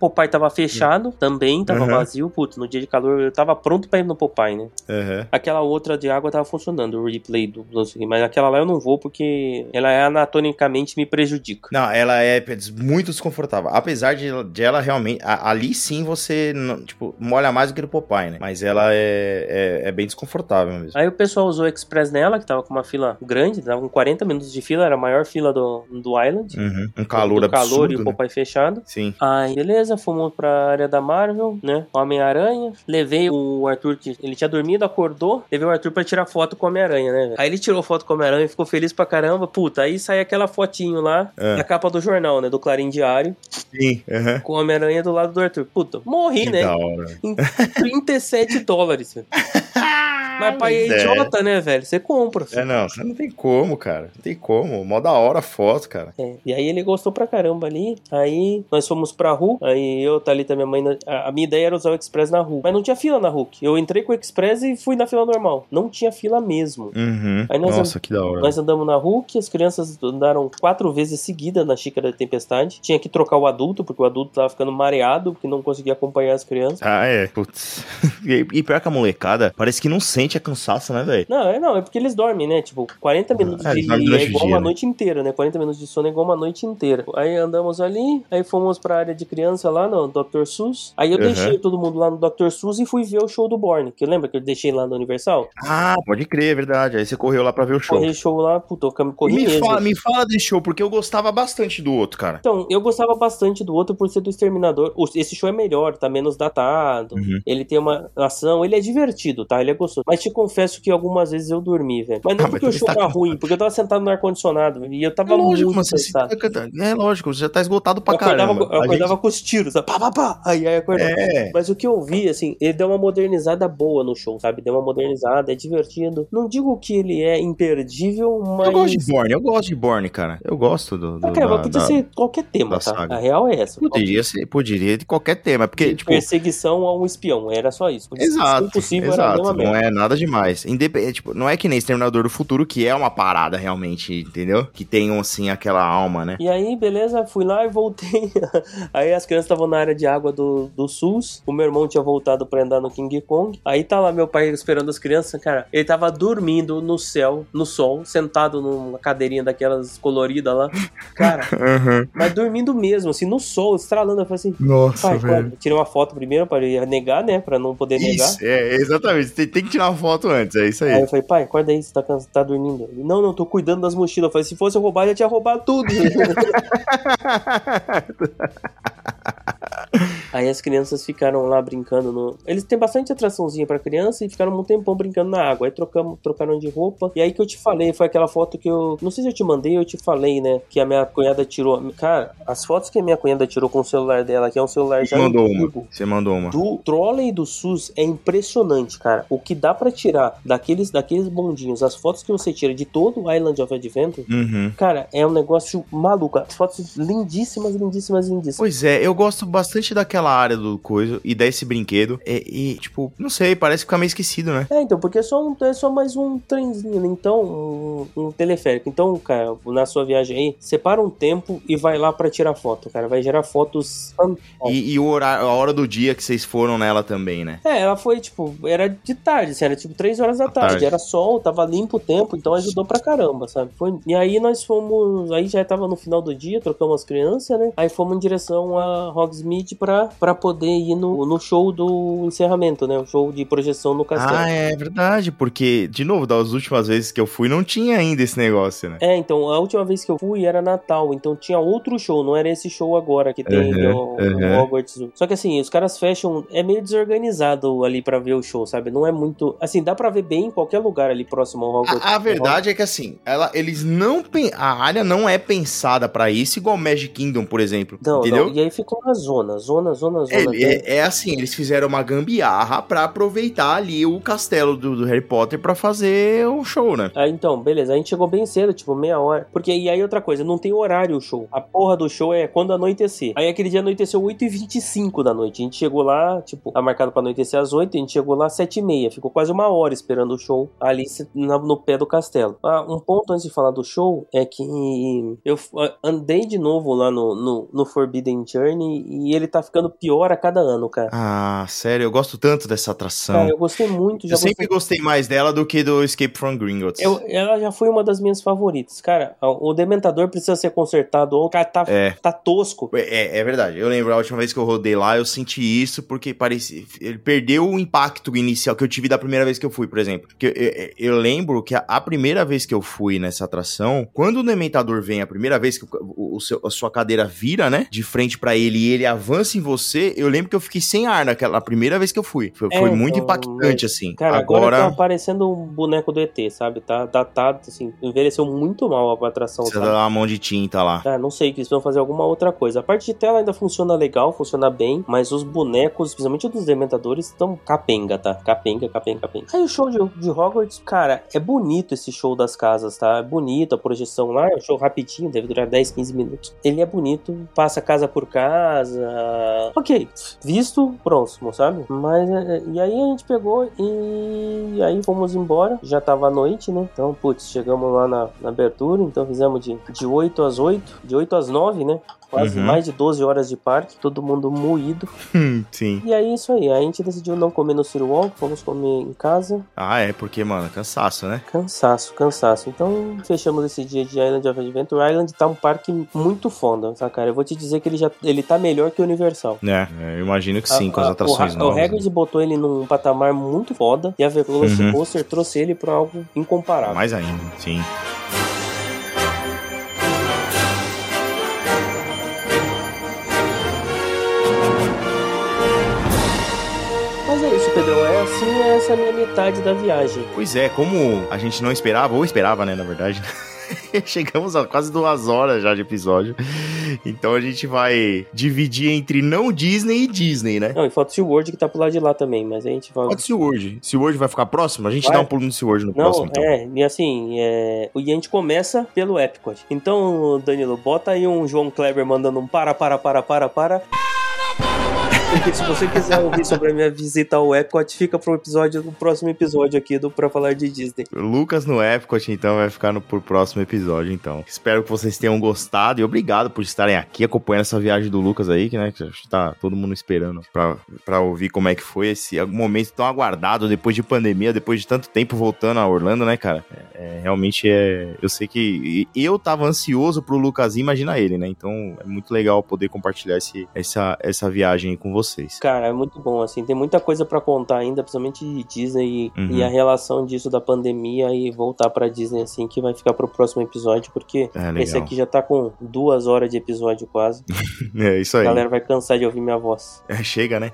B: Popeye tava fechado também, tava
A: Uhum.
B: vazio. Putz, no dia de calor eu tava pronto pra ir no Popeye, né?
A: Aham.
B: Aquela outra de água tava funcionando, o replay do. não sei o quê, Mas aquela lá eu não vou porque ela é anatomicamente me prejudica.
A: Não, ela é putz, muito desconfortável. Apesar de, de ela realmente. a- ali sim você, não- tipo, molha mais do que no Popeye, né? Mas ela é, é, é bem desconfortável mesmo.
B: Aí o pessoal usou o Express nela, que tava com uma fila grande, tava com 40 minutos de fila, era a maior fila do, do Island.
A: Uhum. Um calor
B: do
A: absurdo.
B: calor e o
A: né?
B: Popeye fechado.
A: Sim.
B: Aí, beleza, fomos pra área da Marvel, né? Homem-Aranha. Levei o Arthur, que ele tinha dormido, acordou. Levei o Arthur pra tirar foto com o Homem-Aranha, né? velho? Aí ele tirou foto com o Homem-Aranha e ficou feliz pra caramba. Puta, aí sai aquela fotinho lá,
A: É.
B: na capa do jornal, né? Do Clarim Diário,
A: Sim. é aham.
B: com o Homem-Aranha do lado do Arthur. Puta, morri,
A: Que
B: né? (laughs)
A: da hora.
B: Em 37 dólares, velho. Mas pai é
A: Mas é.
B: idiota, né, velho? Você compra.
A: É, não, você não tem como, cara. Não tem como. Mó da hora a foto, cara.
B: É, e aí ele gostou pra caramba ali. Aí nós fomos pra rua. Aí eu, Thalita, minha mãe. A, a minha ideia era usar o Express na rua. Mas não tinha fila na Hulk. Eu entrei com o Express e fui na fila normal. Não tinha fila mesmo.
A: Uhum.
B: Aí nós
A: Nossa, que da hora.
B: Nós andamos na Hulk, as crianças andaram quatro vezes seguida na xícara de tempestade. Tinha que trocar o adulto, porque o adulto tava ficando mareado, porque não conseguia acompanhar as crianças.
A: (laughs) Ah, é. Putz. E, e pior que a molecada, parece que não sente realmente é cansaço, né, velho?
B: Não, é não, é porque eles dormem, né? Tipo, 40 minutos
A: É, eles dormem
B: de é
A: durante o
B: igual
A: dia,
B: uma
A: né?
B: noite inteira, né? 40 minutos de sono é igual uma noite inteira. Aí andamos ali, aí fomos pra área de criança lá no Dr. Sus. Aí eu
A: Uhum.
B: deixei todo mundo lá no Dr. Sus e fui ver o show do Borne, que lembra que eu deixei lá no Universal?
A: Ah, pode crer, é verdade. Aí você correu lá pra ver o show.
B: Corri show lá, puta, eu cam- corri
A: Me
B: mesmo.
A: fala, me fala desse show, porque eu gostava bastante do outro, cara.
B: Então, eu gostava bastante do outro por ser do Exterminador. O- Esse show é melhor, tá menos datado.
A: Uhum.
B: Ele tem uma ação, ele é divertido, tá? Ele é gostoso. Mas te confesso que algumas vezes eu dormi, velho. Mas não
A: Ah, mas
B: porque o
A: também
B: show
A: tá
B: tá ruim, porque eu tava sentado no ar-condicionado velho, e eu tava
A: É lógico,
B: muito
A: mano. Você,
B: cansado.
A: é lógico, você já tá esgotado pra
B: Eu acordava,
A: caramba.
B: eu
A: A
B: acordava
A: gente-
B: com os tiros, ó, pá, pá, pá, aí, aí acordava.
A: É.
B: Mas o que eu vi, assim, ele deu uma modernizada boa no show, sabe? Deu uma modernizada, é divertido. Não digo que ele é imperdível, mas...
A: Eu gosto de Borne, eu gosto de Borne, cara. Eu gosto do. do
B: Ah, cara,
A: da-
B: mas podia
A: da-
B: ser qualquer tema,
A: da
B: tá?
A: saga.
B: A real é essa.
A: Poderia ser, poderia de qualquer tema, porque, tipo.
B: perseguição a um espião, era só isso. Podia ser
A: Exato,
B: impossível, era a
A: exato.
B: mesma
A: Não
B: merda.
A: é nada demais. Independente, tipo, não é que nem Exterminador do Futuro, que é uma parada realmente, entendeu? Que tem, assim, aquela alma, né?
B: E aí, beleza, fui lá e voltei. (laughs) aí as crianças estavam na área de água do, do SUS. O meu irmão tinha voltado pra andar no King Kong. Aí tá lá meu pai esperando as crianças, cara. Ele tava dormindo no céu, no sol, sentado numa cadeirinha daquelas coloridas lá. Cara, mas dormindo mesmo, assim, no sol, estralando. Eu falei assim.
A: Nossa,
B: Pai, claro, tirei uma foto primeiro para ele negar, né? Pra não poder negar.
A: Isso, é, exatamente. Tem, tem que tirar uma foto antes, é isso aí.
B: Aí eu falei, pai, acorda aí, você tá, cansa- tá dormindo. Ele, não, não, tô cuidando das mochilas. Eu falei, se fosse eu roubar, eu já tinha roubado
A: (laughs)
B: tudo. aí as crianças ficaram lá brincando no... Eles têm bastante atraçãozinha pra criança e ficaram um tempão brincando na água. Aí trocamos, trocaram de roupa. E aí que eu te falei, foi aquela foto que eu... Não sei se eu te mandei, eu te falei, né? Que a minha cunhada tirou... Cara, as fotos que a minha cunhada tirou com o celular dela, que é um celular já
A: mandou uma.
B: antigo,
A: Você mandou uma.
B: do trolley do SUS é impressionante, cara. O que dá pra tirar daqueles, daqueles bondinhos, as fotos que você tira de todo o Island of Adventure,
A: Uhum.
B: cara, é um negócio maluco. As fotos lindíssimas, lindíssimas, lindíssimas.
A: Pois é, eu gosto bastante daquela área do coisa e desse brinquedo. E, e, tipo, não sei, parece ficar meio esquecido, né?
B: É, então, porque é só, um, é só mais um trenzinho, né? então, um, um teleférico. Então, cara, na sua viagem aí, separa um tempo e vai lá pra tirar foto, cara. Vai gerar fotos fantásticas.
A: E, e o horário, a hora do dia que vocês foram nela também, né?
B: É, ela foi, tipo, era de tarde, assim, era tipo 3 horas da
A: À tarde.
B: tarde, era sol, tava limpo o tempo, então ajudou pra caramba, sabe? Foi- E aí nós fomos, aí já tava no final do dia, trocamos as crianças, né? Aí fomos em direção a Hogsmeade pra, pra poder ir no, no show do encerramento, né? O show de projeção no castelo.
A: Ah, é verdade, porque, de novo, das últimas vezes que eu fui, não tinha ainda esse negócio, né?
B: É, então, a última vez que eu fui era Natal, então tinha outro show, não era esse show agora que tem
A: Uhum,
B: no, no
A: uhum.
B: Hogwarts. Só que assim, os caras fecham, é meio desorganizado ali pra ver o show, sabe? Não é muito, assim, dá pra ver bem em qualquer lugar ali próximo ao Hogwarts.
A: A, a verdade é que assim, ela- eles não. pen- A área não é pensada pra isso, igual Magic Kingdom, por exemplo.
B: Não,
A: ah, entendeu?
B: não, e aí ficou uma zona, zona, zona,
A: É,
B: zona.
A: é- é assim, eles fizeram uma gambiarra pra aproveitar ali o castelo do, do Harry Potter pra fazer o show, né?
B: Ah, então, beleza. A gente chegou bem cedo, tipo, meia hora. Porque, e aí outra coisa, não tem horário o show. A porra do show é quando anoitecer. Aí aquele dia anoiteceu 8h25 da noite. A gente chegou lá, tipo, tá marcado pra anoitecer às 8 a gente chegou lá às 7h30. Ficou quase uma hora esperando o show ali se- na- no pé do castelo. Ah, um ponto antes de falar do show é que eu f- ah, andei de novo lá no, no, no Forbidden Journey e ele tá ficando pior a cada ano, cara.
A: Ah, sério, eu gosto tanto dessa atração.
B: Cara, eu
A: Então. eu
B: gostei muito, já gostei
A: sempre gostei mais dela do que do Escape from Gringotts.
B: Eu- ela já foi uma das minhas favoritas. Cara, o Dementador precisa ser consertado. Ou o cara tá,
A: É.
B: tá tosco.
A: É, é verdade. Eu lembro a última vez que eu rodei lá, eu senti isso porque parecia. Ele perdeu o impacto inicial que eu tive da primeira vez que eu fui, por exemplo. Porque eu, eu- eu lembro que a, a primeira vez que eu fui nessa atração, quando o dementador vem, a primeira vez que o, o- o seu- a sua cadeira vira, né, de frente pra ele e ele avança em você, eu lembro que eu fiquei sem ar naquela primeira vez que eu fui. Foi,
B: É,
A: foi muito
B: então,
A: impactante, assim.
B: Cara, agora,
A: agora
B: tá parecendo um boneco do ET, sabe? Tá datado, assim. Envelheceu muito mal a atração.
A: você tá
B: sabe?
A: dá uma mão de tinta lá.
B: Cara, Ah, não sei, que eles vão fazer alguma outra coisa. A parte de tela ainda funciona legal, funciona bem, mas os bonecos, principalmente os dos Dementadores, estão capenga, tá? Capenga, capenga, capenga. Aí o show de, de Hogwarts, cara, é bonito esse show das casas, tá? É bonito a projeção lá, é um show rapidinho, deve durar 10, 15 minutos. Ele é bonito, passa casa por casa. Ok, visto, próximo, sabe? Mas, é, é, e aí a gente pegou e aí fomos embora, já tava à noite, né? Então, putz, chegamos lá na, na abertura, então fizemos de, de 8 às 8, de 8 às 9, né? quase
A: Uhum.
B: mais de 12 horas de parque, todo mundo moído.
A: Hum, Sim.
B: E é isso aí, a gente decidiu não comer no City Walk, fomos comer em casa.
A: Ah, é porque, mano, cansaço, né?
B: Cansaço, cansaço. Então, fechamos esse dia de Island of Adventure. Island tá um parque muito foda, tá, cara? Eu vou te dizer que ele já ele tá melhor que o Universal.
A: É, eu imagino que sim, com as
B: A- a-
A: atrações
B: o, Ra-
A: novas. né?
B: O Hagrid botou ele num patamar muito foda e a Velocity
A: Uhum.
B: Coaster trouxe ele pra algo
A: né?
B: incomparável.
A: Mais ainda, sim.
B: Mas é isso, Pedrão. É assim, é essa minha metade da viagem.
A: Pois é, como a gente não esperava, ou esperava, né, na verdade. (laughs) Chegamos a quase duas horas já de episódio. Então a gente vai dividir entre não Disney e Disney, né?
B: Não, e falta o World que tá pro lado de lá também, mas a gente vai.
A: Pode ser hoje. Se hoje vai ficar próximo, a gente
B: Vai.
A: dá um pulo no Se hoje no
B: Não,
A: próximo, então.
B: é, e assim, é, e a gente começa pelo Epcot. Então, Danilo, bota aí um João Kleber mandando um para, para, para, para, para. Porque se você quiser ouvir sobre a minha visita ao Epcot, fica pro episódio, pro próximo episódio aqui do Pra Falar de Disney.
A: Lucas no Epcot, então, vai ficar no pro próximo episódio, então. Espero que vocês tenham gostado e obrigado por estarem aqui acompanhando essa viagem do Lucas aí, que, né, que acho que tá todo mundo esperando pra, pra ouvir como é que foi esse momento tão aguardado depois de pandemia, depois de tanto tempo voltando a Orlando, né, cara? É, é, realmente é... Eu sei que e- eu tava ansioso pro Lucas ir, imagina ele, né? Então, é muito legal poder compartilhar esse, essa, essa viagem aí com vocês.
B: Cara, é muito bom, assim, tem muita coisa pra contar ainda, principalmente de Disney e,
A: Uhum.
B: e a relação disso da pandemia e voltar pra Disney, assim, que vai ficar pro próximo episódio, porque
A: É, legal.
B: esse aqui já tá com duas horas de episódio quase.
A: É isso
B: A
A: aí.
B: galera vai cansar de ouvir minha voz.
A: É, (laughs) Chega, né?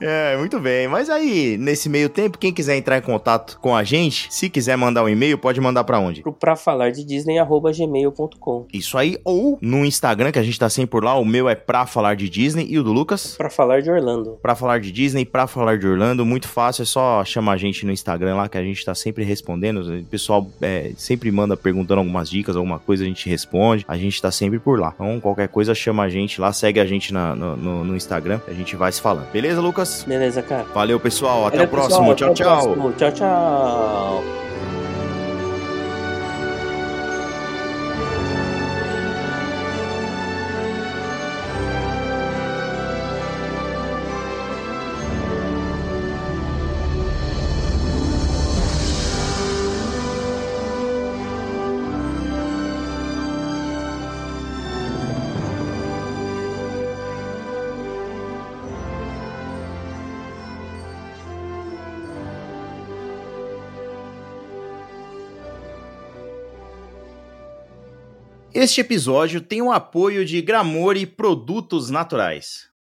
A: é, muito bem. Mas aí, nesse meio tempo, quem quiser entrar em contato com a gente, se quiser mandar um e-mail, pode mandar pra onde?
B: Pro pra falar de Disney, arroba gmail.com.
A: Isso aí, ou no Instagram, que a gente tá sempre por lá, o meu é pra falar de Disney e o do Lucas.
B: Pra falar de Orlando.
A: Pra falar de Disney, pra falar de Orlando, muito fácil, é só chamar a gente no Instagram lá, que a gente tá sempre respondendo. O pessoal é, sempre manda perguntando algumas dicas, alguma coisa, a gente responde. A gente tá sempre por lá. Então, qualquer coisa, chama a gente lá, segue a gente na- no, no- no Instagram, a gente vai se falando. Beleza, Lucas?
B: Beleza, cara?
A: Valeu, pessoal. Até
B: Valeu,
A: o próximo. tchau,
B: pessoal.
A: tchau.
B: Até o próximo. Tchau, tchau.
A: Este episódio tem o apoio de Gramore Produtos Naturais.